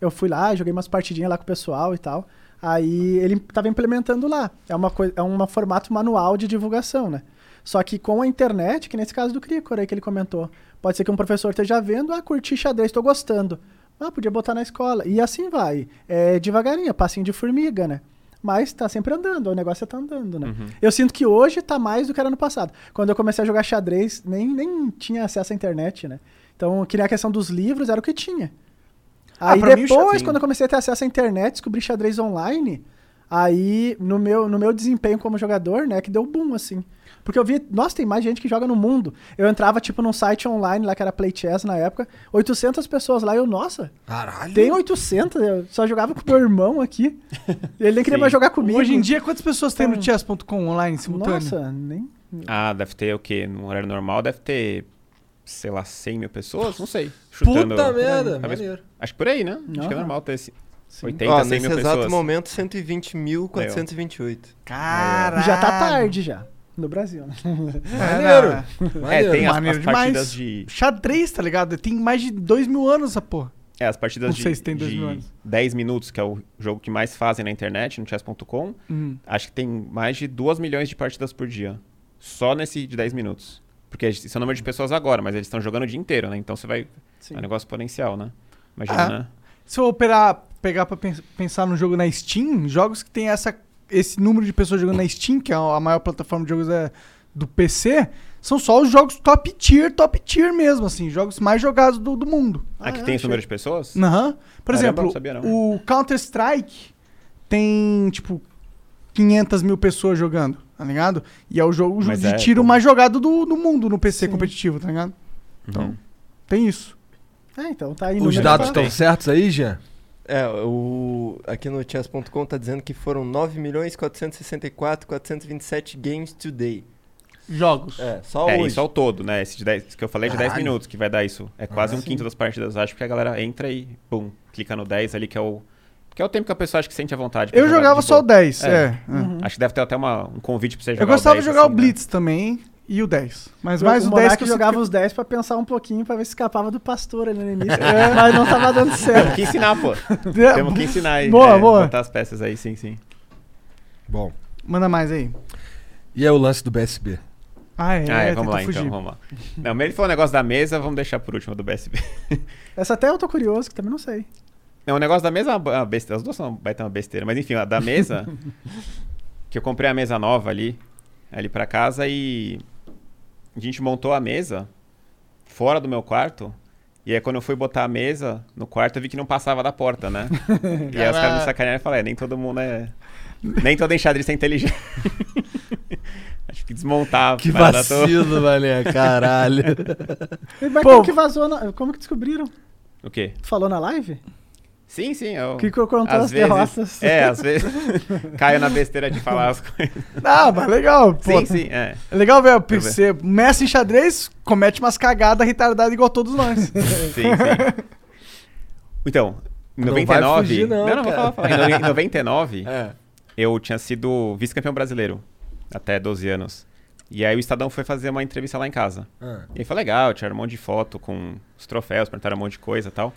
S6: Eu fui lá, joguei umas partidinhas lá com o pessoal e tal. Aí ele estava implementando lá. É uma coisa, é um formato manual de divulgação, né? Só que com a internet, que nesse caso do Cricor aí que ele comentou, pode ser que um professor esteja vendo, ah, curti xadrez, estou gostando. Ah, podia botar na escola. E assim vai. É devagarinho, é passinho de formiga, né? Mas tá sempre andando, o negócio tá andando, né?
S2: Uhum.
S6: Eu sinto que hoje tá mais do que era no passado. Quando eu comecei a jogar xadrez, nem, nem tinha acesso à internet, né? Então, que nem a questão dos livros, era o que tinha.
S2: Ah,
S6: Aí
S2: pra mim, o
S6: depois,
S2: xadrez-
S6: quando eu comecei a ter acesso à internet, descobri xadrez online, aí no meu, no meu desempenho como jogador, né, que deu boom, assim. Porque eu vi, nossa, tem mais gente que joga no mundo. Eu entrava, tipo, num site online lá que era Play Chess na época, 800 pessoas lá, eu, nossa,
S3: Caralho.
S6: tem 800, eu só jogava com meu irmão aqui. Ele nem queria
S1: Sim.
S6: mais jogar comigo.
S2: Hoje em dia, é, quantas pessoas tem no
S6: Então-
S2: chess.com online simultâneo?
S6: Nossa, nem...
S1: Ah, deve ter o quê? No horário normal deve ter, sei lá, 100 mil pessoas? Não sei. Chutando,
S3: Puta merda,
S1: Talvez-
S3: maneiro.
S1: Acho que por aí, né? Acho que é
S3: Aham.
S1: normal ter esse...
S3: Sim.
S1: 80,
S4: Ó,
S1: 100
S4: nesse
S1: mil
S4: exato
S1: pessoas.
S4: momento, 120.428.
S2: Caralho.
S6: Já tá tarde já, no Brasil. né?
S2: Maneiro.
S1: É, tem as-
S2: Maneiro
S1: as
S2: demais.
S1: partidas de-
S2: Xadrez, tá ligado? Tem mais de dois mil anos essa porra.
S1: É, as partidas
S2: Não
S1: de,
S2: sei se tem dois
S1: de
S2: mil anos.
S1: 10 minutos, que é o jogo que mais fazem na internet, no chess.com,
S2: Hum.
S1: acho que tem mais de 2 milhões de partidas por dia. Só nesse de 10 minutos. Porque esse é o número de pessoas agora, mas eles estão jogando o dia inteiro, né? Então você vai.
S6: Sim.
S1: É um negócio exponencial, né? Imagina,
S2: Ah,
S1: né?
S2: Se eu operar, pegar pra pens- pensar no jogo na Steam, jogos que tem essa, esse número de pessoas jogando na Steam, que é a maior plataforma de jogos é, do PC, são só os jogos top tier, top tier mesmo, assim, jogos mais jogados do, do mundo.
S1: Ah, que tem esse número de pessoas?
S2: Aham. Por
S1: Caramba,
S2: exemplo,
S1: não sabia, não.
S2: o Counter-Strike tem, tipo, 500 mil pessoas jogando, tá ligado? E é o jogo
S1: Mas
S2: de
S1: é,
S2: tiro mais jogado do, do mundo no PC competitivo, tá ligado? Então,
S1: Uhum.
S2: tem isso.
S6: É, então tá aí.
S3: Os
S6: número
S3: dados
S6: pra-
S3: estão certos aí, Jean?
S4: É, o, aqui no chess.com tá dizendo que foram 9.464.427 games today.
S2: Jogos.
S4: É, só
S1: é,
S4: hoje.
S1: isso ao todo, né? Esse de 10 esse que eu falei de 10
S4: Caralho.
S1: minutos que vai dar isso. É quase
S2: Ah,
S1: um
S4: sim.
S1: quinto das partidas, acho, porque a galera entra e, pum, clica no 10 ali, que é o. Que é o tempo que a pessoa acha que sente a vontade. pra
S2: Eu
S1: jogar
S2: jogava
S1: de
S2: só
S1: boa.
S2: o 10, é. Uhum.
S1: Acho que deve ter até uma- um convite pra você jogar.
S2: Eu gostava
S1: o 10,
S2: de jogar
S1: assim,
S2: o
S1: né?
S2: Blitz também e o 10. Mas mais o 10 que eu
S6: jogava
S2: sempre-
S6: os 10 pra pensar um pouquinho, pra ver se escapava do pastor ali no início. É, Mas não tava dando certo.
S1: Temos que ensinar, pô.
S2: É,
S1: Temos que ensinar aí.
S2: boa,
S1: é,
S2: boa.
S1: Botar as peças aí, sim, sim.
S3: Bom.
S2: Manda mais aí.
S3: E é o lance do BSB.
S2: Ah, é.
S1: Ah, é,
S2: tentou
S1: vamos lá
S2: fugir.
S1: então, vamos lá. Não, mas ele falou um negócio da mesa, vamos deixar por último a do BSB.
S6: Essa até eu tô curioso, que também não sei.
S1: Não, o negócio da mesa é uma ba- besteira. As duas são vai ter uma besteira, mas enfim, a da mesa. que eu comprei a mesa nova ali, ali pra casa e a gente montou a mesa fora do meu quarto. E aí quando eu fui botar a mesa no quarto, eu vi que não passava da porta, né? e aí os caras me
S2: Caraca.
S1: sacanearam e falaram, é, nem todo mundo é. Nem todo enxadrista é inteligente. Acho que desmontava.
S3: Que
S1: parada toda.
S3: vacilo, Valé, caralho.
S6: Mas
S1: Pô.
S6: como que vazou? na- Como que descobriram?
S1: O quê?
S6: Tu falou na live?
S1: Sim, sim. Eu...
S6: Que co- contou
S1: às
S6: as derrotas.
S1: É, às vezes caio na besteira de falar as coisas.
S2: Ah, mas legal, pô.
S1: Sim, sim, é.
S2: É legal ver o
S1: Deixa eu
S2: PC. Mestre em xadrez comete umas cagadas retardadas igual todos nós.
S1: Sim, sim. Então, em
S3: Não vai
S1: 99.
S3: fugir, não,
S1: não, vou
S3: cara.
S1: falar, vou falar. Em no- em 99,
S3: É.
S1: eu tinha sido vice-campeão brasileiro até 12 anos. E aí o Estadão foi fazer uma entrevista lá em casa.
S3: Ah.
S1: E aí foi legal, tiraram um monte de foto com os troféus, perguntaram um monte de coisa e tal.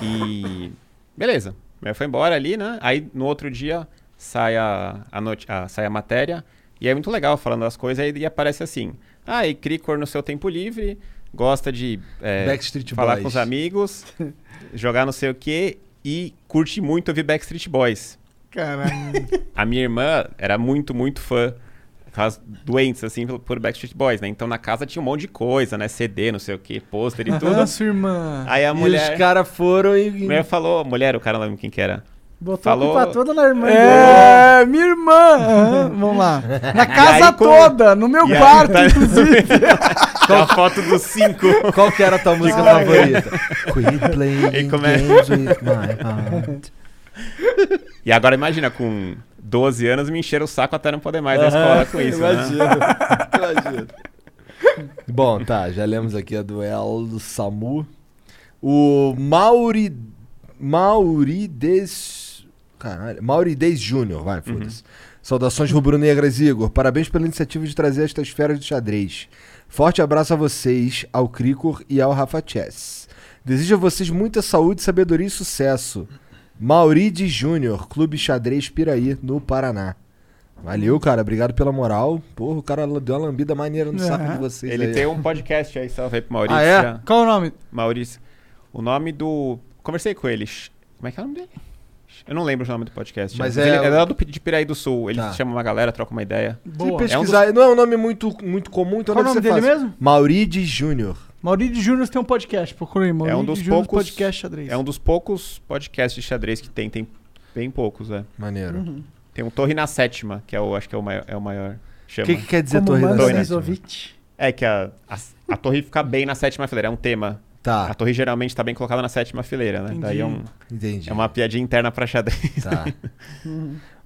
S1: E. Beleza. Aí foi embora ali, né? Aí no outro dia sai a, a, noti- a- sai a matéria. E é muito legal falando as coisas aí, e aparece assim. Ah, e Cricor no seu tempo livre, gosta de é,
S3: Backstreet
S1: falar
S3: Boys.
S1: com os amigos, jogar não sei o quê, e curte muito ouvir Backstreet Boys.
S2: Caralho.
S1: A minha irmã era muito, muito fã. Aquelas doentes, assim, pelo- por Backstreet Boys, né? Então na casa tinha um monte de coisa, né? CD, não sei o quê, pôster e tudo.
S2: Aham, sua irmã.
S1: Aí É a
S3: E
S1: mulher. é
S3: os caras foram
S1: A
S3: e.
S1: mulher falou, mulher, o cara não lembro quem que era.
S6: Botou
S1: Falou-
S6: a culpa toda na irmã dele.
S2: É, minha irmã. Aham, vamos lá. Na casa
S1: aí, quando-
S2: toda, no
S3: É um
S2: meu
S1: E aí,
S2: quarto,
S1: tá-
S2: inclusive.
S1: Tem uma foto dos cinco.
S3: Qual que era a tua música favorita? Quit
S1: E é?
S3: playing
S1: começa-
S3: games with my heart.
S1: E agora imagina, com 12 anos me encheram o saco até não poder mais na
S3: Aham,
S1: escola com isso.
S3: imagino,
S1: Né?
S3: imagino. Bom, tá, já lemos aqui a duelo do Samu. O Mauri. Maurides. Caralho, Maurides Júnior, vai,
S1: Uhum.
S3: foda-se. Saudações rubro-negras, Igor. Parabéns pela iniciativa de trazer estas feras do xadrez. Forte abraço a vocês, ao Cricor e ao Rafa Chess. Desejo a vocês muita saúde, sabedoria e sucesso. Maurides Júnior, Clube Xadrez Piraí, no Paraná. Valeu, cara. Obrigado pela moral. Porra, o cara deu uma lambida maneira no saco
S2: É.
S3: de vocês.
S1: Ele
S3: aí.
S1: tem um podcast aí, salve aí pro Maurício.
S3: Ah, é?
S2: Qual o nome?
S1: Maurício. O nome do. Conversei com ele. Sh- Como é que é o nome dele? Sh- Eu não lembro o nome do podcast.
S3: Mas
S1: né?
S3: é
S1: Ele
S3: o-
S1: é lá do, Pi- de Piraí do Sul. Ele
S3: Tá.
S1: chama uma galera, troca uma ideia.
S3: Se ele
S1: É um dos-
S3: pesquisar, não é um nome muito, muito comum, então
S2: Qual
S3: deve
S2: o nome
S3: ser
S2: dele
S3: fácil.
S2: mesmo?
S3: Maurides Júnior.
S2: Maurício Júnior tem um podcast, procura aí.
S1: É
S2: Maurício
S1: um dos
S2: Júnior
S1: poucos.
S2: podcast xadrez.
S1: É um dos poucos podcasts de xadrez que tem, tem bem poucos, é.
S3: Maneiro.
S2: Uhum.
S1: Tem um Torre na Sétima, que é o, acho que é o maior. É o maior chama.
S3: Que que quer dizer Como Torre na manda Sétima? Seizovic.
S1: É que a, a, a torre fica bem na sétima fileira, é um tema.
S3: Tá.
S1: A torre geralmente tá bem colocada na sétima fileira, né? Daí é um.
S3: Entendi.
S1: É uma piadinha interna pra xadrez.
S3: Tá.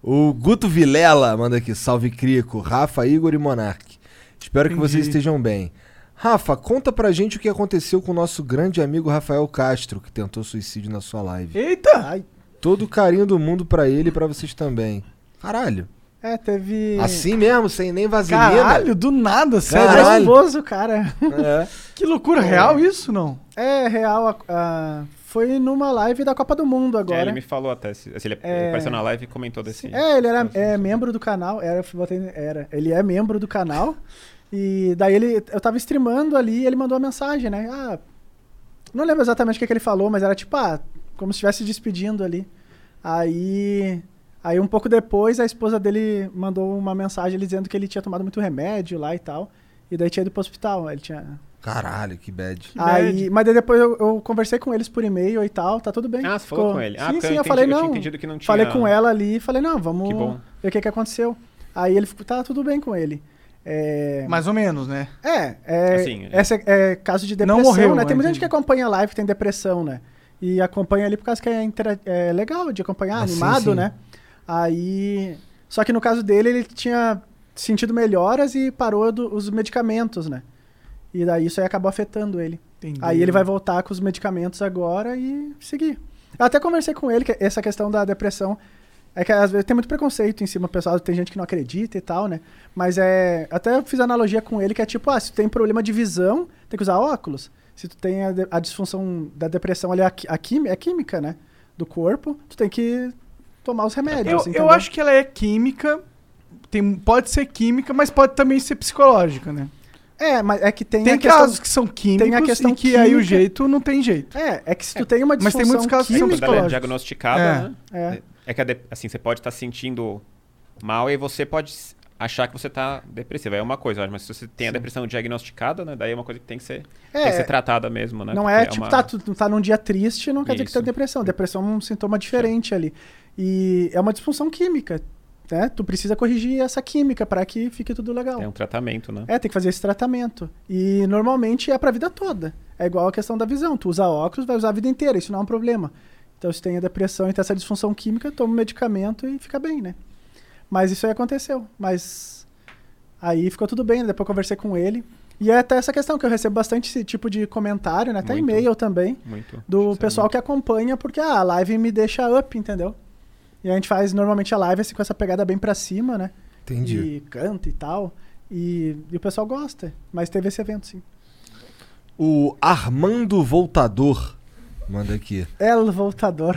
S3: O Guto Vilela manda aqui, salve Crico, Rafa, Igor e Monark. Espero que
S2: Entendi.
S3: vocês estejam bem. Rafa, conta pra gente o que aconteceu com o nosso grande amigo Rafael Castro, que tentou suicídio na sua live.
S2: Eita!
S3: Todo o carinho do mundo pra ele e pra vocês também. Caralho.
S6: É, teve.
S3: Assim mesmo, sem nem vaselina.
S2: Caralho, do nada, sério.
S3: Caralho.
S6: é nervoso, cara.
S3: É.
S2: Que loucura, real isso não?
S6: É, real. a- a- foi numa live da Copa do Mundo
S1: É,
S6: agora.
S1: ele me falou até. se- se ele,
S6: É.
S1: ele apareceu na live e comentou desse.
S6: É, ele era é, membro do canal. Era, botei- era. Ele é membro do canal. E daí ele. Eu tava streamando ali e ele mandou uma mensagem, né? Ah, Não lembro exatamente o que, que ele falou, mas era tipo, ah, como se estivesse despedindo ali. Aí. Aí um pouco depois a esposa dele mandou uma mensagem ele dizendo que ele tinha tomado muito remédio lá e tal. E daí tinha ido pro hospital. Ele tinha.
S3: Caralho, que bad.
S6: Aí, mas daí depois eu, eu conversei com eles por e-mail e tal, tá tudo bem.
S1: Ah, você falou com ele. Ah,
S6: Sim,
S1: porque
S6: sim, eu,
S1: eu entendi-
S6: falei
S1: eu tinha
S6: não.
S1: entendido que não tinha-
S6: Falei com ela ali e falei, não, vamos
S1: Que bom.
S6: ver o que, que aconteceu. Aí ele ficou, tá tudo bem com ele. É...
S2: Mais ou menos, né?
S6: É, é,
S2: Assim, é.
S6: essa é, é caso de depressão,
S2: Não morreu,
S6: né?
S2: mas
S6: Tem muita
S2: entendi.
S6: gente que acompanha a live que tem depressão, né? E acompanha ali por causa que é, intera- é legal de acompanhar,
S2: Ah, sim,
S6: animado,
S2: sim.
S6: né? Aí. Só que no caso dele, ele tinha sentido melhoras e parou do- os medicamentos, né? E daí isso aí acabou afetando ele.
S2: Entendi.
S6: Aí ele vai voltar com os medicamentos agora e seguir. Eu até conversei com ele que essa questão da depressão é que às vezes tem muito preconceito em cima, pessoal, tem gente que não acredita e tal, né? Mas é, até eu fiz analogia com ele que é tipo, ah, se tu tem problema de visão, tem que usar óculos. Se tu tem a, de- a disfunção da depressão ali a, qui- a quimi- é química, né, do corpo, tu tem que tomar os
S2: Eu,
S6: remédios,
S2: eu acho que ela é química. Tem, pode ser química, mas pode também ser psicológica, né?
S6: É, mas é que tem
S2: Tem
S6: a questão-
S2: casos que são químicos
S6: tem a questão
S2: e que aí o
S6: química.
S2: jeito não tem jeito.
S6: É, é que se tu tem uma
S2: Mas
S6: disfunção
S2: tem muitos casos que são
S6: química,
S2: Sim,
S1: Quando ela é
S2: psicológicos.
S1: diagnosticada,
S2: É.
S1: né?
S6: É.
S1: É. que a de- assim, você pode estar se sentindo mal e você pode s- achar que você está depressivo. Aí É uma coisa, mas se você tem a depressão diagnosticada, né? Daí é uma coisa que tem que ser,
S6: É.
S1: tem que ser tratada mesmo, né?
S6: Não
S1: Porque
S6: é, tipo,
S1: uma-
S6: tá, tu tu tá num dia triste, não quer dizer que
S1: Isso.
S6: tá depressão. Depressão é um sintoma diferente ali. E é uma disfunção química, né? Tu precisa corrigir essa química para que fique tudo legal.
S1: É um tratamento, né?
S6: É, tem que fazer esse tratamento. E normalmente é pra vida toda. É igual a questão da visão. Tu usa óculos, vai usar a vida inteira, isso não é um problema. Então, se tem a depressão e tem essa disfunção química, toma um medicamento e fica bem, né? Mas isso aí aconteceu. Mas aí ficou tudo bem, né? depois eu conversei com ele. E é até essa questão que eu recebo bastante esse tipo de comentário, né? Até
S1: Muito.
S6: e-mail também.
S1: Muito. é
S6: Do pessoal que acompanha, porque ah, a live me deixa up, entendeu? E a gente faz normalmente a live assim com essa pegada bem pra cima, né?
S3: Entendi.
S6: E canta e tal. E, e o pessoal gosta. Mas teve esse evento, sim.
S3: O Armando Voltador manda aqui.
S6: El Voltador.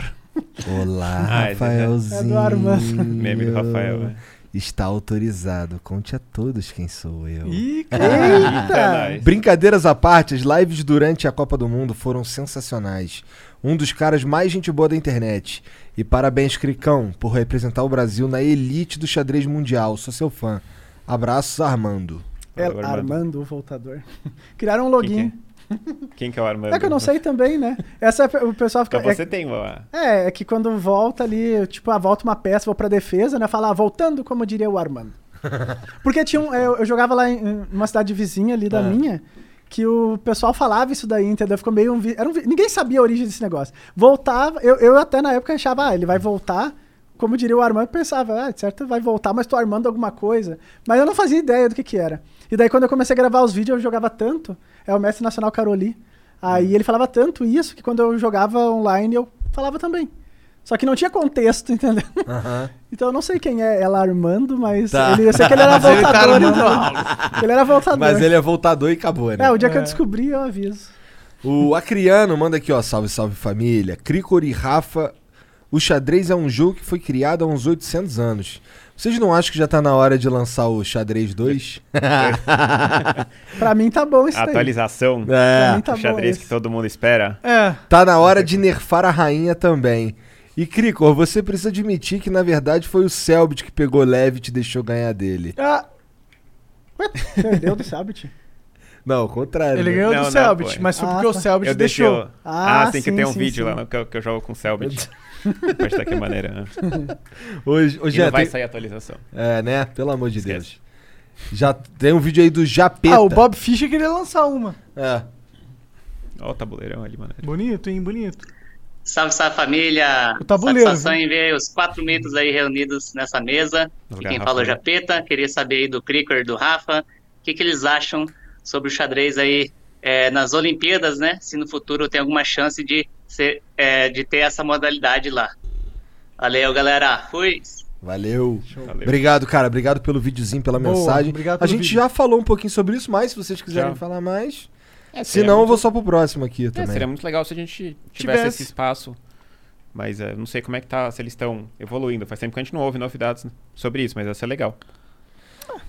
S3: Olá,
S1: Ah, esse é-
S3: Rafaelzinho.
S6: É do Armando.
S1: Meme do Rafael, né?
S3: Está autorizado. Conte a todos quem sou eu.
S2: Ih,
S1: cara. Eita!
S3: Brincadeiras à parte, as lives durante a Copa do Mundo foram sensacionais. Um dos caras mais gente boa da internet. E parabéns, Cricão, por representar o Brasil na elite do xadrez mundial. Sou seu fã. Abraços, Armando.
S2: É,
S6: El
S3: Armando.
S6: Armando. o Voltador. Criaram um login.
S1: Quem que é o Armando?
S6: é? que eu não sei também, né? Essa é- o pessoal fica.
S1: Então você
S6: é,
S1: tem uma...
S6: é, é que quando volta ali, tipo, ah, volta uma peça, vou pra defesa, né? Fala, ah, voltando, como diria o Armando. Porque tinha um, eu, eu jogava lá em em uma cidade vizinha ali da
S2: Ah.
S6: minha, que o pessoal falava isso daí, entendeu? Ficou meio um, vi- era um vi- Ninguém sabia a origem desse negócio. Voltava, eu, eu até na época achava, ah, ele vai voltar. Como diria o Armando, eu pensava, ah, de certo, vai voltar, mas tô armando alguma coisa. Mas eu não fazia ideia do que que era. E daí quando eu comecei a gravar os vídeos, eu jogava tanto. É o mestre nacional Caroli.
S3: Hum.
S6: Aí ele falava tanto isso que quando eu jogava online, eu falava também. Só que não tinha contexto, entendeu? Então eu não sei quem é ela Armando, mas
S3: Tá.
S6: ele, eu sei que ele era
S3: Mas ele tá
S6: voltador.
S3: armando
S6: então.
S3: algo.
S6: Ele era voltador.
S3: Mas ele é voltador e acabou, né?
S6: Tá É, o dia que eu descobri, eu aviso.
S3: O Acriano manda aqui, ó. Salve, salve família. Cricor e Rafa. O xadrez é um jogo que foi criado há uns 800 anos. Vocês não acham que já tá na hora de lançar o xadrez 2?
S6: Pra mim tá bom isso
S1: Ah,
S6: daí. Então,
S1: Atualização.
S3: Pra mim
S1: do
S3: tá bom
S1: xadrez
S3: esse.
S1: que todo mundo espera.
S2: É.
S3: Tá na hora de nerfar a rainha também. E Cricor, você precisa admitir que na verdade foi o Selbit que pegou leve e te deixou ganhar dele.
S6: Ah. Ué, perdeu do Sabit?
S3: Não, ao
S1: É
S3: contrário.
S2: Ele
S3: né?
S2: ganhou do Selbit,
S1: foi.
S2: mas foi
S6: Ah,
S2: porque o
S6: tá.
S2: Selbit
S1: Eu deixei
S2: deixou.
S1: o- Ah, tem que ter um vídeo lá no- que, eu, que eu jogo com o Selbit. Mas tá que maneira. né?
S3: Hoje,
S1: E
S3: hoje
S1: não vai sair atualização.
S3: É, né? Pelo amor de Deus. Já tem um vídeo aí do Japeta.
S2: Ah, o Bob Fischer queria lançar uma.
S3: É.
S1: Ó o tabuleirão ali, mano.
S2: Bonito, hein? Bonito.
S17: Salve, salve família!
S2: O tabuleiro,
S17: Satisfação em ver os quatro mitos aí reunidos nessa mesa.
S1: As
S17: E quem
S1: garrafas,
S17: fala é o
S1: né?
S17: Japeta. Queria saber aí do Cricker, do Rafa, o que, que eles acham sobre o xadrez aí eh, nas Olimpíadas, né? Se no futuro tem alguma chance de, ser, eh, de ter essa modalidade lá. Valeu, galera! Fui!
S3: Valeu. Obrigado, cara. Obrigado pelo videozinho, pela
S17: Boa,
S3: mensagem.
S17: obrigado
S3: a
S17: pelo
S3: gente
S17: vídeo.
S3: já falou um pouquinho sobre isso, mas se vocês quiserem
S1: Já.
S3: falar mais.
S1: É,
S3: se
S1: seria
S3: não, eu
S1: muito-
S3: vou só pro próximo aqui
S1: É,
S3: também.
S1: seria muito legal se a gente tivesse,
S2: Tivesse.
S1: esse espaço. Mas é, não sei como é que tá, se eles estão evoluindo. Faz tempo que a gente não ouve novidades sobre isso, mas ia ser legal.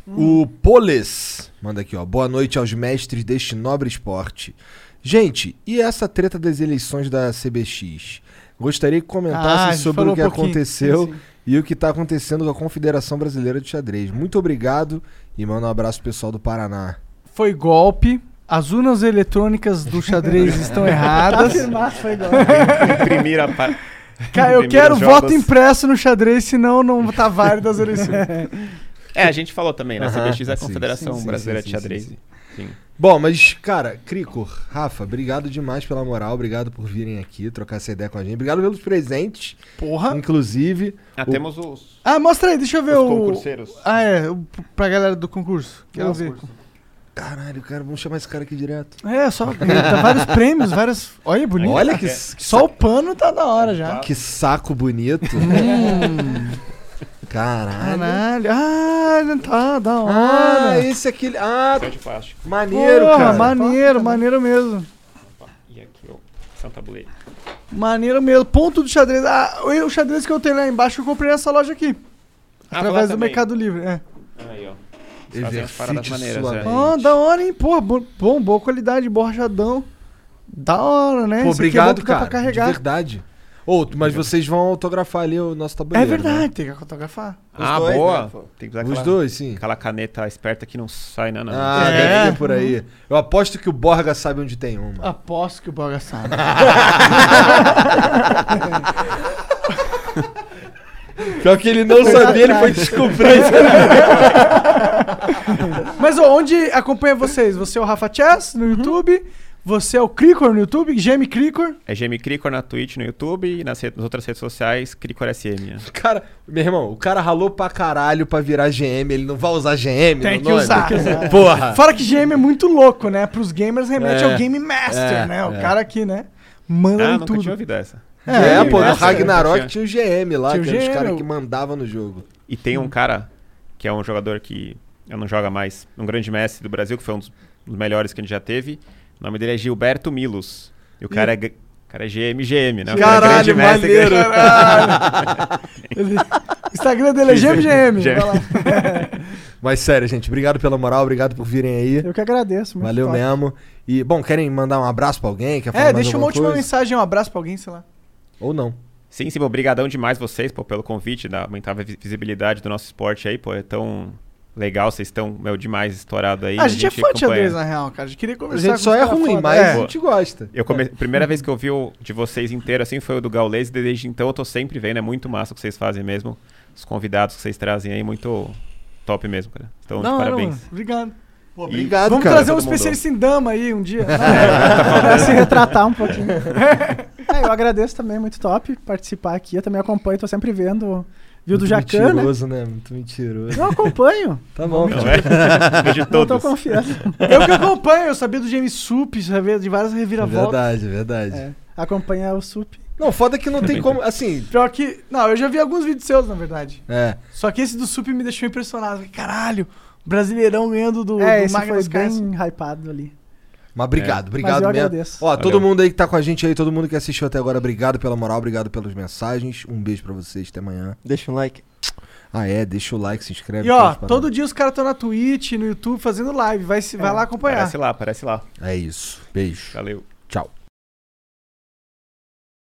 S3: O Poles manda aqui, ó. Boa noite aos mestres deste nobre esporte. Gente, e essa treta das eleições da CBX? Gostaria
S2: Ah,
S3: que
S2: a
S3: comentassem
S2: gente
S3: sobre
S2: falou
S3: o que
S2: um pouquinho,
S3: aconteceu
S2: sim, sim.
S3: e o que está acontecendo com a Confederação Brasileira de Xadrez. Muito obrigado e manda um abraço pro pessoal do Paraná.
S2: Foi golpe. As urnas eletrônicas do xadrez estão
S6: Tá
S2: erradas.
S6: afirmado, foi golpe.
S1: Imprimir a pa-
S2: Cara, eu
S1: imprimir
S2: quero
S1: os
S2: voto
S1: jogos.
S2: impresso no xadrez, senão não tá válido as eleições.
S1: É, a gente falou também, né?
S3: Aham,
S1: CBX é a
S3: sim,
S1: Confederação
S3: sim, sim,
S1: Brasileira
S3: sim,
S1: de
S3: sim,
S1: Xadrez.
S3: sim,
S1: Sim.
S3: Bom, mas, cara, Crico, Rafa, obrigado demais pela moral, obrigado por virem aqui trocar essa ideia com a gente. Obrigado pelos presentes.
S2: Porra.
S3: Inclusive.
S1: Ah,
S3: o-
S1: temos os.
S2: Ah, mostra aí, deixa eu ver
S1: Os
S2: o.
S1: concurseiros.
S2: Ah, é, o- pra galera do concurso. Quero
S3: Ah, os
S2: ver.
S3: Caralho, cara, vamos chamar esse cara aqui direto.
S2: É, só. Tá vários prêmios, várias. Olha, bonito.
S3: Olha que-
S2: Só o pano tá da hora já.
S3: Que saco bonito. Caralho.
S2: Caralho. Ah, não tá da hora.
S3: Ah, esse aqui. Ah,
S1: Céu de plástico.
S3: maneiro,
S2: Porra,
S3: cara. né?
S2: Maneiro, maneiro mesmo.
S1: E aqui, ó. São tabuleiro.
S2: Maneiro mesmo. Ponto do xadrez. Ah, o o xadrez que eu tenho lá embaixo eu comprei nessa loja aqui.
S1: Ah, lá
S2: através do
S1: também.
S2: Mercado Livre. É.
S1: Aí, ó. Eles Fazem as paradas
S3: Exercite
S1: maneiras,
S3: sua
S1: é.
S3: mente.
S2: Ó, da hora, hein? Pô, bo- bom, boa qualidade, borrachadão. Da hora, né?
S3: Pô,
S2: Esse aqui é bom
S3: obrigado,
S2: porque dá
S3: cara.
S2: Pra carregar.
S3: De verdade. Ô, mas vocês vão autografar ali o nosso
S2: É
S3: tabuleiro.
S2: verdade, tem que fotografar.
S1: Ah,
S3: dois,
S1: boa.
S3: né, pô?
S1: Tem que usar
S3: Os
S1: aquela,
S3: dois, sim.
S1: Aquela caneta esperta que não sai, não, não.
S3: Né?
S2: É.
S3: Ah,
S2: Ah.
S3: deve ter por aí. Eu aposto que o Borga sabe onde tem uma.
S2: Aposto que o Boga sabe.
S3: Pior que ele não sabia, ele foi descobrir.
S2: Mas ó, onde acompanha vocês? Você é o Rafa Chess no YouTube? Você é o Cricor no YouTube? Gemi Cricor?
S1: É GM Cricor na Twitch, no YouTube e nas, re- nas outras redes sociais, Cricor SM. né?
S3: Cara, meu irmão, o cara ralou pra caralho pra virar GM. Ele não vai usar GM
S2: Tem
S3: no
S2: que
S3: nome?
S2: usar. Tem que usar.
S3: Porra.
S2: Fora que GM é muito louco, né? Pros gamers remete
S3: É,
S2: ao Game Master,
S3: é,
S2: né? O
S3: é.
S2: cara aqui, né? Manda
S1: Ah,
S2: em
S1: nunca
S2: tudo.
S1: tinha ouvido essa.
S3: É,
S2: Game
S3: pô, no
S2: Master.
S3: Ragnarok tinha o GM lá,
S2: né? Tinha o
S3: que era os
S2: GM,
S3: caras
S2: o-
S3: que mandavam no jogo.
S1: E tem
S2: Hum.
S1: um cara que é um jogador que eu não joga mais, um grande mestre do Brasil, que foi um dos dos melhores que a gente já teve. O nome dele é Gilberto Milos. E o cara, é, gr- o cara é GM, GM, né? O cara é
S3: Caralho,
S1: grande
S3: maneiro.
S2: Ele- O Instagram dele é GM, GM. Vai lá.
S3: Mas sério, gente, obrigado pela moral, obrigado por virem aí.
S6: Eu que agradeço. muito
S3: Valeu
S6: top.
S3: mesmo. E, bom, querem mandar um abraço pra alguém? Quer falar
S2: É,
S3: mais
S2: deixa uma
S3: alguma
S2: última
S3: coisa?
S2: mensagem, um abraço pra alguém, sei lá.
S3: Ou não.
S1: Sim, sim, obrigadão demais vocês pô, pelo convite, da aumentar a vi- visibilidade do nosso esporte aí, pô, é tão legal, vocês estão, meu, demais estourado aí.
S2: a, gente é fã de
S1: acompanha.
S2: xadrez, na real, cara. A gente queria
S3: A
S2: conversar
S3: gente
S2: com
S3: só
S2: os
S3: é
S2: caras
S3: ruim,
S2: foda.
S3: mas
S2: É.
S3: a gente gosta.
S1: Eu come... Primeira vez que eu vi o de vocês inteiro assim foi o do Gaules e desde então eu tô sempre vendo. É muito massa o que vocês fazem mesmo. Os convidados que vocês trazem aí, muito top mesmo, cara. Então,
S2: Não, não,
S1: de parabéns.
S2: mano. Obrigado.
S3: Pô, obrigado,
S2: Vamos
S3: cara.
S2: trazer um
S1: Todo mundo.
S2: especialista em dama aí um dia.
S6: pra se retratar um pouquinho. É, eu agradeço também, muito top participar aqui. Eu também acompanho, tô sempre vendo. Viu do
S3: Muito
S6: Jacan, né?
S3: mentiroso, né? Muito mentiroso.
S6: Eu acompanho.
S3: Tá bom,
S1: Não,
S3: cara.
S1: é? Vejo
S6: Não tô
S1: todos.
S6: confiando.
S2: Eu que acompanho, eu sabia do James Sup, sabia de
S3: É
S2: várias reviravoltas.
S3: Verdade, verdade.
S6: É, acompanha o SUP.
S3: Não, foda que não tem como. Assim,
S2: Pior que. Não, eu já vi alguns vídeos seus, na verdade.
S3: é.
S2: Só que esse do Sup me deixou impressionado. Falei, Caralho, brasileirão ganhando do,
S6: é,
S2: do
S6: esse foi
S2: Magnus Carlsen.
S6: bem hypado ali.
S3: Mas obrigado, obrigado
S6: Mas eu
S3: mesmo.
S6: agradeço.
S3: Ó, todo
S1: É. Valeu.
S3: mundo aí que tá com a gente aí, todo mundo que assistiu até agora, obrigado pela moral, obrigado pelas mensagens. Um beijo pra vocês, até amanhã.
S4: Deixa um like.
S3: Ah, é, deixa o like, se inscreve.
S2: E ó,
S3: faz parada.
S2: todo dia os caras estão na Twitch, no YouTube, fazendo live. Vai, se- vai lá acompanhar.
S1: Aparece lá, aparece lá.
S3: É isso. Beijo.
S1: Valeu.